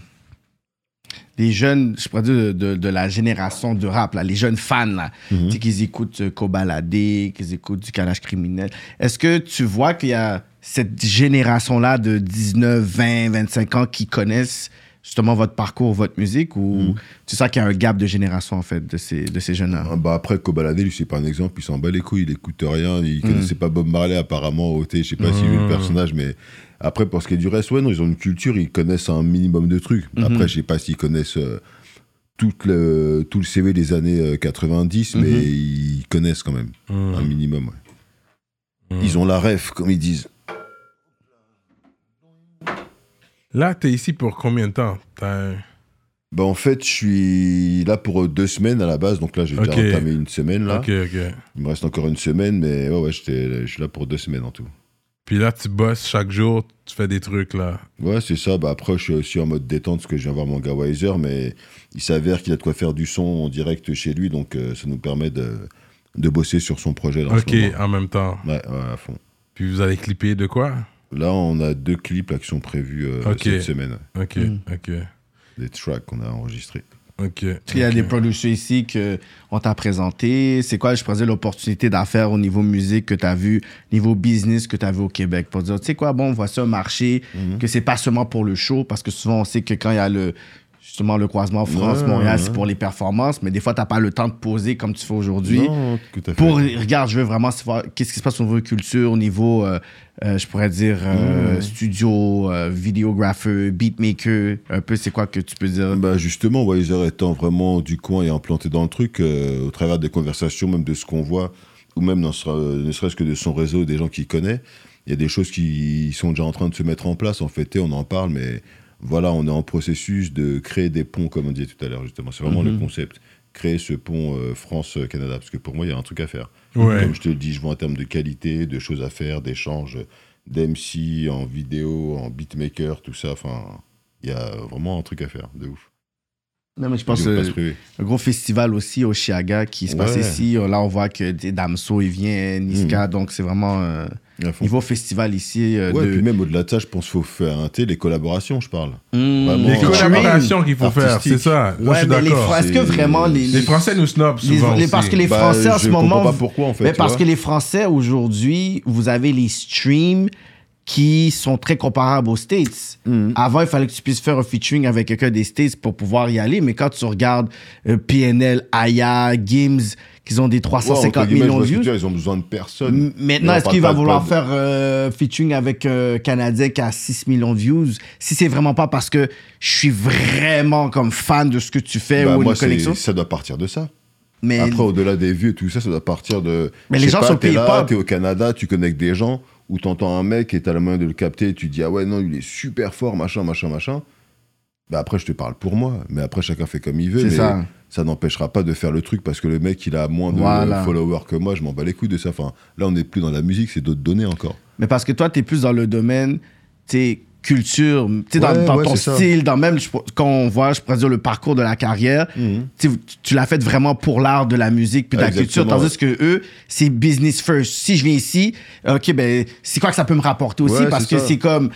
Speaker 2: les jeunes, je pourrais dire de, de- de la génération du rap, là, les jeunes fans, là, tu sais, qu'ils écoutent euh, Kobalade, qu'ils écoutent du calage criminel, est-ce que tu vois qu'il y a cette génération-là de 19, 20, 25 ans qui connaissent justement votre parcours, votre musique, ou tu sens qu'il y a un gap de génération, en fait, de ces, de ces jeunes-là?
Speaker 3: Ah, Bah après, Kobalade, lui, c'est pas un exemple, il s'en bat les couilles, il écoute rien,
Speaker 1: Mm.
Speaker 3: il connaissait pas Bob Marley apparemment, OT, je sais pas s'il veut le personnage, mais après, pour ce qui est du reste, ouais, non, ils ont une culture, ils connaissent un minimum de trucs.
Speaker 1: Mm-hmm.
Speaker 3: Après, je sais pas s'ils connaissent euh, tout, le, tout le CV des années euh, 90, mais
Speaker 1: Mm-hmm.
Speaker 3: ils connaissent quand même,
Speaker 1: Mhm.
Speaker 3: un minimum, ouais.
Speaker 1: Mm.
Speaker 3: Ils ont la ref, comme ils disent.
Speaker 1: Là, t'es ici pour combien de temps? T'as un-
Speaker 3: Bah en fait, je suis là pour euh, deux semaines à la base, donc là j'ai
Speaker 1: Ok.
Speaker 3: déjà entamé une semaine là.
Speaker 1: Ok, ok.
Speaker 3: Il me reste encore une semaine, mais ouais, ouais, j'étais- je suis là pour deux semaines en tout.
Speaker 1: Puis là, tu bosses chaque jour, tu fais des trucs, là.
Speaker 3: Ouais, c'est ça. Bah, après, je suis aussi en mode détente parce que je viens voir mon gars Weiser, mais il s'avère qu'il a de quoi faire du son en direct chez lui, donc euh, ça nous permet de, de bosser sur son projet. Là, en ce
Speaker 1: Ok,
Speaker 3: moment.
Speaker 1: en même temps.
Speaker 3: Ouais, ouais, à fond.
Speaker 1: Puis vous allez clipper de quoi
Speaker 3: Là, on a deux clips là, qui sont prévus euh,
Speaker 1: Ok.
Speaker 3: cette semaine,
Speaker 1: Ok,
Speaker 2: Mm.
Speaker 1: ok,
Speaker 3: des tracks qu'on a enregistrés.
Speaker 1: ok.
Speaker 2: Est-ce qu'il y a
Speaker 1: ok.
Speaker 2: des productions ici qu'on t'a présenté? C'est quoi, je pensais, l'opportunité d'affaires au niveau musique que tu as vu, niveau business que tu as vu au Québec? Pour dire, tu sais quoi, bon, on voit ça marché, que c'est pas seulement pour le show, parce que souvent, on sait que quand il y a le, justement le croisement France-Montréal,
Speaker 3: ouais.
Speaker 2: c'est pour les performances, mais des fois, tu pas le temps de poser comme tu fais aujourd'hui.
Speaker 3: Non, tout à fait.
Speaker 2: Pour, regarde, je veux vraiment savoir qu'est-ce qui se passe au niveau culture, au niveau, euh, euh, je pourrais dire, euh, studio, euh, vidéographeur, beatmaker, un peu, c'est quoi que tu peux dire?
Speaker 3: Bah justement, Weiser étant vraiment du coin et implanté dans le truc, euh, au travers des conversations, même de ce qu'on voit, ou même dans ce- euh, ne serait-ce que de son réseau, des gens qu'il connaît, il y a des choses qui sont déjà en train de se mettre en place. En fait, et on en parle, mais voilà, on est en processus de créer des ponts, comme on disait tout à l'heure, justement. C'est vraiment le concept. Créer ce pont euh, France-Canada, parce que pour moi, il y a un truc à faire.
Speaker 1: Ouais.
Speaker 3: Comme je te le dis, je vois en termes de qualité, de choses à faire, d'échanges, d'MC en vidéo, en beatmaker, tout ça. Enfin, il y a vraiment un truc à faire, de ouf.
Speaker 2: Non, mais je
Speaker 3: Je
Speaker 2: pense
Speaker 3: veux pas
Speaker 2: euh,
Speaker 3: se priver.
Speaker 2: un gros festival aussi au Chiaga qui se passe
Speaker 3: Ouais.
Speaker 2: ici. Euh, Là, on voit que des Damso, il vient, Niska, donc c'est vraiment euh,
Speaker 3: À fond.
Speaker 2: niveau festival ici. euh,
Speaker 3: Ouais,
Speaker 2: de...
Speaker 3: puis même au-delà de ça, je pense qu'il faut faire un thé, les collaborations, je parle.
Speaker 2: Mm.
Speaker 3: Vraiment,
Speaker 1: Les
Speaker 3: euh,
Speaker 1: collaborations qu'il faut
Speaker 3: artistique.
Speaker 1: faire, c'est ça. Là, je
Speaker 2: Ouais,
Speaker 1: suis
Speaker 2: mais les
Speaker 1: d'accord.
Speaker 2: Français, est-ce que
Speaker 3: C'est-
Speaker 2: vraiment les,
Speaker 1: Les Français nous snob
Speaker 2: les-
Speaker 1: souvent.
Speaker 2: les-
Speaker 1: aussi.
Speaker 2: parce que les
Speaker 3: Bah,
Speaker 2: Français en
Speaker 3: je
Speaker 2: ce
Speaker 3: comprends
Speaker 2: moment,
Speaker 3: pas pourquoi, en fait,
Speaker 2: mais
Speaker 3: tu
Speaker 2: parce
Speaker 3: vois.
Speaker 2: que les Français aujourd'hui, vous avez les streams qui sont très comparables aux States.
Speaker 3: Mm.
Speaker 2: Avant, il fallait que tu puisses faire un featuring avec quelqu'un des States pour pouvoir y aller, mais quand tu regardes euh, PNL, Aya, Games, qui ont des
Speaker 3: Ouais, entre
Speaker 2: 350
Speaker 3: guillemets, je
Speaker 2: millions
Speaker 3: vois
Speaker 2: de
Speaker 3: ce que
Speaker 2: views,
Speaker 3: tu veux dire, Ils ont besoin de personne.
Speaker 2: M- Maintenant,
Speaker 3: Mais on
Speaker 2: est-ce
Speaker 3: parle
Speaker 2: qu'il va
Speaker 3: pas de
Speaker 2: vouloir
Speaker 3: pod.
Speaker 2: faire euh, featuring avec euh, Canadien qui a 6 millions de views Si c'est vraiment pas parce que je suis vraiment comme fan de ce que tu fais
Speaker 3: Bah,
Speaker 2: ou
Speaker 3: moi,
Speaker 2: une connexion.
Speaker 3: c'est- ça doit partir de ça.
Speaker 2: Mais
Speaker 3: Après, au-delà des vues et tout ça, ça doit partir de.
Speaker 2: Mais
Speaker 3: je
Speaker 2: les
Speaker 3: sais
Speaker 2: gens
Speaker 3: pas,
Speaker 2: sont
Speaker 3: t'es
Speaker 2: payés
Speaker 3: là,
Speaker 2: pas.
Speaker 3: T'es au Canada, tu connectes des gens, ou t'entends un mec et t'as la moyen de le capter, et tu dis ah ouais, non, il est super fort, machin, machin, machin. Bah après, je te parle pour moi, mais après, chacun fait comme il veut.
Speaker 2: C'est
Speaker 3: mais
Speaker 2: ça.
Speaker 3: n'empêchera pas de faire le truc parce que le mec, il a moins de
Speaker 2: Voilà.
Speaker 3: followers que moi, je m'en bats les couilles de ça. Enfin, là, on n'est plus dans la musique, c'est d'autres données encore.
Speaker 2: Mais parce que toi, tu es plus dans le domaine, tu culture, tu dans,
Speaker 3: Ouais,
Speaker 2: dans
Speaker 3: ouais,
Speaker 2: ton
Speaker 3: c'est ça.
Speaker 2: style, dans même, je pour- quand on voit, je pourrais dire, le parcours de la carrière, tu sais, tu- tu l'as fait vraiment pour l'art de la musique puis de la culture,
Speaker 3: Mhm. Exactement,
Speaker 2: tandis que eux, c'est business first. Si je viens ici, OK, ben, c'est quoi que ça peut me rapporter aussi?
Speaker 3: Ouais,
Speaker 2: parce
Speaker 3: c'est
Speaker 2: que
Speaker 3: ça.
Speaker 2: c'est comme...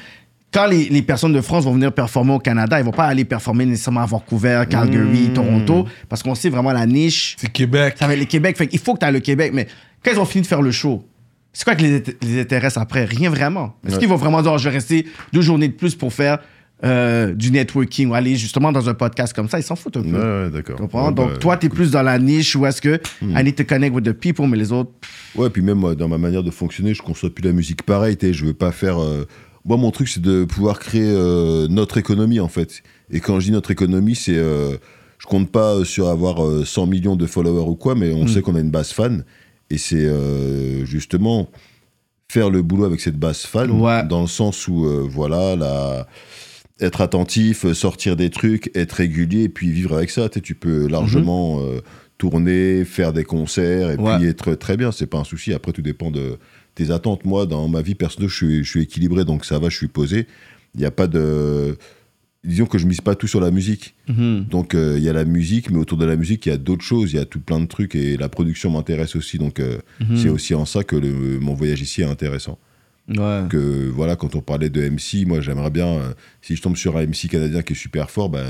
Speaker 2: Quand les, les personnes de France vont venir performer au Canada, ils vont pas aller performer nécessairement à Vancouver, Calgary,
Speaker 3: Hmm.
Speaker 2: Toronto, parce qu'on sait vraiment la niche
Speaker 1: C'est Québec.
Speaker 2: ça va être le Québec. Fait qu'il faut que tu le Québec. Mais quand ils ont fini de faire le show, c'est quoi qui les, int- les intéresse après? Rien vraiment. Est-ce
Speaker 3: Ouais.
Speaker 2: qu'ils vont vraiment dire, oh, je vais rester deux journées de plus pour faire euh, du networking ou aller justement dans un podcast comme ça? Ils s'en foutent un peu.
Speaker 3: Ouais, ouais, d'accord.
Speaker 2: Tu comprends?
Speaker 3: Ouais,
Speaker 2: Donc,
Speaker 3: bah, Hmm.
Speaker 2: toi, tu es plus dans la niche où est-ce que I need to connect with the people, mais les autres,
Speaker 3: Ouais, puis même moi, dans ma manière de fonctionner, je conçois plus la musique pareil. t'sais, Je veux pas faire. euh, Moi, mon truc, c'est de pouvoir créer euh, notre économie, en fait. Et quand je dis notre économie, c'est. euh, Je compte pas sur avoir euh, 100 millions de followers ou quoi, mais on sait qu'on a une base fan. Et c'est euh, justement faire le boulot avec cette base fan,
Speaker 2: Ouais.
Speaker 3: dans le sens où, euh, voilà, la... être attentif, euh, sortir des trucs, être régulier, et puis vivre avec ça. T'sais, Tu peux largement euh, tourner, faire des concerts, et
Speaker 2: Ouais.
Speaker 3: puis être très bien, c'est pas un souci. Après, tout dépend de tes attentes. Moi, dans ma vie personnelle, je suis, je suis équilibré, donc ça va, je suis posé. Il n'y a pas de. Disons que je mise pas tout sur la musique.
Speaker 2: Mm-hmm.
Speaker 3: Donc, euh, il y a la musique, mais autour de la musique, il y a d'autres choses, il y a tout plein de trucs, et la production m'intéresse aussi. Donc, euh,
Speaker 2: Hmm. Mm-hmm.
Speaker 3: c'est aussi en ça que le- mon voyage ici est intéressant.
Speaker 2: ouais.
Speaker 3: Donc, euh, voilà, quand on parlait de MC, moi, j'aimerais bien. euh, si je tombe sur un MC canadien qui est super fort, ben,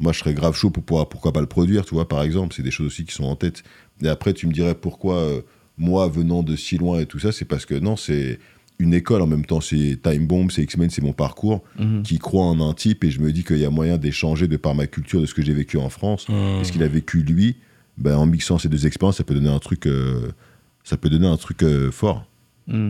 Speaker 3: moi, je serais grave chaud pour pouvoir, pourquoi pas le produire, tu vois, par exemple. C'est des choses aussi qui sont en tête. Et après, tu me dirais pourquoi euh, moi, venant de si loin et tout ça, c'est parce que non, c'est une école en même temps. C'est Time Bomb, c'est X-Men, c'est mon parcours
Speaker 2: Mm-hmm.
Speaker 3: qui croit en un type et je me dis qu'il y a moyen d'échanger de par ma culture, de ce que j'ai vécu en France
Speaker 1: Hmm.
Speaker 3: et ce qu'il a vécu lui. Ben, en mixant ces deux expériences, ça peut donner un truc, euh, ça peut donner un truc euh, fort.
Speaker 2: Mm-hmm.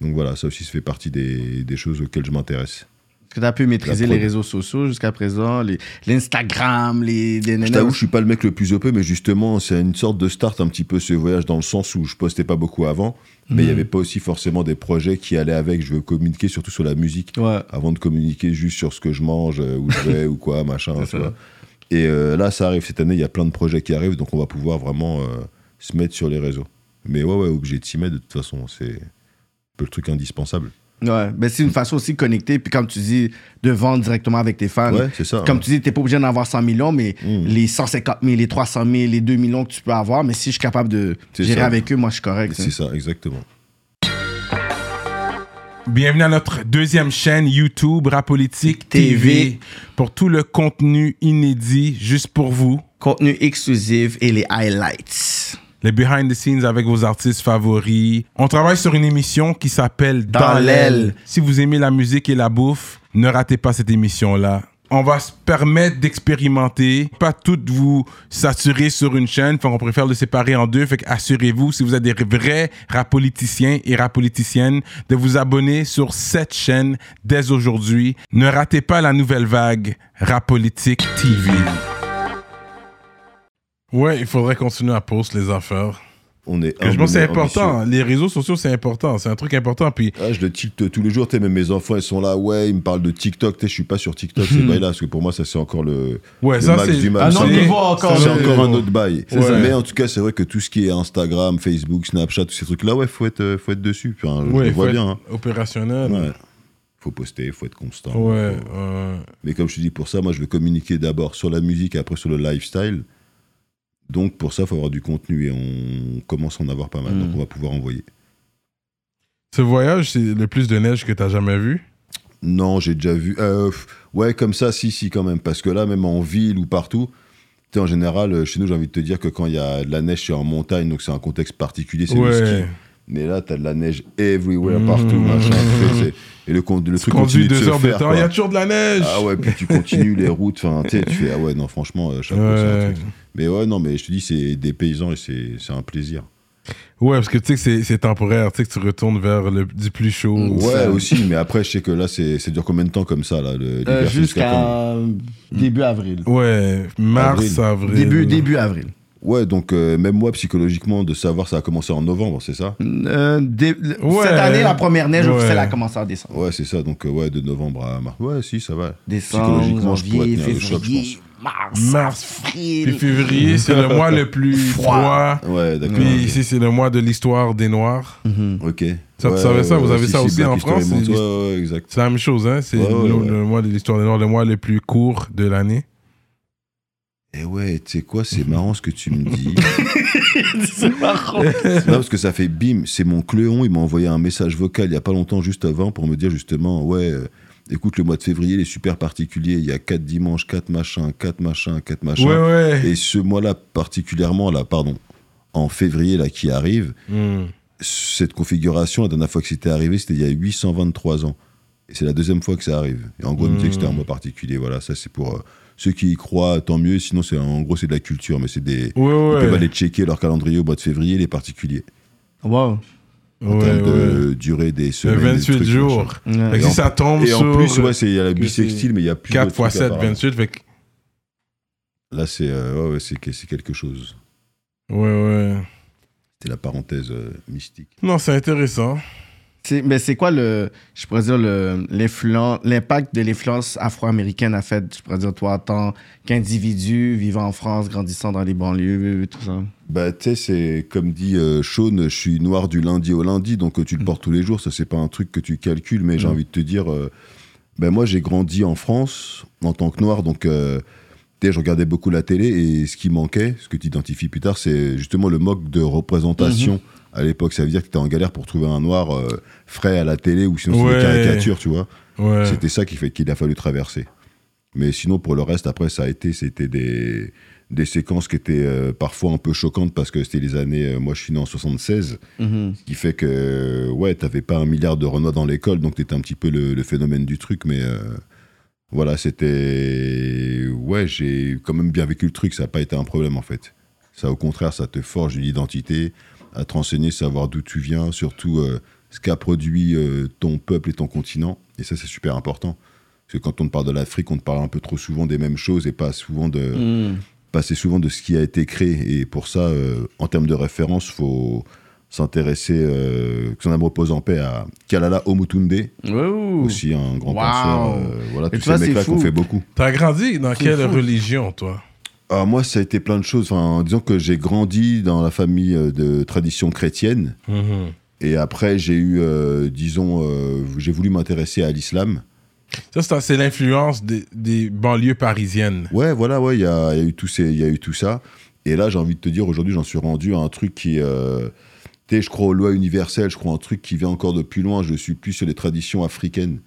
Speaker 3: Donc voilà, ça aussi, ça fait partie des, des choses auxquelles je m'intéresse.
Speaker 2: Est-ce que tu as pu maîtriser
Speaker 3: prod.
Speaker 2: les réseaux sociaux jusqu'à présent? les- L'Instagram, les... les
Speaker 3: Je t'avoue, je suis pas le mec le plus OP, mais justement, c'est une sorte de start un petit peu ce voyage dans le sens où je postais pas beaucoup avant, mais il
Speaker 1: Mm.
Speaker 3: y avait pas aussi forcément des projets qui allaient avec. Je veux communiquer surtout sur la musique
Speaker 2: Ouais.
Speaker 3: avant de communiquer juste sur ce que je mange, euh, où je vais ou quoi, machin. tu vois. Et euh, là, ça arrive. Cette année, il y a plein de projets qui arrivent, donc on va pouvoir vraiment euh, se mettre sur les réseaux. Mais ouais, ouais, obligé de s'y mettre de toute façon. C'est un peu le truc indispensable.
Speaker 2: Ouais, ben c'est une façon aussi de connecter, puis comme tu dis, de vendre directement avec tes fans.
Speaker 3: Ouais, c'est ça,
Speaker 2: Comme
Speaker 3: ouais. Mm.
Speaker 2: tu dis, t'es pas obligé d'en avoir 100 millions, mais les 150 000, les 300 000, les 2 millions que tu peux avoir, mais si je suis capable de
Speaker 3: C'est
Speaker 2: gérer
Speaker 3: ça.
Speaker 2: avec eux, moi, je suis correct. hein.
Speaker 3: C'est ça, exactement.
Speaker 1: Bienvenue à notre deuxième chaîne YouTube Rapolitique TV.
Speaker 2: TV.
Speaker 1: pour tout le contenu inédit juste pour vous.
Speaker 2: Contenu exclusif et les highlights.
Speaker 1: Les behind the scenes avec vos artistes favoris. On travaille sur une émission qui s'appelle Dans,
Speaker 2: Dans
Speaker 1: l'aile.
Speaker 2: l'aile.
Speaker 1: Si vous aimez la musique et la bouffe, ne ratez pas cette émission-là. On va se permettre d'expérimenter, pas toutes vous saturer sur une chaîne. Fait qu'on préfère le séparer en deux. Fait qu'assurez-vous, si vous êtes des vrais rapoliticiens et rapoliticiennes, de vous abonner sur cette chaîne dès aujourd'hui. Ne ratez pas la nouvelle vague Rapolitique TV. Ouais, il faudrait continuer à poster les affaires.
Speaker 3: On est
Speaker 1: Que je pense
Speaker 3: humble,
Speaker 1: que
Speaker 3: on
Speaker 1: c'est
Speaker 3: est
Speaker 1: important. Les réseaux sociaux, c'est important. C'est un truc important. Puis
Speaker 3: Ah, je le tilte tous les jours, tu sais, même mes enfants, ils sont là, ouais, ils me parlent de TikTok, tu sais, je suis pas sur TikTok, c'est bail là, parce que pour moi, ça c'est encore le,
Speaker 1: Ouais,
Speaker 3: le
Speaker 1: ça,
Speaker 3: max hein.
Speaker 1: c'est-
Speaker 3: du
Speaker 1: Ah
Speaker 3: mal.
Speaker 1: non,
Speaker 3: C'est
Speaker 1: on le
Speaker 3: encore-
Speaker 1: voit encore,
Speaker 3: c'est
Speaker 1: ouais.
Speaker 2: Euh,
Speaker 3: encore un autre bail.
Speaker 1: C'est ça.
Speaker 3: Mais en tout cas, c'est vrai que tout ce qui est Instagram, Facebook, Snapchat, tous ces trucs-là, ouais, faut être, euh, faut être dessus, Enfin, je
Speaker 1: Ouais,
Speaker 3: le
Speaker 1: faut
Speaker 3: vois
Speaker 1: être
Speaker 3: bien. hein.
Speaker 1: opérationnel.
Speaker 3: Ouais. Faut poster, faut être constant.
Speaker 1: Ouais, euh,
Speaker 3: Faut-
Speaker 1: ouais.
Speaker 3: Mais comme je te dis, pour ça, moi, je vais communiquer d'abord sur la musique, après sur le lifestyle. Donc, pour ça, il faut avoir du contenu et on commence à en avoir pas
Speaker 2: Mm.
Speaker 3: mal.
Speaker 1: Hmm.
Speaker 3: Donc, on va pouvoir envoyer.
Speaker 1: Ce voyage, c'est le plus de neige que t'as jamais vu.
Speaker 3: Non, j'ai déjà vu. euh, pff, ouais, comme ça, si, si, quand même. Parce que là, même en ville ou partout, tu sais, en général, euh, chez nous, j'ai envie de te dire que quand il y a de la neige, c'est en montagne, donc c'est un contexte particulier, c'est le ski.
Speaker 1: Ouais.
Speaker 3: Mais là, t'as de la neige everywhere,
Speaker 1: Mm.
Speaker 3: partout, machin. tu sais, c'est- et le, con- le
Speaker 1: Tu
Speaker 3: truc
Speaker 1: conduis
Speaker 3: continue de
Speaker 1: deux
Speaker 3: se
Speaker 1: heures de
Speaker 3: faire.
Speaker 1: temps,
Speaker 3: quoi.
Speaker 1: il y a toujours de la neige.
Speaker 3: Ah ouais, puis tu continues les routes, enfin, tu sais, tu fais, ah ouais, non, franchement, euh, chapeau, c'est un
Speaker 1: Ouais.
Speaker 3: truc. Mais ouais, non, mais je te dis, c'est des paysans et c'est c'est un plaisir.
Speaker 1: Ouais, parce que tu sais que c'est- c'est temporaire. Tu sais que tu retournes vers le, du plus chaud.
Speaker 3: Ouais,
Speaker 2: Ça-
Speaker 3: aussi, mais après, je sais que là, c'est ça dure combien de temps comme ça, là, le- l'hiver, c'est quand
Speaker 2: Jusqu'à début avril.
Speaker 1: Ouais, mars,
Speaker 3: Avril.
Speaker 1: avril.
Speaker 2: Début, début avril.
Speaker 3: Ouais, donc euh, même moi, psychologiquement, de savoir ça a commencé en novembre, c'est ça
Speaker 2: Euh, dé- le-
Speaker 1: Ouais.
Speaker 2: Cette année, la première neige
Speaker 1: Ouais.
Speaker 2: officielle a commencé en décembre.
Speaker 3: Ouais, c'est ça, donc euh, ouais, de novembre à mars. Ouais, si, ça va.
Speaker 2: Décembre,
Speaker 3: Psychologiquement, je pourrais
Speaker 2: janvier,
Speaker 3: tenir le choc, je
Speaker 2: février, mars,
Speaker 1: Mars. Puis
Speaker 2: avril.
Speaker 1: février, c'est le mois le plus froid.
Speaker 2: Froid.
Speaker 3: Ouais, d'accord.
Speaker 1: Puis
Speaker 3: ok.
Speaker 1: ici, c'est le mois de l'histoire des Noirs.
Speaker 2: Mhm.
Speaker 3: Ok.
Speaker 1: Ça, tu
Speaker 3: Ouais,
Speaker 1: savais ça,
Speaker 3: ouais,
Speaker 1: vous
Speaker 3: ouais,
Speaker 1: avez
Speaker 3: si,
Speaker 1: ça
Speaker 3: si,
Speaker 1: aussi
Speaker 3: Black
Speaker 1: en
Speaker 3: History
Speaker 1: France,
Speaker 3: Month,
Speaker 1: c'est-
Speaker 3: Ouais, ouais, exact.
Speaker 1: C'est la même chose, hein? C'est
Speaker 3: Ouais, ouais,
Speaker 1: le,
Speaker 3: ouais.
Speaker 1: le mois de l'histoire des Noirs, le mois le plus court de l'année.
Speaker 3: Et Eh ouais, tu sais quoi,
Speaker 1: Mhm.
Speaker 3: c'est marrant ce que tu me dis. Non, parce que ça fait bim, c'est mon cléon, il m'a envoyé un message vocal il y a pas longtemps, juste avant, pour me dire justement, ouais, euh, écoute, le mois de février, il est super particulier, il y a 4 dimanches, 4 machins, 4 machins, 4 machins.
Speaker 1: Ouais, ouais.
Speaker 3: Et ce mois-là, particulièrement, là, pardon, en février, là, qui arrive,
Speaker 1: Hmm.
Speaker 3: cette configuration, la dernière fois que c'était arrivé, c'était il y a 823 ans. Et c'est la deuxième fois que ça arrive. Et en gros, on me disait que
Speaker 1: Hmm.
Speaker 3: c'était un mois particulier, voilà, ça c'est pour euh, ceux qui y croient, tant mieux, sinon, c'est en gros, c'est de la culture, mais c'est des.
Speaker 1: Ouais,
Speaker 3: Ils
Speaker 1: ouais.
Speaker 3: peuvent aller checker leur calendrier au mois de février, les particuliers.
Speaker 2: Wow.
Speaker 3: en
Speaker 1: Ouais,
Speaker 3: termes
Speaker 1: ouais.
Speaker 3: de durée des
Speaker 1: Le
Speaker 3: semaines. des
Speaker 1: 28
Speaker 3: trucs,
Speaker 1: jours.
Speaker 3: machin.
Speaker 1: Fait que
Speaker 3: Et
Speaker 1: si
Speaker 3: en-
Speaker 1: ça tombe
Speaker 3: Et
Speaker 1: sur
Speaker 3: en plus, ouais, c'est- il y a la
Speaker 1: que
Speaker 3: bisextile, mais il y a plus
Speaker 1: 4
Speaker 3: d'autres
Speaker 1: x
Speaker 3: trucs
Speaker 1: 7,
Speaker 3: apparemment.
Speaker 1: 28. Fait que,
Speaker 3: Là, c'est euh, ouais, ouais, c'est que- c'est quelque chose.
Speaker 1: ouais, ouais.
Speaker 3: C'était la parenthèse euh, mystique.
Speaker 1: Non, c'est intéressant.
Speaker 2: C'est- Mais c'est quoi le, je pourrais dire, le- l'influence- l'impact de l'influence afro-américaine a fait, je pourrais dire, toi, en tant qu'individu vivant en France, grandissant dans les banlieues, tout ça?
Speaker 3: Bah, tu sais, c'est comme dit euh, Sean, je suis noir du lundi au lundi, donc euh, tu le portes tous les jours. Ça, c'est pas un truc que tu calcules, mais j'ai
Speaker 2: Mm.
Speaker 3: envie de te dire, euh, ben moi, j'ai grandi en France en tant que noir, donc euh, tu sais, je regardais beaucoup la télé et ce qui manquait, ce que tu identifies plus tard, c'est justement le manque de représentation. À l'époque, ça veut dire que t'es en galère pour trouver un noir euh, frais à la télé ou sinon c'est
Speaker 1: Ouais.
Speaker 3: des caricatures, tu vois.
Speaker 1: Ouais.
Speaker 3: C'était ça qui fait qu'il a fallu traverser. Mais sinon, pour le reste, après, ça a été, c'était des, des séquences qui étaient euh, parfois un peu choquantes parce que c'était les années, euh, moi je suis né en 76,
Speaker 2: Mm-hmm.
Speaker 3: ce qui fait que, euh, ouais, t'avais pas un milliard de Renois dans l'école, donc t'étais un petit peu le, le phénomène du truc, mais euh, voilà, c'était. Ouais, j'ai quand même bien vécu le truc, ça n'a pas été un problème en fait. Ça, au contraire, ça te forge une identité, à te renseigner, savoir d'où tu viens, surtout euh, ce qu'a produit euh, ton peuple et ton continent. Et ça, c'est super important. Parce que quand on te parle de l'Afrique, on te parle un peu trop souvent des mêmes choses et pas souvent de
Speaker 2: Mm-hmm.
Speaker 3: pas assez souvent de ce qui a été créé. Et pour ça, euh, en termes de référence, faut s'intéresser, euh, que son âme repose en paix, à Kalala Omutunde,
Speaker 2: Ouh.
Speaker 3: aussi un grand
Speaker 2: Wow.
Speaker 3: penseur. euh, voilà,
Speaker 2: Et
Speaker 3: tous
Speaker 2: tu vois,
Speaker 3: ces mecs-là
Speaker 2: c'est
Speaker 3: qu'on
Speaker 2: fou.
Speaker 3: fait beaucoup.
Speaker 1: T'as grandi dans
Speaker 2: C'est
Speaker 1: quelle
Speaker 2: fou.
Speaker 1: religion, toi
Speaker 3: Ah, moi, ça a été plein de choses. Enfin, disons que j'ai grandi dans la famille euh, de tradition chrétienne. Et après, j'ai eu, euh, disons, euh, j'ai voulu m'intéresser à l'islam.
Speaker 1: Ça, c'est- c'est l'influence des, des banlieues parisiennes.
Speaker 3: Ouais, voilà, ouais, il y a, il y a eu tout ces- il y a eu tout ça. Et là, j'ai envie de te dire, aujourd'hui, j'en suis rendu à un truc qui. euh, tu sais, je crois aux lois universelles, je crois à un truc qui vient encore de plus loin. Je suis plus sur les traditions africaines.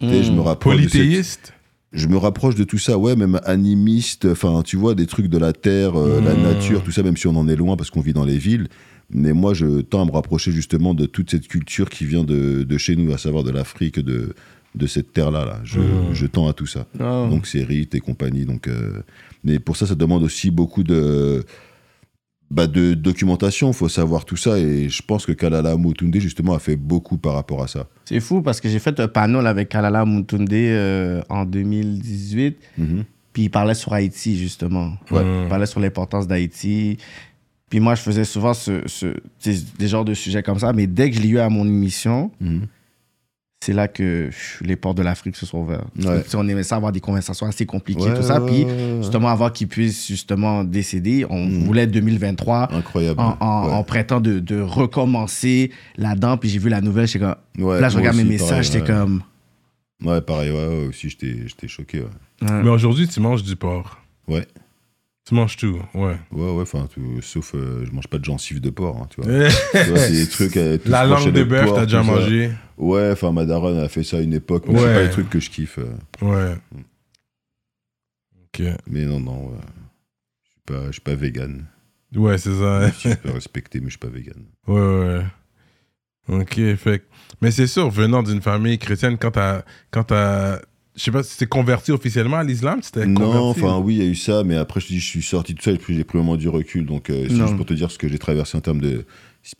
Speaker 3: Tu sais, je
Speaker 2: Mm-hmm. Mmh.
Speaker 3: me rapproche. de cette-
Speaker 1: Polythéistes.
Speaker 3: je me rapproche de tout ça, ouais, même animiste, enfin, tu vois, des trucs de la terre, euh, la
Speaker 1: Mm.
Speaker 3: nature, tout ça, même si on en est loin parce qu'on vit dans les villes. Mais moi, je tends à me rapprocher justement de toute cette culture qui vient de, de chez nous, à savoir de l'Afrique, de, de cette terre-là. Là. Je, je tends à tout ça.
Speaker 2: Ah.
Speaker 3: Donc, c'est rites et compagnie. Donc, euh, mais pour ça, ça demande aussi beaucoup de, bah, de documentation. faut savoir tout ça. Et je pense que Kalala Mutunde, justement, a fait beaucoup par rapport à ça.
Speaker 2: C'est fou parce que j'ai fait un panel avec Kalala Mutunde euh, en 2018.
Speaker 3: Mhm.
Speaker 2: Puis il parlait sur Haïti, justement.
Speaker 3: Ouais.
Speaker 2: Il parlait sur l'importance d'Haïti. Puis moi, je faisais souvent ce, ce- tu sais, des genres de sujets comme ça. Mais dès que je l'ai eu à mon émission,
Speaker 3: Mhm.
Speaker 2: c'est là que pff, les portes de l'Afrique se sont ouvertes.
Speaker 3: Ouais.
Speaker 2: Tu sais, On aimait ça avoir des conversations assez compliquées,
Speaker 3: Ouais,
Speaker 2: tout ça.
Speaker 3: ouais,
Speaker 2: Puis
Speaker 3: ouais, ouais.
Speaker 2: justement, avant qu'ils puissent justement décéder, on voulait 2023
Speaker 3: Incroyable.
Speaker 2: en, en-
Speaker 3: Ouais.
Speaker 2: en prêtant de, de recommencer là-dedans. Puis j'ai vu la nouvelle, j'étais comme...
Speaker 3: Ouais,
Speaker 2: là, je
Speaker 3: moi
Speaker 2: regarde mes
Speaker 3: aussi, pareil,
Speaker 2: messages, j'étais
Speaker 3: ouais.
Speaker 2: comme...
Speaker 3: Ouais, pareil, ouais, ouais, aussi, j'étais j'étais choqué. Ouais,
Speaker 2: hein.
Speaker 1: Mais aujourd'hui, tu manges du porc.
Speaker 3: ouais,
Speaker 1: Tu manges tout, ouais.
Speaker 3: ouais, ouais, enfin, tout- sauf euh, je mange pas de gencives de porc, hein, tu vois. Tu vois, c'est des trucs. euh, tout
Speaker 1: La
Speaker 3: ce crochet
Speaker 1: langue de bœuf,
Speaker 3: porc,
Speaker 1: t'as déjà
Speaker 3: tout ça.
Speaker 1: mangé.
Speaker 3: Ouais, enfin, ma daronne a fait ça à une époque, mais c'est
Speaker 1: Ouais.
Speaker 3: pas les trucs que je kiffe. euh.
Speaker 1: Ouais. Ok.
Speaker 3: Mais non, non, ouais. je suis pas, je suis pas vegan.
Speaker 1: Ouais, c'est ça.
Speaker 3: Je suis pas respecté, mais je suis pas vegan.
Speaker 1: Ouais, ouais. ouais. Ok, fait. que- Mais c'est sûr, venant d'une famille chrétienne, quand t'as. Quand t'as. Je sais pas, tu t'es converti officiellement à l'islam Tu t'es
Speaker 3: Non,
Speaker 1: converti hein?
Speaker 3: enfin, oui, il y a eu ça, mais après, je te dis, je suis sorti de ça, et puis j'ai pris vraiment du recul. Donc, euh, c'est
Speaker 2: Non.
Speaker 3: juste pour te dire ce que j'ai traversé en termes de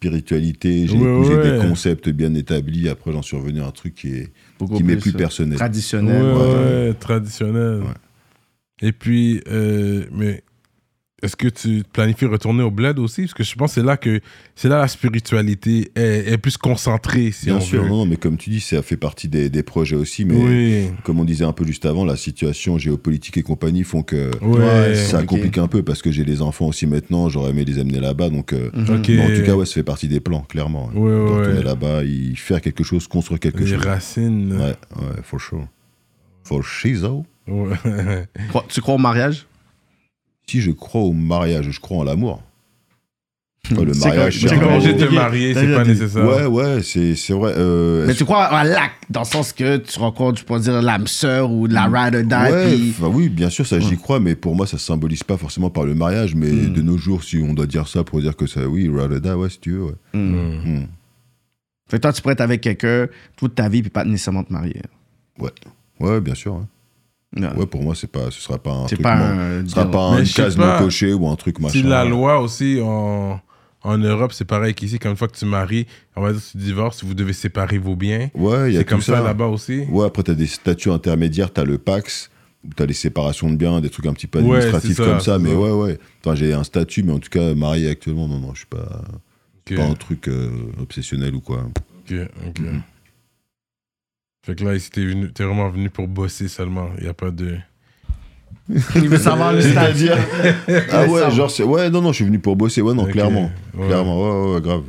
Speaker 3: spiritualité. J'ai
Speaker 1: Ouais,
Speaker 3: j'ai
Speaker 1: ouais.
Speaker 3: des concepts bien établis. Après, j'en suis revenu à un truc qui est-
Speaker 2: Beaucoup
Speaker 3: qui m'est
Speaker 2: plus,
Speaker 3: plus
Speaker 2: euh,
Speaker 3: personnel.
Speaker 1: Ouais,
Speaker 2: Traditionnel.
Speaker 1: ouais,
Speaker 2: ouais.
Speaker 1: ouais, traditionnel.
Speaker 3: Ouais.
Speaker 1: Et puis, euh, mais. Est-ce que tu planifies retourner au bled aussi Parce que je pense que c'est là que c'est là la spiritualité est, est plus concentrée, si
Speaker 3: Bien
Speaker 1: on
Speaker 3: sûr,
Speaker 1: veut.
Speaker 3: non, mais comme tu dis, ça fait partie des, des projets aussi. Mais
Speaker 1: Oui.
Speaker 3: comme on disait un peu juste avant, la situation géopolitique et compagnie font que
Speaker 1: Ouais.
Speaker 3: ça
Speaker 2: Ok.
Speaker 3: complique un peu parce que j'ai des enfants aussi maintenant, j'aurais aimé les amener là-bas. Donc, euh,
Speaker 2: Mhm.
Speaker 1: Ok.
Speaker 3: mais en tout cas, ouais, ça fait partie des plans, clairement.
Speaker 1: Ouais,
Speaker 3: De
Speaker 1: ouais.
Speaker 3: retourner là-bas, y faire quelque chose, construire quelque
Speaker 1: Les
Speaker 3: chose.
Speaker 1: racines.
Speaker 3: Ouais, ouais, for sure. For shizo.
Speaker 1: Ouais.
Speaker 2: Cro- Tu crois au mariage
Speaker 3: Si je crois au mariage, je crois en l'amour. Enfin, le
Speaker 2: C'est
Speaker 3: mariage,
Speaker 2: comme-
Speaker 3: c'est
Speaker 1: T'es
Speaker 2: c'est
Speaker 3: un
Speaker 2: comme
Speaker 3: mot-
Speaker 1: obligé
Speaker 2: j'ai
Speaker 1: de te
Speaker 2: dit-
Speaker 1: marier,
Speaker 2: t'as
Speaker 1: c'est
Speaker 2: dit-
Speaker 1: pas
Speaker 2: t'as dit-
Speaker 1: nécessaire.
Speaker 3: Ouais, ouais, c'est c'est vrai. euh,
Speaker 2: Mais tu crois à l'acte, dans le sens que tu rencontres, je pourrais dire, l'âme sœur ou la ride or die.
Speaker 3: Ouais,
Speaker 2: puis-
Speaker 3: enfin oui, bien sûr, ça j'y crois, mais pour moi ça se symbolise pas forcément par le mariage. Mais
Speaker 1: Hmm.
Speaker 3: de nos jours, si on doit dire ça pour dire que ça, oui, rada, ouais, si tu veux. ouais.
Speaker 2: Mm.
Speaker 3: Mm.
Speaker 2: Fait que toi, tu pourrais être avec quelqu'un toute ta vie puis pas nécessairement te marier.
Speaker 3: Ouais, ouais, bien sûr. hein.
Speaker 2: Non.
Speaker 3: Ouais, pour moi, c'est pas, ce sera pas un
Speaker 2: Ah. C'est
Speaker 3: truc.
Speaker 2: pas
Speaker 3: man-
Speaker 2: un
Speaker 3: ce sera
Speaker 2: deal.
Speaker 3: pas un
Speaker 1: Mais
Speaker 3: une
Speaker 1: je sais
Speaker 3: case
Speaker 1: pas
Speaker 3: non cochée ou un truc machin.
Speaker 1: Si
Speaker 3: hein.
Speaker 1: la
Speaker 3: ouais.
Speaker 1: loi aussi en, en Europe, c'est pareil qu'ici, quand une fois que tu maries, on va dire que tu divorces, vous devez séparer vos biens.
Speaker 3: Ouais, il y a
Speaker 1: C'est
Speaker 3: tout
Speaker 1: comme ça,
Speaker 3: ça
Speaker 1: là-bas aussi.
Speaker 3: Ouais, après t'as des statuts intermédiaires, t'as le Pax, où t'as les séparations de biens, des trucs un petit peu
Speaker 1: Ouais,
Speaker 3: administratifs
Speaker 1: c'est ça,
Speaker 3: comme ça.
Speaker 1: c'est
Speaker 3: Mais
Speaker 1: ça.
Speaker 3: ouais, ouais. Enfin, j'ai un statut, mais en tout cas marié actuellement, non, non, je suis pas,
Speaker 1: Ok,
Speaker 3: pas un truc euh, obsessionnel ou quoi.
Speaker 1: ok, ok.
Speaker 3: Mm-hmm.
Speaker 1: Fait que là, ici, t'es venu- t'es vraiment venu pour bosser seulement. Il n'y a pas de.
Speaker 2: Il veut savoir le stade.
Speaker 3: C'est-à-dire Ah ouais,
Speaker 2: Récemment.
Speaker 3: genre, c'est- ouais, non, non, je suis venu pour bosser, ouais, non,
Speaker 1: Ok,
Speaker 3: clairement.
Speaker 1: ouais.
Speaker 3: Clairement, ouais, ouais, grave.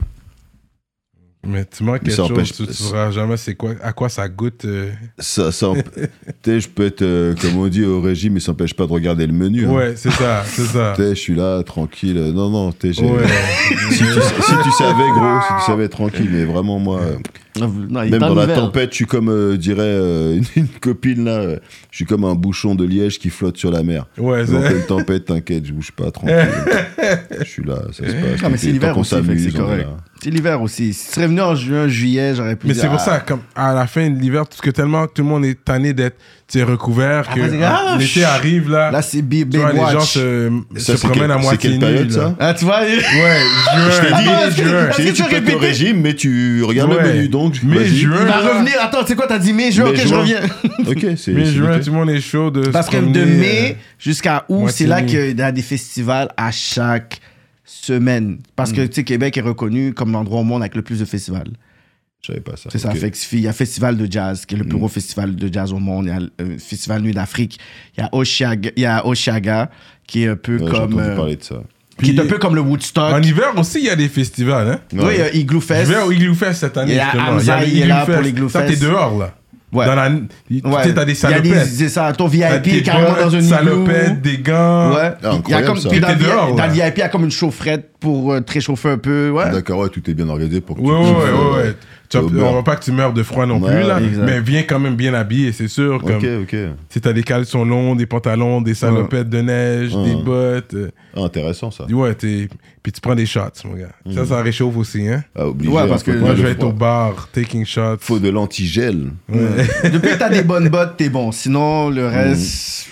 Speaker 1: Mais tu manques
Speaker 3: Mais
Speaker 1: quelque
Speaker 3: ça empêche-
Speaker 1: chose, tu ne sauras jamais c'est quoi, à quoi ça goûte. euh.
Speaker 3: Ça, ça emp- tu sais, je peux être, euh, comme on dit, au régime, mais ça n'empêche pas de regarder le menu. hein.
Speaker 1: Ouais, c'est ça, c'est ça.
Speaker 3: Tu sais, je suis là, tranquille. euh, Non, non, tu sais, j'ai-
Speaker 1: Ouais.
Speaker 3: si, tu, si tu savais, gros, si tu savais, tranquille, mais vraiment, moi, euh,
Speaker 2: Non, il
Speaker 3: même
Speaker 2: est hein. en
Speaker 3: dans la
Speaker 2: hiver.
Speaker 3: tempête, je suis comme, euh, dirait euh, une, une copine là, euh, je suis comme un bouchon de liège qui flotte sur la mer.
Speaker 1: Ouais,
Speaker 3: Dans
Speaker 1: c'est-
Speaker 3: une tempête, t'inquiète, je bouge pas, tranquille. je suis là, ça se passe.
Speaker 2: Non, mais c'est
Speaker 3: Tant
Speaker 2: l'hiver
Speaker 3: qu'on
Speaker 2: aussi, fait que c'est
Speaker 3: s'amuse, on est
Speaker 2: correct.
Speaker 3: là.
Speaker 2: C'est l'hiver aussi. Si tu serais venu en juin, juillet, j'aurais pu
Speaker 1: Mais
Speaker 2: dire,
Speaker 1: c'est pour
Speaker 2: ah,
Speaker 1: ça, comme à la fin de l'hiver, parce que tellement que tout le monde est tanné d'être tu sais, recouvert, que
Speaker 2: Après, c'est-
Speaker 1: ah,
Speaker 2: ah,
Speaker 1: l'été
Speaker 2: chut.
Speaker 1: arrive là.
Speaker 2: Là, c'est Big
Speaker 1: Tu vois,
Speaker 2: Big
Speaker 1: les gens
Speaker 2: Watch.
Speaker 1: se,
Speaker 3: Ça,
Speaker 1: se
Speaker 3: c'est
Speaker 1: promènent
Speaker 3: quel-
Speaker 1: à
Speaker 3: c'est
Speaker 1: moitié
Speaker 3: quelle
Speaker 1: nus.
Speaker 3: période,
Speaker 1: là.
Speaker 3: ça
Speaker 2: Ah, tu vois, il-
Speaker 1: Ouais, juin,
Speaker 2: Ah,
Speaker 1: mai-juin.
Speaker 2: Parce
Speaker 3: J'ai
Speaker 2: que
Speaker 3: dit, tu
Speaker 2: tu
Speaker 3: peux
Speaker 2: répétais-
Speaker 3: au régime, mais tu regardes
Speaker 1: Ouais.
Speaker 3: le menu, donc.
Speaker 1: Mai,
Speaker 3: vas-y.
Speaker 1: juin.
Speaker 2: il va
Speaker 1: Là.
Speaker 2: revenir. Attends, tu sais quoi, t'as dit mai, juin,
Speaker 3: Mais
Speaker 2: ok, je
Speaker 3: juin.
Speaker 2: reviens.
Speaker 3: Ok, c'est. c'est
Speaker 1: Mai-juin,
Speaker 3: noté.
Speaker 1: tout le monde est chaud de
Speaker 2: Parce
Speaker 1: se
Speaker 2: que de
Speaker 1: promener,
Speaker 3: euh,
Speaker 2: mai jusqu'à août,
Speaker 1: moitié
Speaker 2: c'est là
Speaker 1: nu.
Speaker 2: qu'il y a des festivals à chaque semaine. Parce
Speaker 3: Mm.
Speaker 2: que, tu sais, Québec est reconnu comme l'endroit au monde avec le plus de festivals.
Speaker 3: Je savais pas ça.
Speaker 2: C'est ça,
Speaker 3: Ok. Mm.
Speaker 2: fait que il y a Festival de Jazz, qui est le plus gros festival de jazz au monde. Il y a euh, Festival Nuit d'Afrique. Il y a Oshiaga, il y a Oshiaga, qui est un peu
Speaker 3: Ouais, J'ai
Speaker 2: comme.
Speaker 3: entendu
Speaker 2: euh,
Speaker 3: parler de ça.
Speaker 2: qui est un peu comme le Woodstock.
Speaker 1: euh, En hiver aussi, il y a des festivals. Hein?
Speaker 2: Oui, il y a Igloo
Speaker 1: Je
Speaker 2: Fest.
Speaker 1: vais au Igloo Fest cette année.
Speaker 2: Il y a
Speaker 1: justement.
Speaker 2: Hamza,
Speaker 1: le
Speaker 2: il est
Speaker 1: Igloo
Speaker 2: là pour l'Igloo
Speaker 1: Ça, t'es
Speaker 2: Fest.
Speaker 1: dehors, là.
Speaker 2: Ouais.
Speaker 1: Dans la... Tu sais, t'as des
Speaker 2: Il y a
Speaker 1: salopettes.
Speaker 2: des, des salopes
Speaker 1: T'as
Speaker 2: VIP
Speaker 1: des
Speaker 2: carrément
Speaker 1: bottes,
Speaker 2: dans une
Speaker 1: salopettes,
Speaker 2: salopette.
Speaker 1: des gants.
Speaker 2: Ouais. il y a
Speaker 3: Ah, incroyable,
Speaker 2: comme,
Speaker 3: ça.
Speaker 2: puis dans,
Speaker 1: T'es
Speaker 2: le VIP,
Speaker 1: dehors,
Speaker 2: dans le
Speaker 1: ouais.
Speaker 2: VIP, il y a comme une chaufferette pour euh, te réchauffer un peu. Ouais.
Speaker 3: D'accord, ouais, tout est bien organisé pour que
Speaker 1: Ouais, ouais,
Speaker 3: tu
Speaker 1: ouais, ouais, ouais. Tu vas-
Speaker 3: Au
Speaker 1: on
Speaker 3: beurre.
Speaker 1: va pas que tu meurs de froid non
Speaker 3: Ouais,
Speaker 1: plus, là.
Speaker 3: exact.
Speaker 1: Mais viens quand même bien habillé, c'est sûr. Comme,
Speaker 3: euh, Ok, ok.
Speaker 1: Si t'as des caleçons longs, des pantalons, des salopettes de neige,
Speaker 3: Ouais.
Speaker 1: des bottes. euh,
Speaker 3: Ah, intéressant ça.
Speaker 1: ouais, t'es- puis tu prends des shots, mon gars. Ça, ça réchauffe aussi, hein.
Speaker 3: Ah, obligé.
Speaker 2: Ouais,
Speaker 3: hein,
Speaker 2: parce
Speaker 3: faut
Speaker 2: que
Speaker 3: pas
Speaker 1: Moi,
Speaker 3: Mm. le
Speaker 1: je vais être
Speaker 3: froid.
Speaker 1: au bar, taking shots.
Speaker 3: Faut de l'antigel.
Speaker 2: Depuis que t'as des bonnes bottes, t'es bon. Sinon,
Speaker 3: Mm.
Speaker 2: le reste.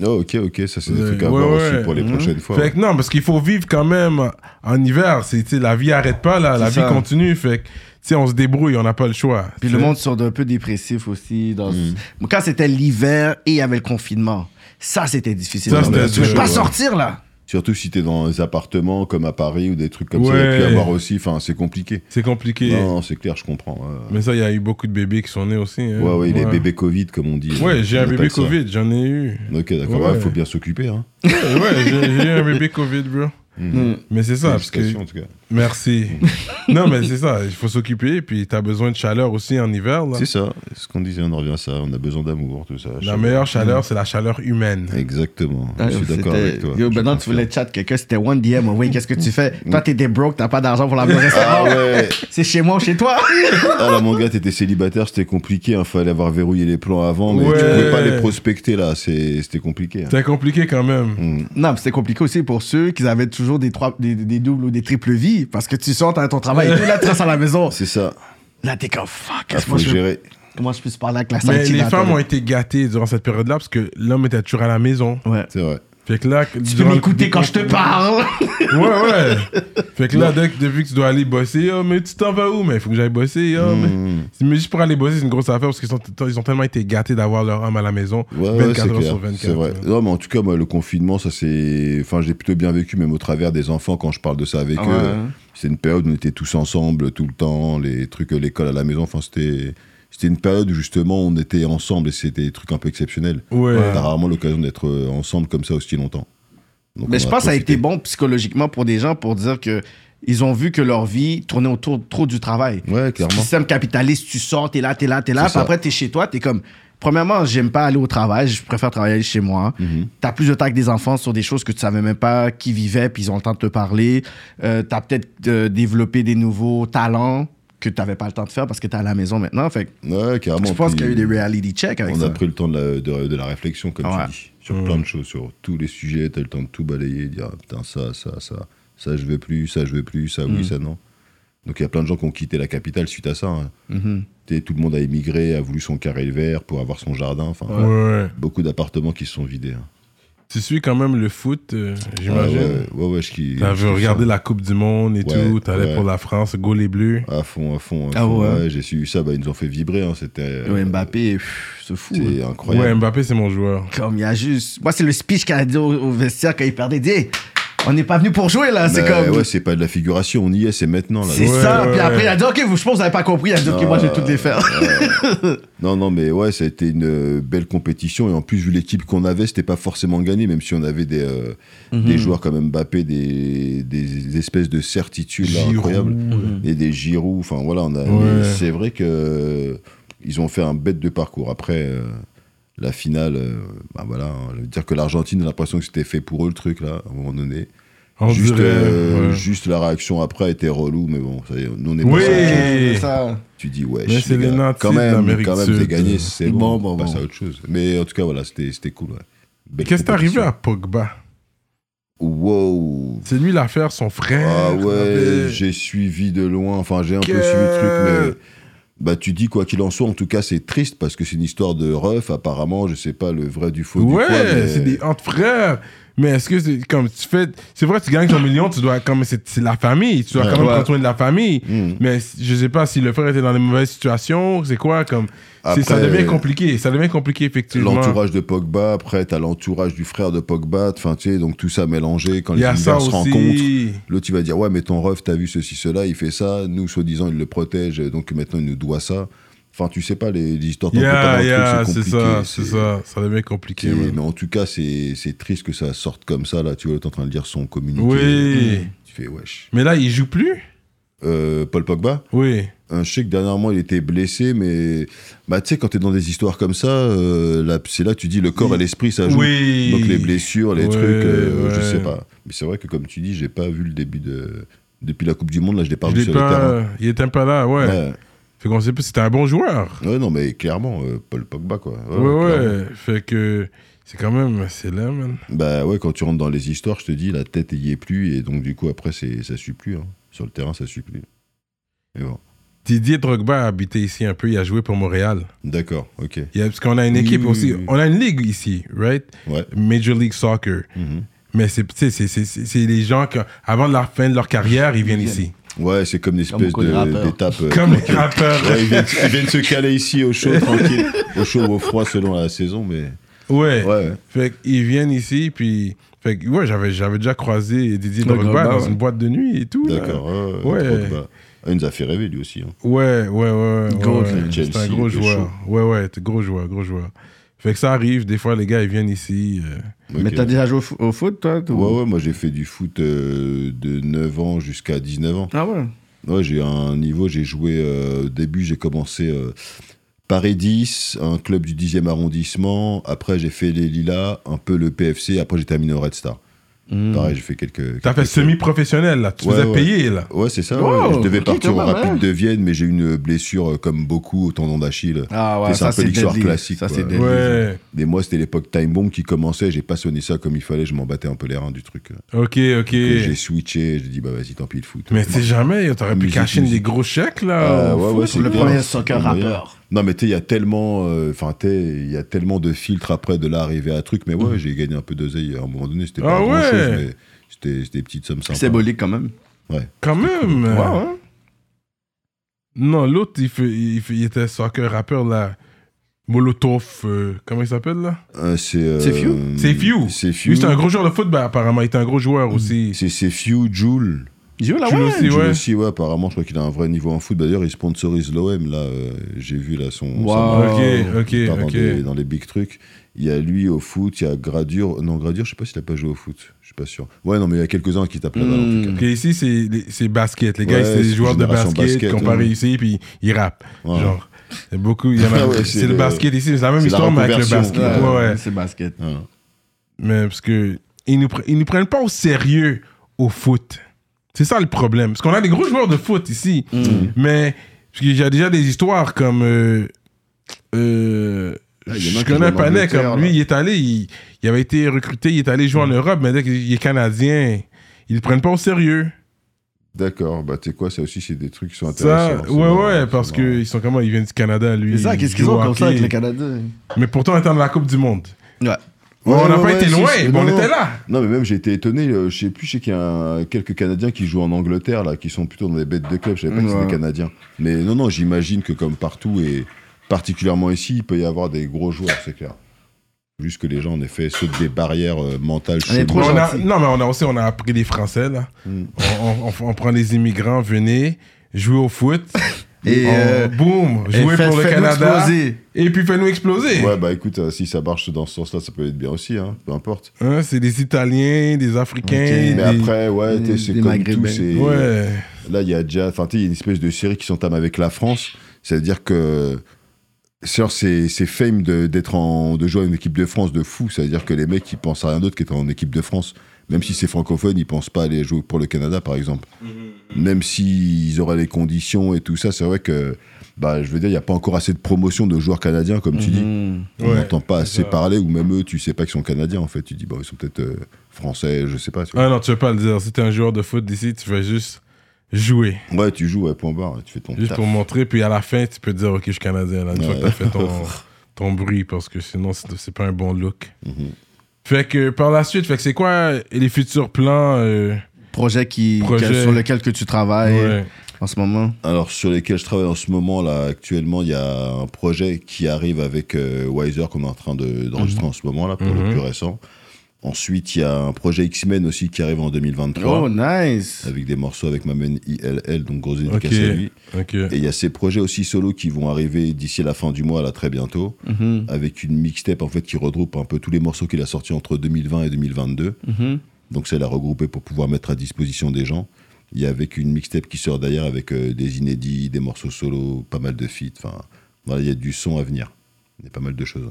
Speaker 3: Ah, ok, ok, ça c'est des
Speaker 1: Ouais,
Speaker 3: trucs à
Speaker 1: ouais,
Speaker 3: voir
Speaker 1: ouais. Mhm.
Speaker 3: aussi pour les prochaines fois.
Speaker 1: Fait que non, parce qu'il faut vivre quand même en hiver. C'est, tu sais, la vie arrête pas, là. La
Speaker 2: C'est
Speaker 1: vie
Speaker 2: ça.
Speaker 1: continue. Fait que, tu sais, on se débrouille, on n'a pas le choix.
Speaker 2: Puis le monde sort d'un peu dépressif aussi. Dans... Moi, Quand c'était l'hiver et il y avait le confinement, ça c'était difficile.
Speaker 1: Ça,
Speaker 2: Non, mais
Speaker 1: c'était
Speaker 2: tu peux
Speaker 1: dur,
Speaker 2: pas
Speaker 1: ouais.
Speaker 2: sortir là.
Speaker 3: Surtout si t'es dans des appartements comme à Paris ou des trucs comme ça, il y
Speaker 1: Ouais.
Speaker 3: a pu avoir aussi, enfin c'est compliqué.
Speaker 1: C'est compliqué.
Speaker 3: Non, non, c'est clair, je comprends. ouais.
Speaker 1: Mais ça, il y a eu beaucoup de bébés qui sont nés aussi. hein.
Speaker 3: Ouais, ouais, les bébés Covid comme on dit. euh,
Speaker 1: Ouais, j'ai
Speaker 3: On
Speaker 1: un
Speaker 3: appelle
Speaker 1: bébé
Speaker 3: ça.
Speaker 1: Covid, j'en ai eu.
Speaker 3: Ok, d'accord, il
Speaker 1: Ouais.
Speaker 3: faut bien s'occuper. Hein. Mhm.
Speaker 1: ouais, j'ai j'ai eu un bébé Covid, bro.
Speaker 2: Mm.
Speaker 1: Mais c'est Mm. ça, parce que.
Speaker 3: Félicitations, en tout cas.
Speaker 1: Merci. non, mais c'est ça, il faut s'occuper, puis t'as besoin de chaleur aussi en hiver. Là.
Speaker 3: C'est ça, ce qu'on disait, on en revient à ça, on a besoin d'amour, tout ça.
Speaker 1: La meilleure
Speaker 3: Mm.
Speaker 1: chaleur, c'est la chaleur humaine.
Speaker 3: Exactement, je suis d'accord
Speaker 2: Ah, C'était-
Speaker 3: avec toi.
Speaker 2: Yo,
Speaker 3: Je
Speaker 2: maintenant, tu
Speaker 3: confirme.
Speaker 2: voulais chat quelqu'un, c'était One DM. Oui, qu'est-ce que tu fais Toi, t'étais broke, t'as pas d'argent pour la bonne
Speaker 3: Ah ouais
Speaker 2: C'est chez moi ou chez toi
Speaker 3: Ah là, mon gars, t'étais célibataire, c'était compliqué, hein, fallait avoir verrouillé les plans avant, mais
Speaker 1: Ouais.
Speaker 3: tu pouvais pas les prospecter là, c'est- c'était compliqué. hein.
Speaker 1: C'est compliqué quand
Speaker 3: Mm.
Speaker 1: même.
Speaker 3: Hmm,
Speaker 2: Non, mais c'était compliqué aussi pour ceux qui avaient toujours des, trois, des, des doubles ou des triples vies. Parce que tu sors, t'as ton travail et tout, là, tu restes à la maison.
Speaker 3: C'est ça,
Speaker 2: Là, t'es comme fuck,
Speaker 3: il
Speaker 2: qu'est-ce que
Speaker 3: faut
Speaker 2: moi, je,
Speaker 3: gérer.
Speaker 2: comment je puisse parler avec la
Speaker 1: Mais
Speaker 2: sortie
Speaker 1: les
Speaker 2: dans la
Speaker 1: femmes ont
Speaker 2: toilette?
Speaker 1: été gâtées durant cette période-là parce que l'homme était toujours à la maison.
Speaker 2: Ouais.
Speaker 3: C'est vrai.
Speaker 1: Fait que là,
Speaker 2: Tu peux m'écouter quand je te parle.
Speaker 1: Ouais, ouais. fait que là, dès que, depuis que tu dois aller bosser, oh, mais tu t'en vas où? Mais il faut que j'aille bosser.
Speaker 3: Mm.
Speaker 1: Oh, mais...
Speaker 3: Hmm,
Speaker 1: C'est- mais juste pour aller bosser, c'est une grosse affaire parce qu'ils sont, ils ont tellement été gâtés d'avoir leur homme à la maison
Speaker 3: Ouais, ouais,
Speaker 1: 24
Speaker 3: c'est
Speaker 1: heures
Speaker 3: clair,
Speaker 1: sur 24.
Speaker 3: C'est vrai.
Speaker 2: euh.
Speaker 1: ouais.
Speaker 3: Non, mais en tout cas, moi, le confinement, ça c'est. Enfin, j'ai plutôt bien vécu, même au travers des enfants, quand je parle de ça avec
Speaker 2: Ouais.
Speaker 3: eux. C'est une période où on était tous ensemble tout le temps, les trucs, euh, l'école à la maison. Enfin, c'était. C'était une période où justement on était ensemble et c'était des trucs un peu exceptionnels.
Speaker 1: Ouais.
Speaker 3: T'as rarement l'occasion d'être euh, ensemble comme ça aussi longtemps. Donc,
Speaker 2: Mais
Speaker 3: on
Speaker 2: je pense que ça a
Speaker 3: profité.
Speaker 2: été bon psychologiquement pour des gens pour dire que ils ont vu que leur vie tournait autour trop du travail.
Speaker 3: Ouais, clairement.
Speaker 2: Le Système capitaliste, tu sors, t'es là, t'es là, t'es là.
Speaker 3: C'est
Speaker 2: Puis
Speaker 3: ça.
Speaker 2: après, t'es chez toi, t'es comme. Premièrement, j'aime pas aller au travail, je préfère travailler chez moi.
Speaker 3: Mm. Mhm.
Speaker 2: T'as plus de temps avec des enfants sur des choses que tu savais même pas qui vivaient, puis ils ont le temps de te parler. Euh, t'as peut-être euh, développé des nouveaux talents que t'avais pas le temps de faire parce que t'es à la maison maintenant. Fait que
Speaker 3: Ouais, carrément.
Speaker 2: je pense
Speaker 3: Ah Puis
Speaker 2: qu'il y a eu des reality checks avec
Speaker 3: On
Speaker 2: ça.
Speaker 3: a pris le temps de la, de- de la réflexion, comme
Speaker 2: Ouais. Mmh.
Speaker 3: tu dis, sur plein de choses, sur tous les sujets. T'as le temps de tout balayer, dire ah, putain, ça, ça, ça, ça, je veux plus, ça, je veux plus, ça,
Speaker 2: Mmh.
Speaker 3: oui, ça, non. Donc il y a plein de gens qui ont quitté la capitale suite à ça. hein.
Speaker 2: Mhm.
Speaker 3: T'sais, Tout le monde a émigré, a voulu son carré vert pour avoir son jardin. Enfin,
Speaker 1: Ouais, ouais.
Speaker 3: beaucoup d'appartements qui se sont vidés. hein.
Speaker 1: Tu suis quand même le foot, euh, j'imagine.
Speaker 3: Ah, ouais, ouais, ouais, je qui.
Speaker 1: T'as vu
Speaker 3: je-
Speaker 1: regarder la Coupe du Monde et
Speaker 3: Ouais,
Speaker 1: tout, t'allais
Speaker 3: ouais.
Speaker 1: pour la France, go les bleus.
Speaker 3: À fond, à fond, à
Speaker 2: Ah
Speaker 3: fond.
Speaker 2: ouais.
Speaker 3: Ouais, J'ai su ça, bah, ils nous ont fait vibrer. hein, C'était.
Speaker 2: Ouais, Mbappé, pff, c'est fou. hein.
Speaker 1: Ouais,
Speaker 3: C'est incroyable.
Speaker 1: Mbappé, c'est mon joueur.
Speaker 2: Comme il y a juste. Moi, c'est le speech qu'il a dit au, au vestiaire quand il perdait. Il dit Hey, On n'est pas venu pour jouer là. C'est
Speaker 3: Mais
Speaker 2: comme.
Speaker 3: Ben ouais, c'est pas de la figuration, on y est, c'est maintenant. Là,
Speaker 2: c'est
Speaker 1: Ouais,
Speaker 2: ça.
Speaker 1: ouais,
Speaker 2: Puis après,
Speaker 1: ouais.
Speaker 2: il a dit Ok, vous, je pense que vous n'avez pas compris. Il a dit Ok, moi, je vais toutes les faire.
Speaker 3: Non, non, mais ouais, ça a été une euh, belle compétition. Et en plus, vu l'équipe qu'on avait, c'était pas forcément gagné, même si on avait des, euh,
Speaker 1: Mhm.
Speaker 3: des joueurs comme Mbappé, des, des espèces de certitudes là,
Speaker 1: Giroud.
Speaker 3: incroyables. Et des Giroud. Enfin, voilà, on a.
Speaker 1: Ouais.
Speaker 3: mais C'est vrai que euh, ils ont fait un bête de parcours. Après. euh, la finale, euh, bah voilà, hein, je veux dire que l'Argentine, j'ai l'impression que c'était fait pour eux le truc là, à un moment donné.
Speaker 1: On
Speaker 3: Juste,
Speaker 1: dirait,
Speaker 3: euh,
Speaker 1: ouais.
Speaker 3: juste la réaction après était relou, mais bon, ça y est, nous on est
Speaker 1: Oui.
Speaker 3: passé à autre chose
Speaker 2: C'est ça.
Speaker 3: tu dis ouais
Speaker 1: Mais c'est les nazis
Speaker 3: quand
Speaker 1: de
Speaker 3: même
Speaker 1: l'Amérique
Speaker 3: quand
Speaker 1: du
Speaker 3: même
Speaker 1: Sud.
Speaker 3: t'es gagné c'est
Speaker 2: Bon,
Speaker 3: bon,
Speaker 2: bon,
Speaker 3: on passe
Speaker 2: bon.
Speaker 3: à autre chose mais en tout cas voilà c'était c'était cool ouais. Belle
Speaker 1: Qu'est-ce qui est arrivé
Speaker 3: compétition.
Speaker 1: à Pogba
Speaker 3: wow
Speaker 1: C'est lui l'affaire, son frère.
Speaker 3: ah ouais
Speaker 1: l'affaire.
Speaker 3: j'ai suivi de loin enfin j'ai un peu
Speaker 1: Que-
Speaker 3: suivi le truc mais bah tu dis quoi qu'il en soit en tout cas c'est triste parce que c'est une histoire de ref apparemment je sais pas le vrai du faux
Speaker 1: Ouais,
Speaker 3: du quoi mais-
Speaker 1: c'est des entre frères. Mais est-ce que c'est comme tu fais. C'est vrai, tu gagnes ton million, tu dois. Comme c'est c'est la famille, tu dois quand même
Speaker 2: Ouais.
Speaker 1: prendre soin de la famille.
Speaker 3: Mm.
Speaker 1: Mais c- je sais pas si le frère était dans des mauvaises situations, c'est quoi, comme. c'est- ça
Speaker 3: Après,
Speaker 1: devient
Speaker 3: euh,
Speaker 1: compliqué, ça devient compliqué, effectivement.
Speaker 3: L'entourage de Pogba, après t'as l'entourage du frère de Pogba, enfin tu sais, donc tout ça mélangé quand
Speaker 1: Il
Speaker 3: les
Speaker 1: y a ça
Speaker 3: univers se rencontrent.
Speaker 1: aussi.
Speaker 3: L'autre, il va dire Ouais, mais ton ref, t'as vu ceci, cela, il fait ça. Nous, soi-disant, il le protège, donc maintenant, il nous doit ça. Enfin, tu sais pas, les, les histoires
Speaker 1: Yeah,
Speaker 3: d'entre-
Speaker 1: yeah,
Speaker 3: truc,
Speaker 1: c'est ça, c'est ça. Ça devient
Speaker 3: c'est-
Speaker 1: compliqué.
Speaker 3: Mais
Speaker 1: man.
Speaker 3: en tout cas, c'est c'est triste que ça sorte comme ça. Là, tu vois, t'es en train de lire son communiqué.
Speaker 1: Oui.
Speaker 3: Tu fais wesh.
Speaker 1: Mais là, il joue plus
Speaker 3: Euh, Paul Pogba
Speaker 1: Oui.
Speaker 3: Euh, Je sais que dernièrement, il était blessé, mais bah, tu sais, quand t'es dans des histoires comme ça, euh, là, c'est là tu dis le corps et l'esprit, ça joue.
Speaker 1: Oui.
Speaker 3: Donc les blessures, les
Speaker 1: Ouais,
Speaker 3: trucs, euh, je
Speaker 1: ouais.
Speaker 3: sais pas. Mais c'est vrai que comme tu dis, j'ai pas vu le début de depuis la Coupe du Monde. Là, je l'ai pas
Speaker 1: Je
Speaker 3: vu
Speaker 1: l'ai
Speaker 3: sur le terrain.
Speaker 1: pas, il était pas là, ouais.
Speaker 3: Ouais.
Speaker 1: Fait qu'on sait plus, c'était un bon joueur.
Speaker 3: Ouais, non, mais clairement, euh, Paul Pogba, quoi.
Speaker 1: Ouais, ouais.
Speaker 3: clairement.
Speaker 1: Fait que c'est quand même, c'est là, man.
Speaker 3: Bah ouais, quand tu rentres dans les histoires, je te dis, la tête y est plus, et donc du coup, après, c'est, ça suit plus. hein. Sur le terrain, ça suit plus. Mais bon.
Speaker 1: Didier Drogba a habité ici un peu, il a joué pour Montréal.
Speaker 3: D'accord, ok.
Speaker 1: Il y a- parce qu'on a une
Speaker 2: Oui,
Speaker 1: équipe
Speaker 2: oui,
Speaker 1: aussi,
Speaker 2: oui.
Speaker 1: on a une ligue ici, right?
Speaker 3: Ouais.
Speaker 1: Major League Soccer.
Speaker 3: Mhm.
Speaker 1: Mais c'est, tu sais, c'est, c'est, c'est- c'est les gens qui, avant la fin de leur carrière, ils viennent
Speaker 2: Ils
Speaker 1: ici.
Speaker 3: Ouais, c'est comme une
Speaker 2: Comme
Speaker 3: espèce
Speaker 2: beaucoup de
Speaker 3: de,
Speaker 2: rappeurs.
Speaker 3: d'étape. euh,
Speaker 1: Comme les
Speaker 3: tranquille.
Speaker 1: rappeurs.
Speaker 3: Ouais, ils, viennent, ils viennent se caler ici au chaud, tranquille. Au chaud ou au froid, selon la saison, mais.
Speaker 1: Ouais.
Speaker 3: Ouais, ouais.
Speaker 1: Fait qu'ils viennent ici, puis. Fait que, ouais, j'avais, j'avais déjà croisé Didier
Speaker 2: Ouais,
Speaker 1: Drogba
Speaker 2: Drogba,
Speaker 1: dans
Speaker 2: ouais.
Speaker 1: une boîte de nuit et tout. là.
Speaker 3: D'accord. euh,
Speaker 1: Ouais.
Speaker 3: Pogba. Ah, Il nous a fait rêver, lui aussi. hein.
Speaker 1: Ouais, ouais, ouais. ouais,
Speaker 2: Goat,
Speaker 1: ouais.
Speaker 3: là,
Speaker 1: C'est un
Speaker 3: Chelsea,
Speaker 1: gros
Speaker 3: il était
Speaker 1: joueur. Ouais, ouais, t'es gros joueur, gros joueur. Fait que ça arrive, des fois, les gars, ils viennent ici. euh,
Speaker 2: Mais
Speaker 3: Ok.
Speaker 2: t'as déjà joué au, fo- au foot, toi tout-
Speaker 3: Ouais, ouais, moi j'ai fait du foot euh, de 9 ans jusqu'à 19 ans.
Speaker 2: Ah ouais
Speaker 3: Ouais, j'ai un niveau, j'ai joué euh, au début, j'ai commencé euh, Paris 10, un club du 10e arrondissement. Après, j'ai fait les Lilas, un peu le PFC. Après, j'ai terminé au Red Star.
Speaker 2: Mm.
Speaker 3: Pareil, j'ai fait quelques.
Speaker 1: T'as fait
Speaker 3: quelques-
Speaker 1: semi-professionnel, là. Tu
Speaker 3: Ouais,
Speaker 1: faisais
Speaker 3: ouais.
Speaker 1: payer, là.
Speaker 3: Ouais, c'est ça.
Speaker 2: Wow,
Speaker 3: ouais. Je devais
Speaker 2: ok,
Speaker 3: partir au
Speaker 2: quand même,
Speaker 3: Rapide
Speaker 2: ouais.
Speaker 3: de Vienne, mais j'ai eu une blessure, euh, comme beaucoup, au tendon d'Achille.
Speaker 2: Ah ouais,
Speaker 3: C'est un
Speaker 2: ça
Speaker 3: peu
Speaker 2: c'est
Speaker 3: l'histoire
Speaker 2: deadly.
Speaker 3: classique,
Speaker 2: Ça
Speaker 3: quoi.
Speaker 2: c'est deadly.
Speaker 1: Ouais.
Speaker 3: Mais moi, c'était l'époque Time Bomb qui commençait. J'ai pas sonné ça comme il fallait. Je m'en battais un peu les reins du truc. euh.
Speaker 1: Ok, ok.
Speaker 3: Et J'ai switché. J'ai dit, bah vas-y, tant pis le foot.
Speaker 1: Mais tu sais jamais, t'aurais pu
Speaker 3: Musique,
Speaker 1: cacher
Speaker 3: musique.
Speaker 1: des gros chèques,
Speaker 3: Ah,
Speaker 1: là. au
Speaker 3: ouais,
Speaker 1: foot,
Speaker 3: ouais, c'est
Speaker 1: là.
Speaker 2: Le
Speaker 3: bien.
Speaker 2: premier soccer
Speaker 3: C'est bien.
Speaker 2: rappeur.
Speaker 3: Non, mais tu sais, il y a tellement, euh, enfin, tu sais, il y a tellement de filtres après de là arriver à truc. Mais ouais, j'ai gagné un peu d'oseille à un moment donné. C'était pas
Speaker 1: Mhm. Ah
Speaker 3: grand chose,
Speaker 1: ouais.
Speaker 3: mais c'était c'était des petites sommes sympas.
Speaker 2: Symbolique quand même.
Speaker 1: Quand même.
Speaker 2: Ouais,
Speaker 1: euh,
Speaker 2: ouais.
Speaker 1: Non, l'autre, il, fait- il, fait- il était soccer rappeur, là. Molotov, euh, comment il s'appelle, là
Speaker 3: Euh, c'est euh,
Speaker 2: C'est Few
Speaker 1: C'est Few.
Speaker 3: C'est Few.
Speaker 1: Lui, c'était un gros joueur de football, apparemment. Il était un gros joueur aussi.
Speaker 3: C'est c'est Few, Joule.
Speaker 2: Yo, là,
Speaker 1: Tu
Speaker 2: ouais.
Speaker 1: le sais,
Speaker 3: Joule
Speaker 1: ouais.
Speaker 3: aussi, ouais, apparemment, je crois qu'il a un vrai niveau en foot. D'ailleurs, il sponsorise l'OM, là. euh, j'ai vu, là, son.
Speaker 2: Wow.
Speaker 3: sa marque.
Speaker 1: Ok, ok,
Speaker 3: Il part dans,
Speaker 1: ok.
Speaker 3: les, dans les big trucs. Il y a lui au foot, il y a Gradure. Non, Gradure, je sais pas s'il a pas joué au foot. Je suis pas sûr. Ouais, non, mais il y a quelques-uns qui tapent la balle, en tout
Speaker 2: Mm.
Speaker 3: cas.
Speaker 1: Puis ici, c'est les- c'est basket. Les gars,
Speaker 3: Ouais,
Speaker 1: c'est des
Speaker 3: c'est
Speaker 1: joueurs de
Speaker 3: génération
Speaker 1: basket,
Speaker 3: basket,
Speaker 1: qu'on
Speaker 3: ouais.
Speaker 1: parie ici, puis ils rappent.
Speaker 3: Ouais.
Speaker 1: Genre, il y a beaucoup. il y en a-
Speaker 3: Ah ouais,
Speaker 1: c'est
Speaker 3: c'est
Speaker 1: le
Speaker 3: le-
Speaker 1: basket ici, c'est la même
Speaker 3: c'est la
Speaker 1: histoire, mais avec le
Speaker 3: reconversion,
Speaker 1: basket.
Speaker 3: ouais.
Speaker 1: Ouais, ouais.
Speaker 2: C'est basket.
Speaker 3: Ah.
Speaker 1: Mais parce que ils nous, pre- ils nous prennent pas au sérieux au foot. C'est ça le problème. Parce qu'on a des gros joueurs de foot ici.
Speaker 3: Mm.
Speaker 1: Mais parce qu'il y a déjà des histoires comme. euh, euh,
Speaker 3: Ah, il y en
Speaker 1: je
Speaker 3: a qui
Speaker 1: connais un
Speaker 3: jouent en
Speaker 1: panel
Speaker 3: Angleterre,
Speaker 1: comme lui,
Speaker 3: là. Mm.
Speaker 1: il est allé, il, il avait été recruté, il est allé jouer en Europe, mais dès qu'il est canadien, ils le prennent pas au sérieux.
Speaker 3: D'accord, bah tu sais quoi, ça aussi c'est des trucs qui sont
Speaker 1: Ça,
Speaker 3: intéressants. hein,
Speaker 1: ouais,
Speaker 3: c'est marrant,
Speaker 1: ouais,
Speaker 3: c'est
Speaker 1: parce
Speaker 3: marrant.
Speaker 1: qu'ils sont comment, ils viennent du Canada, lui.
Speaker 2: C'est ça,
Speaker 1: ils
Speaker 2: qu'est-ce qu'ils
Speaker 1: jouent
Speaker 2: ont
Speaker 1: au
Speaker 2: comme ça
Speaker 1: hockey.
Speaker 2: avec les Canadiens
Speaker 1: Mais pourtant, on était dans la Coupe du Monde.
Speaker 2: Ouais.
Speaker 1: on n'a
Speaker 3: ouais,
Speaker 1: pas
Speaker 3: ouais,
Speaker 1: été
Speaker 3: si,
Speaker 1: loin,
Speaker 3: si,
Speaker 1: mais
Speaker 3: non,
Speaker 1: on
Speaker 3: non.
Speaker 1: était là.
Speaker 3: Non mais même j'ai été étonné, euh, je sais plus, je sais qu'il y a un- quelques Canadiens qui jouent en Angleterre là, qui sont plutôt dans des bêtes de club, je savais pas que c'était
Speaker 2: Ouais.
Speaker 3: des Canadiens. Mais non, non, j'imagine que comme partout et particulièrement ici, il peut y avoir des gros joueurs, c'est clair. Juste que les gens en effet sautent des barrières euh, mentales.
Speaker 2: On est
Speaker 3: cheloues.
Speaker 2: trop
Speaker 1: Mais on a-
Speaker 2: gentil. Hmm.
Speaker 1: non, mais on a aussi on a appris les Français, là.
Speaker 3: Mm.
Speaker 1: On, on- on- on prend les immigrants, venez, jouer au foot.
Speaker 2: Et,
Speaker 1: on-
Speaker 2: euh,
Speaker 1: boum, jouer
Speaker 2: Et faites-
Speaker 1: pour le
Speaker 2: faites-nous
Speaker 1: Canada.
Speaker 2: exploser.
Speaker 1: Et puis fais-nous exploser.
Speaker 3: Ouais bah écoute, euh, si ça marche dans ce sens-là, ça peut être bien aussi, hein, peu importe.
Speaker 1: Hein, c'est des Italiens, des Africains.
Speaker 2: Ok.
Speaker 1: des-
Speaker 3: Mais après, ouais, tu sais,
Speaker 2: des
Speaker 3: c'est comme tout,
Speaker 2: Maghrébins.
Speaker 3: c'est...
Speaker 1: Ouais.
Speaker 3: Là, il y a déjà, enfin, tu sais, il y a une espèce de série qui s'entame avec la France. C'est-à-dire que c'est genre, c'est c'est fame de- d'être en, de jouer à une équipe de France de fou. C'est-à-dire que les mecs, ils pensent à rien d'autre qu'être en équipe de France. Même si c'est francophone, ils pensent pas aller jouer pour le Canada, par exemple. Même s'ils auraient les conditions et tout ça, c'est vrai que, bah, je veux dire, il n'y a pas encore assez de promotion de joueurs canadiens, comme tu dis.
Speaker 2: Mm.
Speaker 3: On
Speaker 1: Mmh, Ouais,
Speaker 3: n'entend pas
Speaker 1: c'est
Speaker 3: assez
Speaker 1: ça.
Speaker 3: parler, ou même eux, tu sais pas qu'ils sont canadiens, en fait. Tu dis, bon, ils sont peut-être euh, français, je sais pas. tu vois.
Speaker 1: Ah non, tu veux pas le dire. Si t'es un joueur de foot d'ici, tu vas juste jouer.
Speaker 3: Ouais, tu joues, ouais, point barre, tu fais ton
Speaker 1: Juste
Speaker 3: taf.
Speaker 1: pour montrer. Puis à la fin, tu peux dire, OK, je suis Canadien. Là, une fois
Speaker 3: Ouais.
Speaker 1: que t'as fait ton, ton bruit, parce que sinon, c'est c'est pas un bon look.
Speaker 2: Mm-hmm.
Speaker 3: Mhm.
Speaker 1: Fait que par la suite, fait que c'est quoi les futurs plans euh,
Speaker 2: Projet, qui,
Speaker 1: Projet.
Speaker 2: que- sur lequel que tu travailles en ce moment.
Speaker 3: Alors sur lesquels je travaille en ce moment là actuellement, il y a un projet qui arrive avec euh, Wiser qu'on est en train de- d'enregistrer en ce moment là pour
Speaker 1: Mhm.
Speaker 3: le plus récent. Ensuite, il y a un projet X-Men aussi qui arrive en 2023.
Speaker 2: Oh, nice.
Speaker 3: Avec des morceaux avec ma main ILL, donc grosse
Speaker 1: Ok.
Speaker 3: dédicace à lui.
Speaker 1: Ok.
Speaker 3: Et il y a ces projets aussi solo qui vont arriver d'ici la fin du mois, là très bientôt,
Speaker 2: Mhm,
Speaker 3: avec une mixtape en fait qui regroupe un peu tous les morceaux qu'il a sortis entre 2020 et 2022.
Speaker 2: mhm.
Speaker 3: Donc c'est la regrouper pour pouvoir mettre à disposition des gens. Il y a avec une mixtape qui sort d'ailleurs avec euh, des inédits, des morceaux solo, pas mal de feats. Enfin, voilà, il y a du son à venir. Il y a pas mal de choses.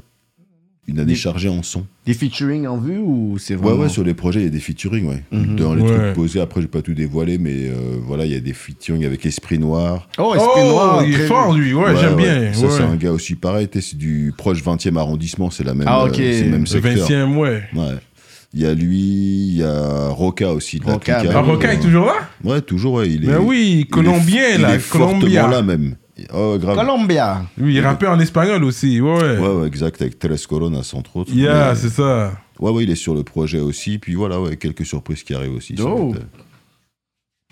Speaker 3: Une année
Speaker 2: Des- Ah
Speaker 3: chargée en son.
Speaker 2: Des featuring en vue ou c'est
Speaker 3: Ouais,
Speaker 2: vraiment.
Speaker 3: ouais, sur les projets, il y a des featuring, ouais.
Speaker 2: Mhm.
Speaker 3: Dans les
Speaker 1: Ouais.
Speaker 3: trucs posés, après, j'ai pas tout dévoilé, mais euh, voilà, il y a des featuring avec Esprit Noir.
Speaker 2: Oh, Esprit
Speaker 1: Oh,
Speaker 2: Noir,
Speaker 1: il est
Speaker 2: très-
Speaker 1: fort, lui. Ouais, j'aime bien.
Speaker 3: Ça, c'est un
Speaker 1: ouais.
Speaker 3: gars aussi pareil, t'es- c'est du proche 20e arrondissement, c'est la même,
Speaker 2: Ah, ok.
Speaker 3: euh, c'est le
Speaker 1: Le
Speaker 2: Le
Speaker 3: même secteur.
Speaker 1: 20e, ouais.
Speaker 3: Ouais. Il y a lui, il y a Roca aussi. De la Euh,
Speaker 2: Roca,
Speaker 3: Tricade.
Speaker 2: bah
Speaker 1: Ah,
Speaker 2: oui.
Speaker 1: Roca est toujours là
Speaker 3: Ouais, toujours, ouais. Il est,
Speaker 1: Mais oui,
Speaker 3: il est-
Speaker 1: colombien,
Speaker 3: il
Speaker 1: là.
Speaker 3: est fortement
Speaker 1: Colombien.
Speaker 3: là même. Oh, grave.
Speaker 2: Colombia.
Speaker 1: Oui, il rappait en espagnol aussi, ouais. ouais.
Speaker 3: Ouais, ouais, exact, avec Tres Coronas, entre autres.
Speaker 1: Yeah,
Speaker 3: Mais-
Speaker 1: c'est ça.
Speaker 3: Ouais, ouais, il est sur le projet aussi. Puis voilà, ouais, quelques surprises qui arrivent aussi. ça va
Speaker 2: Oh.
Speaker 3: être-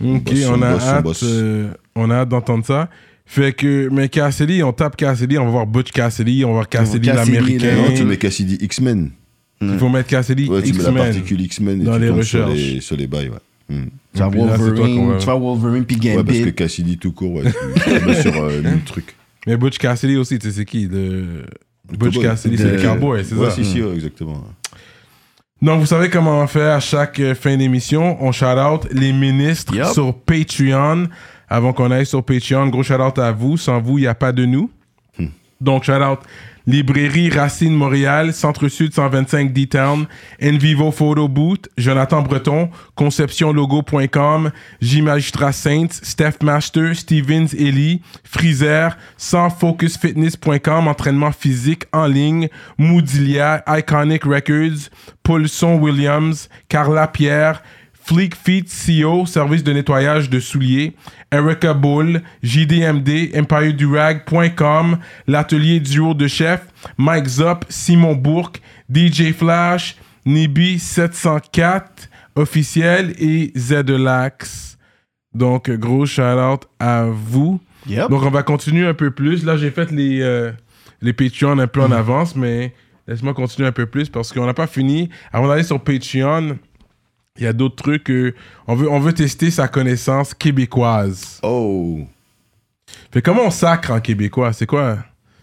Speaker 1: Ok,
Speaker 3: bosse,
Speaker 1: on,
Speaker 3: on
Speaker 1: a
Speaker 3: bosse, on
Speaker 1: hâte,
Speaker 3: bosse.
Speaker 1: euh, on a hâte d'entendre ça. Fait que, mais Cassidy, on tape Cassidy, on va voir Butch Cassidy, on va voir Cassidy
Speaker 2: Cassidy,
Speaker 1: l'américain.
Speaker 2: là.
Speaker 3: Non, euh, tu mets Cassidy X-Men.
Speaker 1: Il faut mettre Cassidy
Speaker 3: Ouais, tu mets la
Speaker 1: X-Men.
Speaker 3: particule X-Men et
Speaker 1: Dans
Speaker 3: tu
Speaker 1: les
Speaker 3: tombes sur
Speaker 1: recherches.
Speaker 3: les, sur les bails, ouais. Hmm.
Speaker 2: Tu vas
Speaker 1: Puis là, c'est toi qu'on va-
Speaker 2: Wolverine, tu vas Wolverine puis
Speaker 3: Ouais, parce que
Speaker 2: Gambit.
Speaker 3: Cassidy tout court, ouais, tu tu tombes sur euh, mille trucs.
Speaker 1: Mais Butch Cassidy aussi, tu sais, c'est qui le... Butch
Speaker 3: cowboy. Euh,
Speaker 1: Cassidy, c'est le
Speaker 2: De-
Speaker 1: cowboy, c'est
Speaker 3: Ouais,
Speaker 1: ça. Hmm.
Speaker 3: si, si, ouais, exactement.
Speaker 1: Donc, vous savez comment on fait à chaque euh, fin d'émission. On shout-out les ministres
Speaker 2: Yup.
Speaker 1: sur Patreon. Avant qu'on aille sur Patreon, gros shout-out à vous. Sans vous, il n'y a pas de nous. Donc, shout-out Librairie Racine Montréal, Centre-Sud 125 D-Town, Envivo Photo Boot, Jonathan Breton, ConceptionLogo.com, J Magistrat Saints, Steph Master, Stevens Ellie, Freezer, SansFocusFitness.com, entraînement physique en ligne, Moodilia, Iconic Records, Paulson Williams, Carla Pierre, Fleek Feet CO, service de nettoyage de souliers, Erica Bull, JDMD, EmpireDurag.com, l'atelier duo de chef, Mike Zop, Simon Bourque, DJ Flash, Nibi704, officiel et Zelax. Donc, gros shout-out à vous.
Speaker 2: Yep.
Speaker 1: Donc, on va continuer un peu plus. Là, j'ai fait les, euh, les Patreon un peu en
Speaker 2: Mm.
Speaker 1: avance, mais laisse-moi continuer un peu plus parce qu'on n'a pas fini. Avant d'aller sur Patreon, il y a d'autres trucs. euh, on, veut, on veut tester sa connaissance québécoise.
Speaker 3: Oh!
Speaker 1: Fait comment on sacre en québécois C'est quoi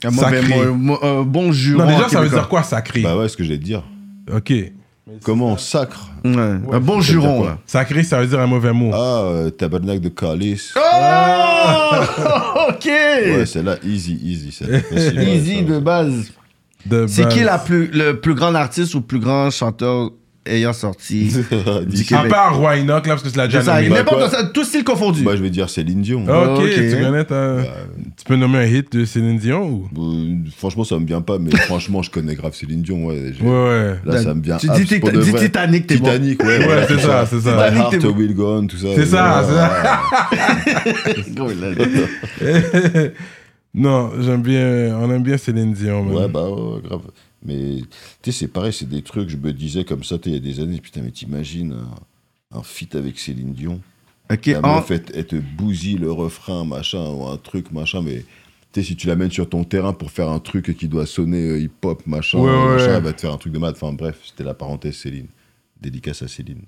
Speaker 2: Un mauvais
Speaker 1: Sacré.
Speaker 2: mot- mo- euh, bon juron.
Speaker 1: Non, déjà, ça veut
Speaker 2: québécois. Ben,
Speaker 1: dire quoi sacré
Speaker 3: Bah ouais, ce que j'allais te dire.
Speaker 1: Ok.
Speaker 3: Comment on sacre
Speaker 2: Ouais, Un bon
Speaker 3: Ça veut dire
Speaker 2: juron.
Speaker 3: quoi
Speaker 2: là.
Speaker 1: Sacré, ça veut dire un mauvais mot.
Speaker 3: Ah, euh, tabernacle de calice.
Speaker 2: Oh! OK!
Speaker 3: Ouais, celle-là, easy, easy. celle-là, facile, ouais,
Speaker 2: Easy
Speaker 3: ça,
Speaker 2: de base.
Speaker 1: De ben,
Speaker 2: C'est
Speaker 1: base.
Speaker 2: qui la plus, le plus grand artiste ou plus grand chanteur ayant sorti
Speaker 3: ouais.
Speaker 2: du
Speaker 3: Dis-
Speaker 1: À
Speaker 2: Québec?
Speaker 1: part Roy Enoch, là, parce que c'est la
Speaker 2: Je
Speaker 1: déjà
Speaker 2: sais,
Speaker 1: nommée.
Speaker 3: Bah,
Speaker 2: n'importe
Speaker 3: quoi.
Speaker 2: quoi, tout style confondu.
Speaker 3: Bah, je vais dire Céline Dion.
Speaker 1: Ok,
Speaker 2: Ok.
Speaker 1: tu connais ta- Tu peux nommer un hit de Céline Dion ou...
Speaker 3: Euh, Franchement, ça me vient pas, mais franchement, je connais grave Céline Dion. Ouais, j'ai-
Speaker 1: Ouais, ouais.
Speaker 3: Là, ça me vient.
Speaker 2: Tu
Speaker 3: abs
Speaker 2: dis, Tita-
Speaker 3: pour de
Speaker 2: dis
Speaker 3: vrai.
Speaker 2: Titanic, t'es bon.
Speaker 3: Titanic, ouais.
Speaker 1: Ouais,
Speaker 3: voilà,
Speaker 1: c'est ça, c'est ça.
Speaker 3: My
Speaker 2: Titanic,
Speaker 3: Heart
Speaker 2: t'es bon.
Speaker 3: Will Gone, tout ça.
Speaker 1: C'est ça,
Speaker 3: Ouais,
Speaker 1: c'est ça.
Speaker 2: Gros, il a-
Speaker 1: non, j'aime bien. On aime bien Céline Dion. man.
Speaker 3: Ouais, bah, ouais, ouais, grave. Mais, tu sais, c'est pareil, c'est des trucs, je me disais comme ça, tu sais, il y a des années, putain, mais t'imagines un, un feat avec Céline Dion.
Speaker 2: Ok,
Speaker 3: La
Speaker 2: en-
Speaker 3: meuf, elle, elle te bousille le refrain, machin, ou un truc, machin, mais tu sais, si tu l'amènes sur ton terrain pour faire un truc qui doit sonner euh, hip-hop, machin,
Speaker 1: Ouais,
Speaker 3: euh,
Speaker 1: ouais.
Speaker 3: machin, elle va te faire un truc de maths. Enfin bref, c'était la parenthèse Céline. Dédicace à Céline.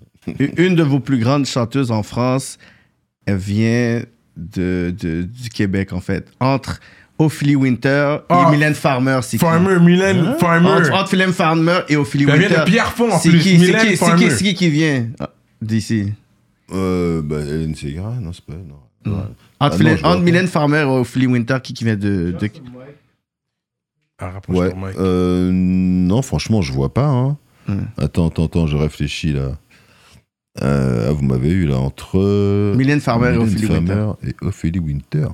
Speaker 2: une de vos plus grandes chanteuses en France, elle vient de, de- du Québec, en fait. Entre Ophélie Winter
Speaker 1: Ah.
Speaker 2: et Mylène Farmer, c'est qui?
Speaker 1: Farmer, Mylène
Speaker 3: Hein?
Speaker 1: Farmer.
Speaker 2: Entre, entre Mylène Farmer et Ophélie
Speaker 1: Elle
Speaker 2: Winter.
Speaker 1: vient de Pierrefonds, en
Speaker 2: C'est
Speaker 1: plus.
Speaker 2: qui, c'est
Speaker 1: Mylène
Speaker 2: qui, c'est
Speaker 1: Farmer.
Speaker 2: qui, c'est qui qui vient ah, d'ici?
Speaker 3: Euh, bah, Hélène Segara, non, c'est pas elle, non.
Speaker 2: Mmh.
Speaker 3: Ouais.
Speaker 2: Entre,
Speaker 3: Ah
Speaker 2: Mylène-
Speaker 3: non, je vois
Speaker 2: entre
Speaker 3: pas.
Speaker 2: Mylène Farmer et Ophélie Winter, qui, qui vient de... de-
Speaker 1: Ah, rapproche
Speaker 3: Ouais.
Speaker 1: ton mic.
Speaker 3: euh, non, franchement, je vois pas. hein.
Speaker 2: Hmm.
Speaker 3: Attends, attends, attends, je réfléchis là. Euh, ah, vous m'avez eu là entre.
Speaker 2: Mylène Farmer et
Speaker 3: Mylène
Speaker 2: Ophélie Winter.
Speaker 3: Farmer et Ophélie Winter.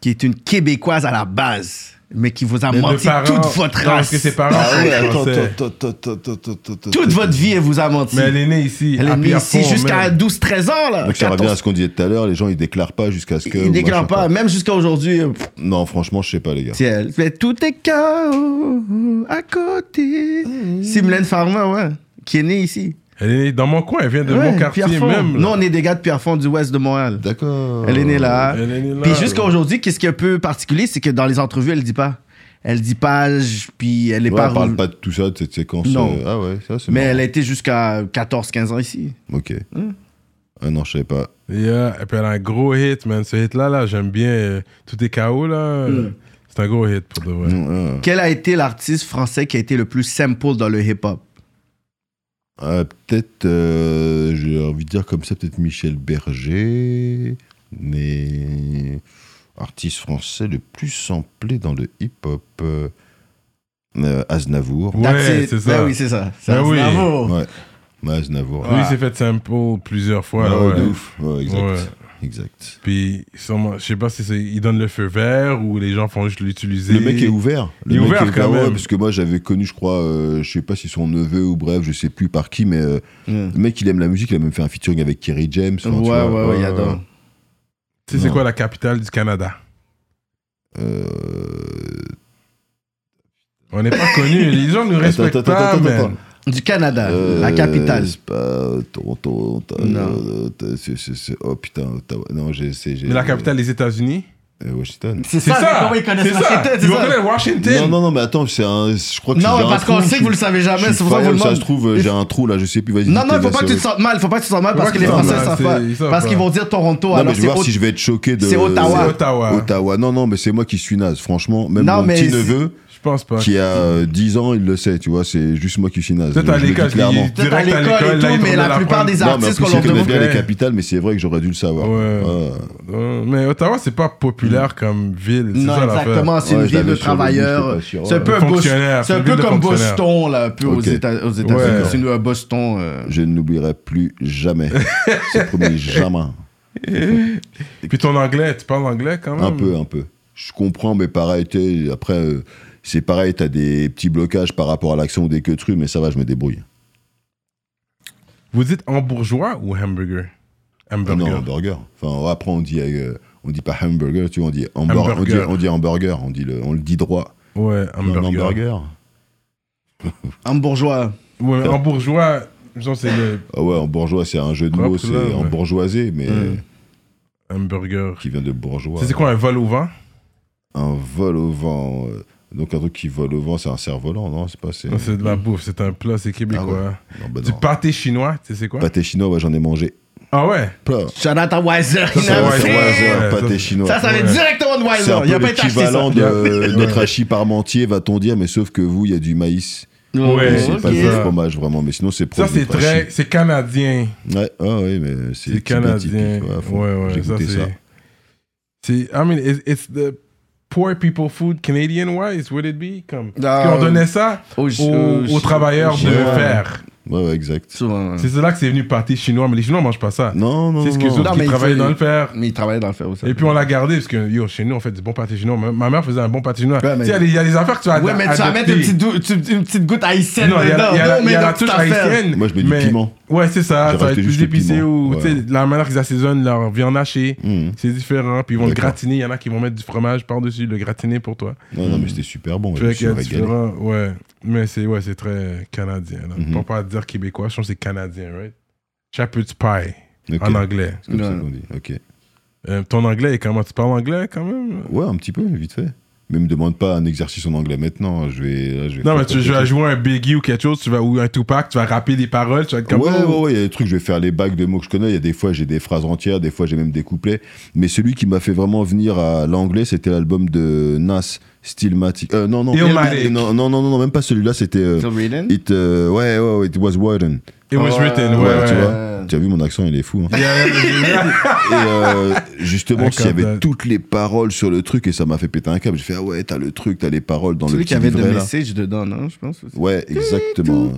Speaker 2: Qui est une Québécoise à la base, mais qui vous a
Speaker 1: Mais de
Speaker 2: menti
Speaker 1: parents-
Speaker 2: toute votre
Speaker 1: Non, parce
Speaker 2: race.
Speaker 1: que ses parents
Speaker 3: Ah
Speaker 1: sont
Speaker 3: ouais, attends,
Speaker 1: français.
Speaker 3: attends, attends, attends, attends, attends, attends,
Speaker 2: Toute votre vie, elle vous a menti.
Speaker 1: Mais elle est née ici.
Speaker 2: Elle
Speaker 1: à
Speaker 2: est née ici
Speaker 1: Pierrefonds,
Speaker 2: jusqu'à
Speaker 1: man.
Speaker 2: 12-13 ans, là.
Speaker 3: Donc ça
Speaker 2: 14.
Speaker 3: revient à ce qu'on disait tout à l'heure, les gens ils déclarent pas jusqu'à ce que.
Speaker 2: Ils
Speaker 3: ou
Speaker 2: déclarent
Speaker 3: machin,
Speaker 2: pas, même jusqu'à aujourd'hui. euh, pff,
Speaker 3: Non, franchement, je sais pas, les gars.
Speaker 2: C'est elle. Mais tout est chaos à côté.
Speaker 1: Mmh.
Speaker 2: C'est Mylène Farmer, ouais, qui est née ici.
Speaker 1: Elle est née dans mon coin. Elle vient de
Speaker 2: Ouais,
Speaker 1: mon quartier
Speaker 2: Pierrefonds.
Speaker 1: même.
Speaker 2: Nous, on est des gars de Pierrefonds du ouest de Montréal.
Speaker 3: D'accord.
Speaker 2: Elle est née là.
Speaker 1: Oh, Elle est née là.
Speaker 2: Puis jusqu'à aujourd'hui, qu'est-ce qui est un peu particulier, c'est que dans les entrevues, elle dit pas. elle dit page, puis elle est
Speaker 3: Ouais,
Speaker 2: pas.
Speaker 3: on parle
Speaker 2: roule-
Speaker 3: pas de tout ça, de cette séquence.
Speaker 2: Non.
Speaker 3: euh, ah ouais, ça c'est
Speaker 2: Mais
Speaker 3: marrant.
Speaker 2: elle Hmm. a été jusqu'à 14-15 ans ici.
Speaker 3: Ok. Ah non, je savais pas.
Speaker 1: Yeah, et puis elle a un gros hit, man. Ce hit-là, là, j'aime bien. euh, Tout est KO, là.
Speaker 2: Hmm.
Speaker 1: C'est un gros hit, pour de vrai.
Speaker 3: Non,
Speaker 2: Quel a été l'artiste français qui a été le plus sample dans le hip-hop
Speaker 3: ah. Ah, peut-être, euh, j'ai envie de dire comme ça, peut-être Michel Berger, mais artiste français le plus samplé dans le hip-hop. euh, euh, Aznavour.
Speaker 1: Ouais,
Speaker 2: That's it.
Speaker 1: c'est ça.
Speaker 2: Ben oui, Ah. c'est ça. C'est
Speaker 1: Ben oui.
Speaker 2: Aznavour.
Speaker 3: Ouais. Ouais, Aznavour.
Speaker 1: Lui, il s'est fait sample plusieurs fois.
Speaker 2: Ben
Speaker 3: Ah
Speaker 1: là,
Speaker 3: ouais,
Speaker 1: Ah, ouais.
Speaker 3: de ouf. Ouais, exact.
Speaker 1: Ouais.
Speaker 3: exact.
Speaker 1: Puis, sûrement, je sais pas si c'est, il donne le feu vert ou les gens font juste l'utiliser.
Speaker 3: Le mec est ouvert. Le
Speaker 1: Il est
Speaker 3: mec
Speaker 1: ouvert, quand
Speaker 3: ouais,
Speaker 1: même.
Speaker 3: parce que moi j'avais connu, je crois, euh, je sais pas si son neveu ou bref, je sais plus par qui, mais euh,
Speaker 2: Ouais,
Speaker 3: le mec il aime la musique, il a même fait un featuring avec Kerry James. enfin,
Speaker 2: ouais,
Speaker 3: tu vois.
Speaker 2: ouais,
Speaker 1: ouais,
Speaker 2: il adore.
Speaker 1: ouais. Tu sais, c'est
Speaker 3: Non.
Speaker 1: quoi la capitale du Canada
Speaker 3: Euh,
Speaker 1: On n'est pas connus. Les gens nous
Speaker 3: Attends,
Speaker 1: respectent
Speaker 3: attends,
Speaker 1: pas,
Speaker 3: attends,
Speaker 1: man.
Speaker 3: attends, attends.
Speaker 2: Du Canada,
Speaker 3: Euh,
Speaker 2: la capitale.
Speaker 3: C'est pas Toronto. Ontario,
Speaker 2: Non.
Speaker 3: euh, c'est- c'est- c'est- Oh putain, Ottawa. non, j'ai. c'est- j'ai-
Speaker 1: Mais la capitale des États-Unis
Speaker 3: euh, Washington.
Speaker 2: C'est
Speaker 1: C'est
Speaker 2: ça, mais
Speaker 1: ça.
Speaker 2: comment ils connaissent
Speaker 1: C'est ça.
Speaker 2: Washington,
Speaker 1: Ils
Speaker 2: c'est
Speaker 1: vont
Speaker 2: ça.
Speaker 1: connaître Washington.
Speaker 3: Non, non, non, mais attends, c'est un. Je crois que j'ai
Speaker 2: Non,
Speaker 3: un
Speaker 2: parce
Speaker 3: trou,
Speaker 2: qu'on
Speaker 3: je
Speaker 2: sait que
Speaker 3: suis-
Speaker 2: vous le savez
Speaker 3: je
Speaker 2: jamais,
Speaker 3: suis
Speaker 2: c'est pour ça que vous
Speaker 3: friable,
Speaker 2: le
Speaker 3: Ça se
Speaker 2: demande.
Speaker 3: trouve, euh, j'ai un trou là, je sais plus, vas-y.
Speaker 2: Non, non, il
Speaker 3: t'es-
Speaker 2: faut pas que
Speaker 3: vas-y,
Speaker 2: tu te
Speaker 3: vas-y.
Speaker 2: sentes mal, il faut pas que tu te sentes mal parce
Speaker 1: pas
Speaker 2: que
Speaker 1: que
Speaker 2: les
Speaker 1: tu te
Speaker 2: Français
Speaker 1: sentes mal,
Speaker 2: savent
Speaker 1: c'est-
Speaker 2: pas.
Speaker 1: ils savent
Speaker 2: Parce
Speaker 1: pas.
Speaker 2: qu'ils vont dire Toronto,
Speaker 3: Non, mais
Speaker 2: alors
Speaker 3: je
Speaker 2: c'est
Speaker 3: vais voir
Speaker 2: autre-
Speaker 3: si je vais être choqué de.
Speaker 2: c'est Ottawa.
Speaker 1: C'est Ottawa.
Speaker 3: Ottawa. Non, non, mais c'est moi qui suis naze. Franchement, même
Speaker 2: Non,
Speaker 3: mon
Speaker 2: mais
Speaker 3: petit
Speaker 2: c'est-
Speaker 3: neveu
Speaker 1: Je pense pas.
Speaker 3: qui a euh, 10 ans, il le sait, tu vois, c'est juste moi qui suis naze.
Speaker 1: Peut-être
Speaker 3: Je-
Speaker 1: à
Speaker 3: je le dis
Speaker 1: l'école,
Speaker 3: clairement.
Speaker 1: il-
Speaker 2: Peut-être à
Speaker 1: Direct à
Speaker 2: l'école
Speaker 1: l'école,
Speaker 2: et
Speaker 1: là,
Speaker 2: tout,
Speaker 1: ils
Speaker 2: mais
Speaker 1: vont
Speaker 2: la
Speaker 1: la
Speaker 2: plupart
Speaker 1: prendre.
Speaker 2: des
Speaker 3: Non, mais en
Speaker 2: artistes
Speaker 3: plus,
Speaker 2: qu'on
Speaker 3: il
Speaker 2: leur
Speaker 3: connaît
Speaker 2: demande.
Speaker 3: bien
Speaker 1: Ouais.
Speaker 3: les capitales, mais c'est vrai que j'aurais dû le savoir. Ah,
Speaker 1: Ouais.
Speaker 3: Ouais.
Speaker 1: Euh, Mais Ottawa, c'est pas populaire comme ville. C'est
Speaker 2: Mm. Non,
Speaker 1: ça, l'affaire.
Speaker 2: exactement, c'est une
Speaker 3: Ouais, je
Speaker 2: ville
Speaker 3: l'avais
Speaker 2: de
Speaker 3: sur le
Speaker 2: travailleurs.
Speaker 3: livre, je suis pas sûr.
Speaker 2: C'est un peu, Bos-
Speaker 1: Fonctionnaire,
Speaker 2: c'est un
Speaker 1: c'est une
Speaker 2: peu
Speaker 1: ville de
Speaker 2: comme
Speaker 1: fonctionnaire.
Speaker 2: Boston, là, un peu aux
Speaker 3: Ok.
Speaker 2: Éta- aux États-Unis.
Speaker 1: Ouais.
Speaker 2: C'est nous à Boston. euh,
Speaker 3: Je ne l'oublierai plus jamais. c'est promis, jamais.
Speaker 1: Puis ton anglais, tu parles anglais quand même
Speaker 3: Un peu, un peu. Je comprends, mais pareil, tu sais, après, euh, c'est pareil, t'as des petits blocages par rapport à l'accent ou des queues trucs, mais ça va, je me débrouille.
Speaker 1: Vous dites hambourgeois ou hamburger Hamburger.
Speaker 3: Ah Non, hamburger. Enfin, après, on dit, euh, on dit pas hamburger, tu vois, on dit, hamburger. On, dit,
Speaker 1: Hamburger.
Speaker 3: on dit hamburger, on, dit le, on le dit droit.
Speaker 1: Ouais,
Speaker 3: Un
Speaker 1: hamburger.
Speaker 3: hamburger.
Speaker 2: Hambourgeois.
Speaker 1: Ouais, mais hambourgeois, disons, c'est le
Speaker 3: Ah ouais, en bourgeois, c'est un jeu de
Speaker 1: Propre,
Speaker 3: mots, c'est
Speaker 1: là, ouais.
Speaker 3: en bourgeoisé, mais euh,
Speaker 1: hamburger.
Speaker 3: qui vient de bourgeois.
Speaker 1: C'est quoi un vol au vent
Speaker 3: Un vol au vent. euh, donc un truc qui vole au vent, c'est un cerf-volant, non C'est pas. C'est...
Speaker 1: Non, C'est de la bouffe, c'est un plat, c'est québécois.
Speaker 3: Non, bah
Speaker 1: Du
Speaker 3: non.
Speaker 1: pâté chinois, tu sais c'est quoi
Speaker 3: Pâté chinois, ouais, j'en ai mangé.
Speaker 1: Ah ouais
Speaker 3: Plein.
Speaker 2: Jonathan Weiser.
Speaker 1: Ça,
Speaker 2: il
Speaker 1: c'est
Speaker 2: a-
Speaker 1: Weiser.
Speaker 3: Cerf-voiser,
Speaker 1: ouais,
Speaker 3: pâté
Speaker 1: ça-
Speaker 3: chinois.
Speaker 2: Ça, ça vient
Speaker 1: Ouais.
Speaker 2: directement de
Speaker 3: c'est
Speaker 2: Weiser.
Speaker 3: un
Speaker 2: Il a
Speaker 3: peu
Speaker 2: pas été acheté ça.
Speaker 3: l'équivalent de euh, notre hachis parmentier, va-t-on dire, mais sauf que vous, il y a du maïs.
Speaker 1: Ouais,
Speaker 3: Et
Speaker 2: Ouais,
Speaker 3: c'est
Speaker 2: ok.
Speaker 3: pas du
Speaker 1: ça.
Speaker 3: fromage vraiment, mais sinon c'est
Speaker 1: Ça,
Speaker 3: proche de
Speaker 1: c'est
Speaker 3: notre
Speaker 1: très.
Speaker 3: hachis.
Speaker 1: C'est canadien.
Speaker 3: Ouais, ah oui, mais c'est,
Speaker 1: C'est
Speaker 3: typique,
Speaker 1: canadien.
Speaker 3: typique, faut-
Speaker 1: Ouais, ouais,
Speaker 3: J'ai
Speaker 1: ça,
Speaker 3: goûté ça.
Speaker 1: c'est. C'est. I mean, it's, it's the poor people food Canadian wise, would it be? Comme.
Speaker 2: Ah,
Speaker 1: Parce qu'on donnait ça
Speaker 2: aux-
Speaker 1: aux,
Speaker 2: aux-
Speaker 1: aux travailleurs
Speaker 2: aux
Speaker 1: de
Speaker 2: Chinois.
Speaker 1: fer.
Speaker 3: euh, Ouais, ouais, exact.
Speaker 2: Souvent, ouais.
Speaker 1: C'est de là que c'est venu pâté chinois, mais les Chinois mangent pas ça.
Speaker 3: Non, non,
Speaker 1: C'est ce que
Speaker 3: non,
Speaker 1: les
Speaker 3: non.
Speaker 1: autres
Speaker 2: Non, mais
Speaker 1: qui
Speaker 2: il
Speaker 1: travaillent
Speaker 2: faut-
Speaker 1: dans le fer.
Speaker 2: Mais il travaille dans le fer aussi.
Speaker 1: Et puis on l'a gardé parce que yo, chez nous on fait du bon pâté chinois. Ma, ma mère faisait un bon pâté chinois.
Speaker 2: Ouais, mais-
Speaker 1: Tu sais, Il y a des- il y, a des affaires que tu as
Speaker 2: Ouais, mais tu vas mettre une petite, dou- tu- une petite goutte haïtienne
Speaker 1: Non, il y a,
Speaker 2: dedans.
Speaker 1: il y a la-
Speaker 2: Non, mais
Speaker 1: il y a
Speaker 2: dans
Speaker 1: la
Speaker 2: toute
Speaker 1: touche
Speaker 2: affaire.
Speaker 1: haïtienne.
Speaker 3: Moi, je mets du
Speaker 1: mais-
Speaker 3: piment.
Speaker 1: Ouais, c'est ça.
Speaker 3: J'ai
Speaker 1: Ça va
Speaker 3: rajouté
Speaker 1: être
Speaker 3: juste
Speaker 1: plus
Speaker 3: le
Speaker 1: épicé
Speaker 3: piment,
Speaker 1: ou
Speaker 3: ouais.
Speaker 1: tu sais, la manière qu'ils assaisonnent leur viande hachée.
Speaker 3: Mhm.
Speaker 2: Mm.
Speaker 1: C'est différent. Puis ils vont le
Speaker 3: D'accord.
Speaker 1: gratiner. Il y en a qui vont mettre du fromage par-dessus, le gratiner pour toi.
Speaker 3: Non, non, mais c'était super bon.
Speaker 1: Tu
Speaker 3: je me
Speaker 1: vois qu'il y
Speaker 3: suis
Speaker 1: a
Speaker 3: régalé.
Speaker 1: différent. Ouais. Mais c'est ouais, c'est très canadien. là.
Speaker 3: Mm-hmm.
Speaker 1: Pour pas dire québécois, je pense que c'est canadien, right? Shepherd's pie
Speaker 3: Ok.
Speaker 1: en anglais.
Speaker 3: Ah, C'est comme ça
Speaker 2: Ouais.
Speaker 3: qu'on dit. Ok.
Speaker 1: Euh, ton anglais est comment? Tu parles anglais quand même?
Speaker 3: Ouais, un petit peu, vite fait. Mais me demande pas un exercice en anglais maintenant. hein, Je vais. là, je vais
Speaker 1: Non,
Speaker 3: faire
Speaker 1: mais tu
Speaker 3: quelque
Speaker 1: vas
Speaker 3: chose.
Speaker 1: jouer un Biggie ou quelque chose, tu vas, ou un Tupac, tu vas rapper des paroles, tu vas être comme.
Speaker 3: Ouais,
Speaker 1: oh.
Speaker 3: ouais, ouais, il y a des trucs, je vais faire les bagues de mots que je connais. Il y a des fois, j'ai des phrases entières, des fois, j'ai même des couplets. Mais celui qui m'a fait vraiment venir à l'anglais, c'était l'album de Nas, Stillmatic. Euh, non, non,
Speaker 1: Illmatic.
Speaker 3: non, non, non, non, non, même pas celui-là, c'était. euh,
Speaker 2: Still reading?
Speaker 3: it, euh, ouais, ouais, ouais, it was written.
Speaker 1: It was
Speaker 2: Ouais,
Speaker 1: written, ouais,
Speaker 3: Ouais,
Speaker 1: ouais.
Speaker 3: tu vois. Tu as vu, mon accent, il est fou. hein. Et euh, justement, s'il y
Speaker 1: D'accord,
Speaker 3: avait
Speaker 1: t'as-
Speaker 3: toutes les paroles sur le truc, et ça m'a fait péter un câble, j'ai fait, ah ouais, t'as le truc, t'as les paroles dans le
Speaker 2: Celui qui
Speaker 3: petit
Speaker 2: avait de
Speaker 3: livret, là.
Speaker 2: message dedans, non, je pense. aussi.
Speaker 3: Ouais, exactement.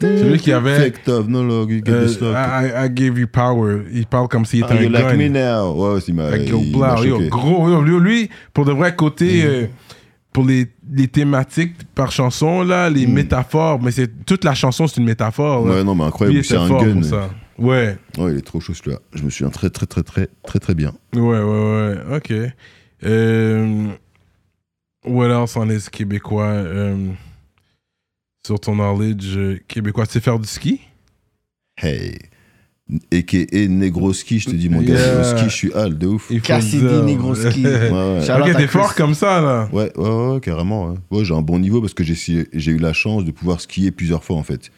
Speaker 1: Celui qui avait.
Speaker 3: Fact of no log, you get
Speaker 1: euh,
Speaker 3: this log.
Speaker 1: I, I gave you power. Il parle comme s'il était
Speaker 3: Ah, you
Speaker 1: un gun.
Speaker 3: like me now. Ouais, ouais, il m'a
Speaker 1: Avec
Speaker 3: il-
Speaker 1: Yo
Speaker 3: il m'a
Speaker 1: Blau, yo,
Speaker 3: choqué.
Speaker 1: gros, yo, lui, lui, pour de vrai
Speaker 3: Mm.
Speaker 1: côté, euh, pour les, les thématiques par chanson, là, les métaphores, mais c'est toute la chanson, c'est une métaphore. là.
Speaker 3: Mm. Ouais, non, mais
Speaker 1: euh, Lui,
Speaker 3: incroyable,
Speaker 1: était
Speaker 3: c'est un
Speaker 1: fort
Speaker 3: gun.
Speaker 1: pour ça. Ouais,
Speaker 3: Ouais, il est trop chaud celui-là. Je me souviens très, très, très, très, très, très bien.
Speaker 1: ouais, ouais, ouais, ok. Euh, what else on est québécois euh, sur ton knowledge euh, québécois? Tu sais faire du ski?
Speaker 3: Hey. a.k.a. Negroski. Je te dis, mon gars,
Speaker 1: Yeah.
Speaker 3: Negroski, je suis Al, de ouf.
Speaker 1: Il faut
Speaker 2: Cassidy
Speaker 1: le dire.
Speaker 2: Negroski.
Speaker 3: Ouais, ouais.
Speaker 2: Shout out
Speaker 1: Ok, t'es
Speaker 2: à Chris.
Speaker 1: fort comme ça, là.
Speaker 3: Ouais, ouais, ouais, ouais, carrément. ouais. Ouais, j'ai un bon niveau parce que j'ai si- j'ai eu la chance de pouvoir skier plusieurs fois en fait.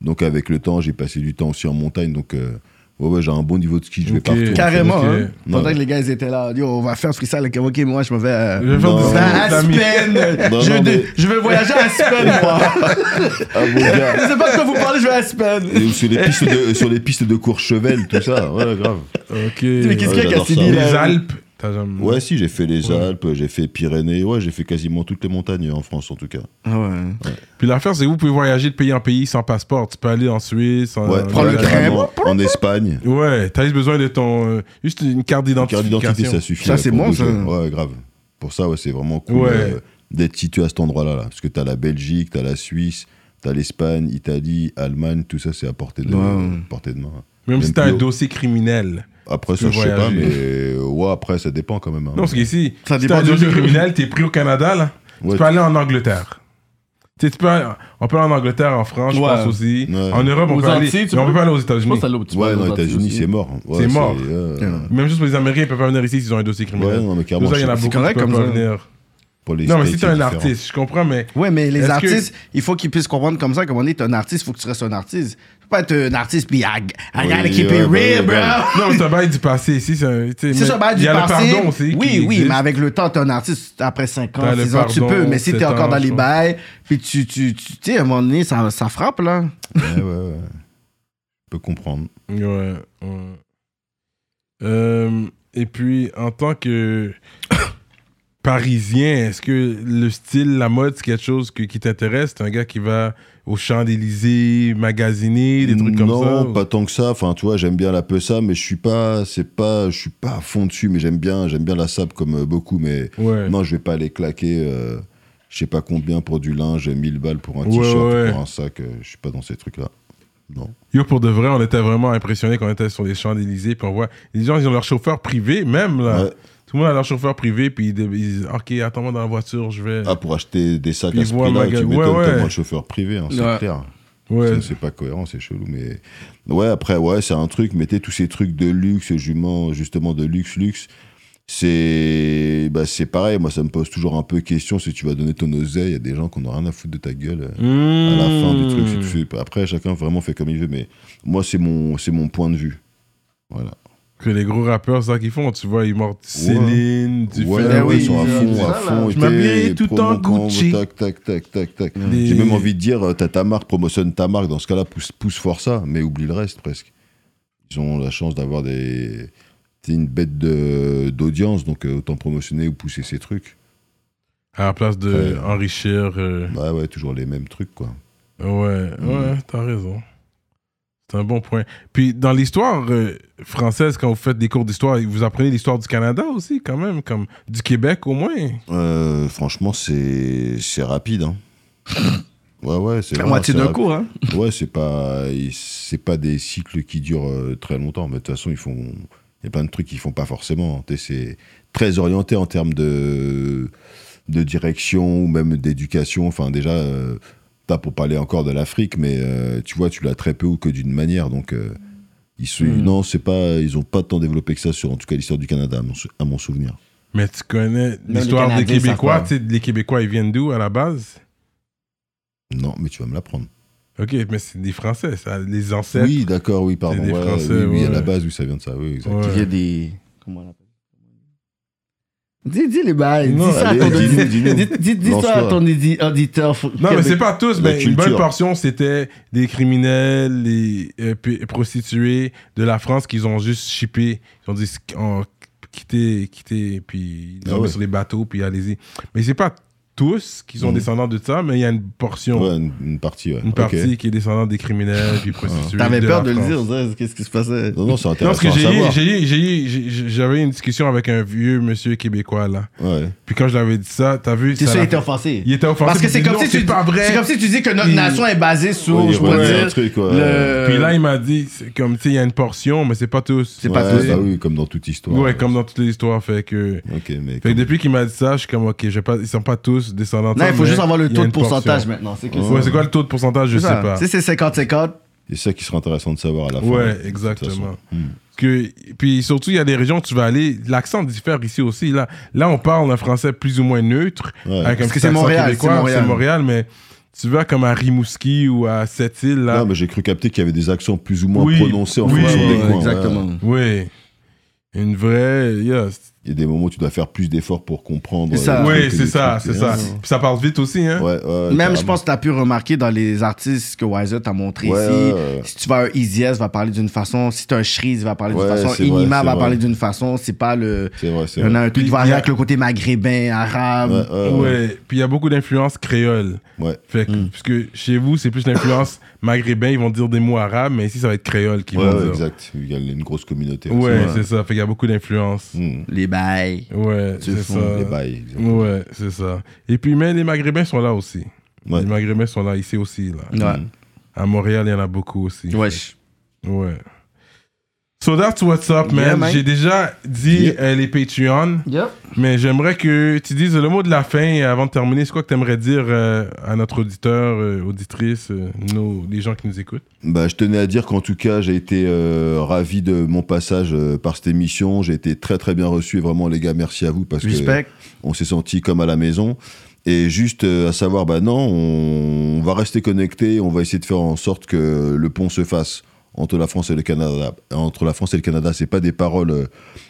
Speaker 3: Donc avec le temps, j'ai passé du temps aussi en montagne. Donc euh, ouais, ouais, j'ai un bon niveau de ski. Je vais
Speaker 1: Ok.
Speaker 3: partout.
Speaker 2: Carrément,
Speaker 1: Ok.
Speaker 2: hein.
Speaker 3: Ouais.
Speaker 2: Pendant que les gars, ils étaient là, yo, on va faire freestyle avec OK, moi, je me vais. euh,
Speaker 1: Je vais faire
Speaker 3: Non.
Speaker 1: des-
Speaker 2: à
Speaker 1: des amis.
Speaker 2: Aspen.
Speaker 3: Non,
Speaker 2: je,
Speaker 3: non, mais-
Speaker 2: je vais voyager à Aspen, moi.
Speaker 3: Ah, mon gars.
Speaker 2: Je sais pas de quoi vous parlez, je vais à Aspen.
Speaker 3: Et sur les pistes de euh, sur les pistes de Courchevel, tout ça. Ouais, grave.
Speaker 1: Ok.
Speaker 2: Mais qu'est-ce qu'il y a,
Speaker 3: Ouais, j'adore
Speaker 2: Cassidy
Speaker 3: ça.
Speaker 1: Les
Speaker 2: là
Speaker 1: Alpes. T'as jamais-
Speaker 3: Ouais, si, j'ai fait les
Speaker 1: Ouais.
Speaker 3: Alpes, j'ai fait Pyrénées. Ouais, j'ai fait quasiment toutes les montagnes hein, en France en tout cas.
Speaker 2: Ah ouais.
Speaker 1: Puis l'affaire, c'est que vous pouvez voyager de pays en pays sans passeport. Tu peux aller en Suisse. En...
Speaker 3: Ouais,
Speaker 2: Prends le
Speaker 3: ouais,
Speaker 2: train.
Speaker 3: carrément. En Espagne.
Speaker 1: Ouais, t'as juste besoin de ton. euh, juste une carte
Speaker 3: Une carte
Speaker 1: d'identification.
Speaker 3: d'identité, ça suffit.
Speaker 2: Ça,
Speaker 3: là,
Speaker 2: c'est
Speaker 3: pour
Speaker 2: bon, ça.
Speaker 3: bouger. Ouais, grave. Pour ça, ouais, c'est vraiment cool
Speaker 1: Ouais.
Speaker 3: euh, d'être situé à cet endroit-là. Là. Parce que t'as la Belgique, t'as la Suisse, t'as l'Espagne, Italie, Allemagne, tout ça, c'est à portée de,
Speaker 2: Ouais.
Speaker 3: portée de main.
Speaker 1: Même si t'as un
Speaker 3: plus haut.
Speaker 1: dossier criminel.
Speaker 3: Après,
Speaker 1: Tu
Speaker 3: ça, je sais pas,
Speaker 1: voyages.
Speaker 3: mais ouais, après, ça dépend quand même. hein.
Speaker 1: Non, parce qu'ici,
Speaker 2: Ça
Speaker 1: si
Speaker 2: dépend
Speaker 1: t'as un
Speaker 2: du-
Speaker 1: dossier criminel, t'es pris au Canada, là.
Speaker 3: Ouais,
Speaker 1: tu peux aller en Angleterre. Tu sais, tu peux aller- on peut aller en Angleterre, en France, je
Speaker 4: Ouais.
Speaker 1: pense aussi.
Speaker 3: Ouais.
Speaker 1: En Europe, on
Speaker 4: Aux
Speaker 1: peut aller.
Speaker 4: Antilles, tu
Speaker 1: mais on
Speaker 4: peux-
Speaker 1: peut pas aller aux
Speaker 4: Je pense
Speaker 1: États-Unis.
Speaker 4: que c'est là où tu
Speaker 3: ouais,
Speaker 4: parles
Speaker 3: non,
Speaker 4: aux
Speaker 3: les États-Unis, c'est mort. Ouais,
Speaker 1: C'est mort.
Speaker 3: euh,
Speaker 1: Même juste pour les Américains, ils peuvent pas venir ici s'ils ont un dossier criminel.
Speaker 3: Ouais, non, mais
Speaker 1: Pour
Speaker 3: carrément.
Speaker 1: ça, il y en a
Speaker 3: je-
Speaker 1: beaucoup qui
Speaker 2: correct
Speaker 1: peuvent
Speaker 2: comme
Speaker 1: pas
Speaker 2: ça.
Speaker 1: venir.
Speaker 3: pour les
Speaker 1: Non, mais
Speaker 3: States,
Speaker 1: si t'es
Speaker 3: c'est
Speaker 1: un
Speaker 3: différent.
Speaker 1: artiste, je comprends, mais.
Speaker 2: Ouais, mais les
Speaker 1: Est-ce
Speaker 2: artistes, il faut qu'ils puissent comprendre comme ça, comme on est un artiste, il faut que tu restes un artiste. Tu peux pas être un artiste puis I, I gotta
Speaker 3: Oui,
Speaker 2: keep
Speaker 3: ouais,
Speaker 2: it real,
Speaker 3: ouais,
Speaker 2: bro.
Speaker 3: ouais.
Speaker 1: Non, mais c'est un bail du passé ici. C'est un- tu sais,
Speaker 2: C'est
Speaker 1: mais
Speaker 2: ça, bah, du
Speaker 1: Il y a
Speaker 2: passé.
Speaker 1: le pardon aussi. qui
Speaker 2: Oui, oui,
Speaker 1: existe.
Speaker 2: mais avec le temps, t'es un artiste après 5 ans,
Speaker 1: T'as le
Speaker 2: 6 ans, tu
Speaker 1: pardon,
Speaker 2: peux, mais si t'es
Speaker 1: sept
Speaker 2: encore
Speaker 1: ans,
Speaker 2: dans
Speaker 1: je
Speaker 2: les
Speaker 1: pense.
Speaker 2: bails, puis tu, tu, tu, tu sais, à un moment donné, ça, ça frappe, là.
Speaker 3: Ouais, ouais, ouais. Je peux comprendre.
Speaker 1: Ouais, ouais. Euh, et puis, en tant que Parisien, est-ce que le style, la mode, c'est quelque chose que- qui t'intéresse T'es un gars qui va aux Champs-Élysées, magasiner, des trucs comme
Speaker 3: non,
Speaker 1: ça ou-
Speaker 3: pas tant que ça. Enfin, tu vois, j'aime bien la peu ça, mais je suis pas, c'est pas, je suis pas à fond dessus. Mais j'aime bien, j'aime bien la sable comme euh, beaucoup. Mais
Speaker 1: Ouais.
Speaker 3: non, je vais pas aller claquer, euh, je sais pas combien pour du linge, 1000 balles pour un
Speaker 1: Ouais,
Speaker 3: t-shirt,
Speaker 1: ouais.
Speaker 3: pour un sac. euh, je suis pas dans ces trucs là. Non.
Speaker 1: Yo, pour de vrai, on était vraiment impressionnés quand on était sur les Champs-Élysées. Puis on voit, les gens, ils ont leur chauffeur privé, même là.
Speaker 3: Ouais.
Speaker 1: Tout le monde a leur chauffeur privé, puis ils dé- ils disent Ok, attends-moi dans la voiture, je vais.
Speaker 3: Ah, pour acheter des sacs
Speaker 1: Puis
Speaker 3: à ce
Speaker 1: vois
Speaker 3: prix-là,
Speaker 1: un maga-
Speaker 3: tu m'étonnes
Speaker 1: Ouais, ouais.
Speaker 3: tellement de chauffeur privé, hein, c'est
Speaker 4: Ouais.
Speaker 3: clair.
Speaker 1: ouais.
Speaker 3: C'est- C'est pas cohérent, c'est chelou, mais ouais. Après, ouais, c'est un truc. Mettez tous ces trucs de luxe, jument, justement de luxe, luxe. C'est bah, c'est pareil. Moi, ça me pose toujours un peu question si tu vas donner ton oseille à des gens qu'on n'a rien à foutre de ta gueule
Speaker 1: Mmh.
Speaker 3: euh, à la fin du truc. si tu fais- Après, chacun vraiment fait comme il veut, mais moi, c'est mon c'est mon point de vue. Voilà.
Speaker 1: Que les gros rappeurs, c'est ça qu'ils font. Tu vois, ils mordent Céline, tu
Speaker 3: Ouais,
Speaker 1: fais.
Speaker 3: ouais,
Speaker 2: oui,
Speaker 3: ils sont à
Speaker 2: c'est
Speaker 3: fond,
Speaker 2: ça,
Speaker 3: à
Speaker 2: là.
Speaker 3: fond.
Speaker 1: Je
Speaker 3: t'es
Speaker 1: m'habillerai tout en
Speaker 3: provocant,
Speaker 1: Gucci.
Speaker 3: Tac, tac, tac, tac, tac.
Speaker 1: Des-
Speaker 3: J'ai même envie de dire, euh, t'as ta marque, promotionne ta marque. Dans ce cas-là, pousse, pousse fort ça, mais oublie le reste presque. Ils ont la chance d'avoir des. C'est une bête de- d'audience, donc euh, autant promotionner ou pousser ces trucs.
Speaker 1: À la place de
Speaker 3: Ouais.
Speaker 1: enrichir. euh,
Speaker 3: Bah ouais, toujours les mêmes trucs, quoi.
Speaker 1: Ouais,
Speaker 3: Mm.
Speaker 1: ouais, t'as raison. C'est un bon point. Puis dans l'histoire euh, française, quand vous faites des cours d'histoire, vous apprenez l'histoire du Canada aussi, quand même, comme du Québec au moins.
Speaker 3: Euh, franchement, c'est c'est rapide. Hein. Ouais, ouais, c'est
Speaker 1: Ah,
Speaker 2: La
Speaker 3: vraiment-
Speaker 2: moitié
Speaker 3: c'est
Speaker 2: d'un
Speaker 3: rapi-
Speaker 2: coup, hein.
Speaker 3: Ouais, c'est pas, c'est pas des cycles qui durent euh, très longtemps. Mais de toute façon, ils font, il y a plein de trucs qu'ils font pas forcément. T'sais, C'est très orienté en termes de, de direction ou même d'éducation. Enfin, déjà, euh, pas pour parler encore de l'Afrique, mais euh, tu vois, tu l'as très peu ou que d'une manière. Donc, euh, ils se,
Speaker 1: Hmm.
Speaker 3: non, c'est pas, ils ont pas tant développé que ça sur, en tout cas, l'histoire du Canada, à mon, sou- à mon souvenir.
Speaker 1: Mais tu connais
Speaker 2: les
Speaker 1: l'histoire des
Speaker 2: Canadiens savent
Speaker 1: Québécois.
Speaker 2: pas.
Speaker 1: tu sais, les Québécois, ils viennent d'où à la base
Speaker 3: Non, mais tu vas me l'apprendre.
Speaker 1: Ok, mais c'est des Français, ça, les ancêtres.
Speaker 3: Oui, d'accord, oui, pardon.
Speaker 1: C'est des
Speaker 3: ouais,
Speaker 1: Français,
Speaker 3: oui, oui, à
Speaker 1: ouais.
Speaker 3: la base, oui, ça vient de ça. Oui, exact.
Speaker 1: Ouais.
Speaker 2: Il y a des. Comment on appelle Dis, dis les bails.
Speaker 1: Non,
Speaker 2: dis ça à
Speaker 3: allez,
Speaker 2: ton
Speaker 3: dis-nous,
Speaker 2: auditeur.
Speaker 3: dis-nous.
Speaker 2: Dis, dis- dis ça à
Speaker 3: Lance-toi.
Speaker 2: ton audi- auditeur. faut-
Speaker 1: Non, mais
Speaker 2: Québec-
Speaker 1: c'est pas tous,
Speaker 3: La
Speaker 1: mais une bonne
Speaker 3: culture.
Speaker 1: portion, c'était des criminels, les euh, p- prostituées de la France qu'ils ont juste shippé. Ils ont dit on, quittez, quittez, puis ils les
Speaker 3: Ah
Speaker 1: ont mis
Speaker 3: ouais.
Speaker 1: sur les bateaux, puis allez-y. Mais c'est pas tous qui sont
Speaker 3: Mhm.
Speaker 1: descendants de ça, mais il y a une portion,
Speaker 3: Ouais, une, une partie, ouais.
Speaker 1: une
Speaker 3: Ok. Ah.
Speaker 1: partie qui est descendante des criminels, puis prostituées.
Speaker 2: T'avais
Speaker 1: de
Speaker 2: peur
Speaker 1: la
Speaker 2: de le
Speaker 1: France.
Speaker 2: dire, ça, qu'est-ce qui se passait
Speaker 3: Non, non, c'est
Speaker 1: Non, parce
Speaker 3: intéressant
Speaker 1: que
Speaker 3: à
Speaker 1: j'ai eu-
Speaker 3: savoir.
Speaker 1: j'ai eu- j'ai eu- j'ai- j'avais une discussion avec un vieux monsieur québécois, là.
Speaker 3: Ouais.
Speaker 1: Puis quand je l'avais dit ça, t'as vu.
Speaker 2: C'est
Speaker 1: ça
Speaker 2: ça, il
Speaker 1: l'a-
Speaker 2: était offensé.
Speaker 1: il était offensé.
Speaker 2: Parce que
Speaker 1: puis
Speaker 2: c'est
Speaker 1: il dit,
Speaker 2: comme,
Speaker 1: non,
Speaker 2: si tu-
Speaker 1: C'est pas vrai.
Speaker 2: c'est comme si tu dis que notre
Speaker 1: Il-
Speaker 2: nation est basée sur,
Speaker 3: Ouais, il
Speaker 2: je pourrais
Speaker 3: revenait
Speaker 2: dire,
Speaker 3: un truc, ouais.
Speaker 2: le...
Speaker 1: Puis là, il m'a dit, c'est comme tu sais, il y a une portion, mais c'est pas tous.
Speaker 2: C'est pas
Speaker 3: Ouais,
Speaker 2: tous.
Speaker 3: bah oui, comme dans toute histoire.
Speaker 1: Ouais, comme dans toutes les histoires. Fait que,
Speaker 3: Ok, mais.
Speaker 1: fait que
Speaker 3: comme-
Speaker 1: depuis qu'il m'a dit ça, je suis comme, ok, j'ai pas, ils sont pas tous descendants. de
Speaker 2: Non,
Speaker 1: ça,
Speaker 2: il faut
Speaker 1: mais
Speaker 2: juste avoir le
Speaker 1: il y a
Speaker 2: taux de
Speaker 1: une portion.
Speaker 2: pourcentage maintenant. C'est que
Speaker 1: Ouais, c'est quoi le taux de pourcentage Je sais
Speaker 2: ça.
Speaker 1: pas.
Speaker 2: Si c'est 50-50,
Speaker 3: Et c'est ça qui sera intéressant de savoir à la fin. de
Speaker 1: Ouais,
Speaker 3: toute
Speaker 1: exactement.
Speaker 3: façon.
Speaker 2: Hmm.
Speaker 3: Mm.
Speaker 1: Que, puis surtout, il y a des régions où tu vas aller, l'accent diffère ici aussi. Là, là on parle un français plus ou moins neutre.
Speaker 3: Ouais.
Speaker 1: Avec un
Speaker 2: Parce que
Speaker 1: petit
Speaker 2: c'est
Speaker 1: accent
Speaker 2: Montréal,
Speaker 1: québécois,
Speaker 2: c'est Montréal.
Speaker 1: C'est Montréal, mais tu vas comme à Rimouski ou à Sept-Îles, là.
Speaker 3: Non, mais j'ai cru capter qu'il y avait des accents plus ou moins
Speaker 1: Oui,
Speaker 3: prononcés en
Speaker 1: oui,
Speaker 3: fonction
Speaker 1: ouais,
Speaker 3: des coins.
Speaker 2: exactement.
Speaker 3: ouais.
Speaker 1: Oui. Une vraie. yeah, c'est-
Speaker 3: Il y a des moments où tu dois faire plus d'efforts pour comprendre.
Speaker 2: C'est ça.
Speaker 3: les trucs
Speaker 1: Oui,
Speaker 3: et
Speaker 1: c'est
Speaker 3: les
Speaker 1: ça,
Speaker 3: trucs,
Speaker 1: c'est
Speaker 3: hein.
Speaker 1: ça. Puis ça parle vite aussi, hein.
Speaker 3: Ouais,
Speaker 2: Même,
Speaker 3: ouais,
Speaker 2: je
Speaker 3: carrément.
Speaker 2: pense que tu as pu remarquer dans les artistes que Wiser t'a montré
Speaker 3: Ouais,
Speaker 2: ici.
Speaker 3: ouais, ouais.
Speaker 2: Si tu vas à un Easy S, va parler d'une façon. Si tu un Shreeze, il va parler d'une
Speaker 3: Ouais,
Speaker 2: façon.
Speaker 3: c'est vrai,
Speaker 2: Inima
Speaker 3: c'est
Speaker 2: va
Speaker 3: vrai.
Speaker 2: parler d'une façon. C'est pas le.
Speaker 3: C'est vrai, c'est
Speaker 2: Il y en a
Speaker 3: vrai.
Speaker 2: un truc qui va
Speaker 1: Il y a-
Speaker 2: avec le côté maghrébin, arabe.
Speaker 3: Ouais, ouais, Hmm. ouais.
Speaker 1: Ouais. Puis il y a beaucoup d'influences créoles.
Speaker 3: Ouais.
Speaker 1: Fait que, puisque chez vous, c'est plus l'influence maghrébin, ils vont dire des mots arabes, mais ici, ça va être créole qui
Speaker 3: Ouais,
Speaker 1: vont
Speaker 3: ouais,
Speaker 1: dire.
Speaker 3: exact. Il y a une grosse communauté.
Speaker 1: Ouais,
Speaker 3: aussi.
Speaker 1: c'est ça. Fait qu'il y a beaucoup d'influences.
Speaker 3: Mm.
Speaker 2: Les bails.
Speaker 1: Ouais,
Speaker 2: Tu
Speaker 1: c'est
Speaker 2: fous
Speaker 1: ça.
Speaker 3: Les bails. exact.
Speaker 1: Ouais, c'est ça. Et puis, mais les Maghrébins sont là aussi.
Speaker 3: Ouais.
Speaker 1: Les Maghrébins sont là, ici aussi. Là.
Speaker 2: Ouais.
Speaker 3: Mm.
Speaker 1: À Montréal, il y en a beaucoup aussi.
Speaker 2: Wesh.
Speaker 1: Ouais. So that's what's up, man.
Speaker 2: Yeah, man.
Speaker 1: J'ai déjà dit
Speaker 3: Yeah.
Speaker 1: euh, les Patreons,
Speaker 2: Yep.
Speaker 1: mais j'aimerais que tu dises le mot de la fin et avant de terminer. C'est quoi que tu aimerais dire euh, à notre auditeur, euh, auditrice, euh, nos, les gens qui nous écoutent
Speaker 3: Bah, je tenais à dire qu'en tout cas, j'ai été euh, ravi de mon passage euh, par cette émission. J'ai été très très bien reçu. Et vraiment, les gars, merci à vous parce
Speaker 2: Respect.
Speaker 3: que on s'est senti comme à la maison. Et juste euh, à savoir, bah non, on, on va rester connecté. On va essayer de faire en sorte que le pont se fasse entre la France et le Canada. Entre la France et le Canada, c'est pas des paroles euh,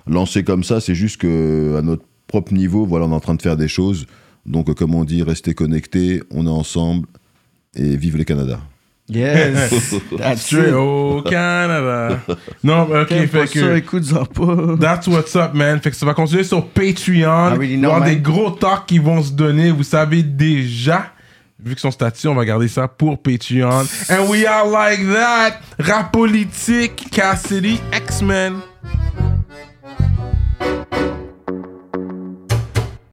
Speaker 3: lancées comme ça. C'est juste que à notre propre niveau, voilà, on est en train de faire des choses. Donc, euh, comme on dit, restez connectés. On est ensemble et vive le Canada.
Speaker 2: Yes. That's
Speaker 1: Tu es
Speaker 2: it.
Speaker 1: au Canada. non, mais ok, fait que.
Speaker 2: écoute-en pas.
Speaker 1: That's what's up, man. Fait que ça va continuer sur Patreon.
Speaker 2: I really
Speaker 1: Il
Speaker 2: know,
Speaker 1: va y avoir
Speaker 2: man.
Speaker 1: des gros talks qui vont se donner. Vous savez déjà, vu que son statut, on va garder ça pour Patreon. And we are like that. Rap politique, Cassidy, X-Men.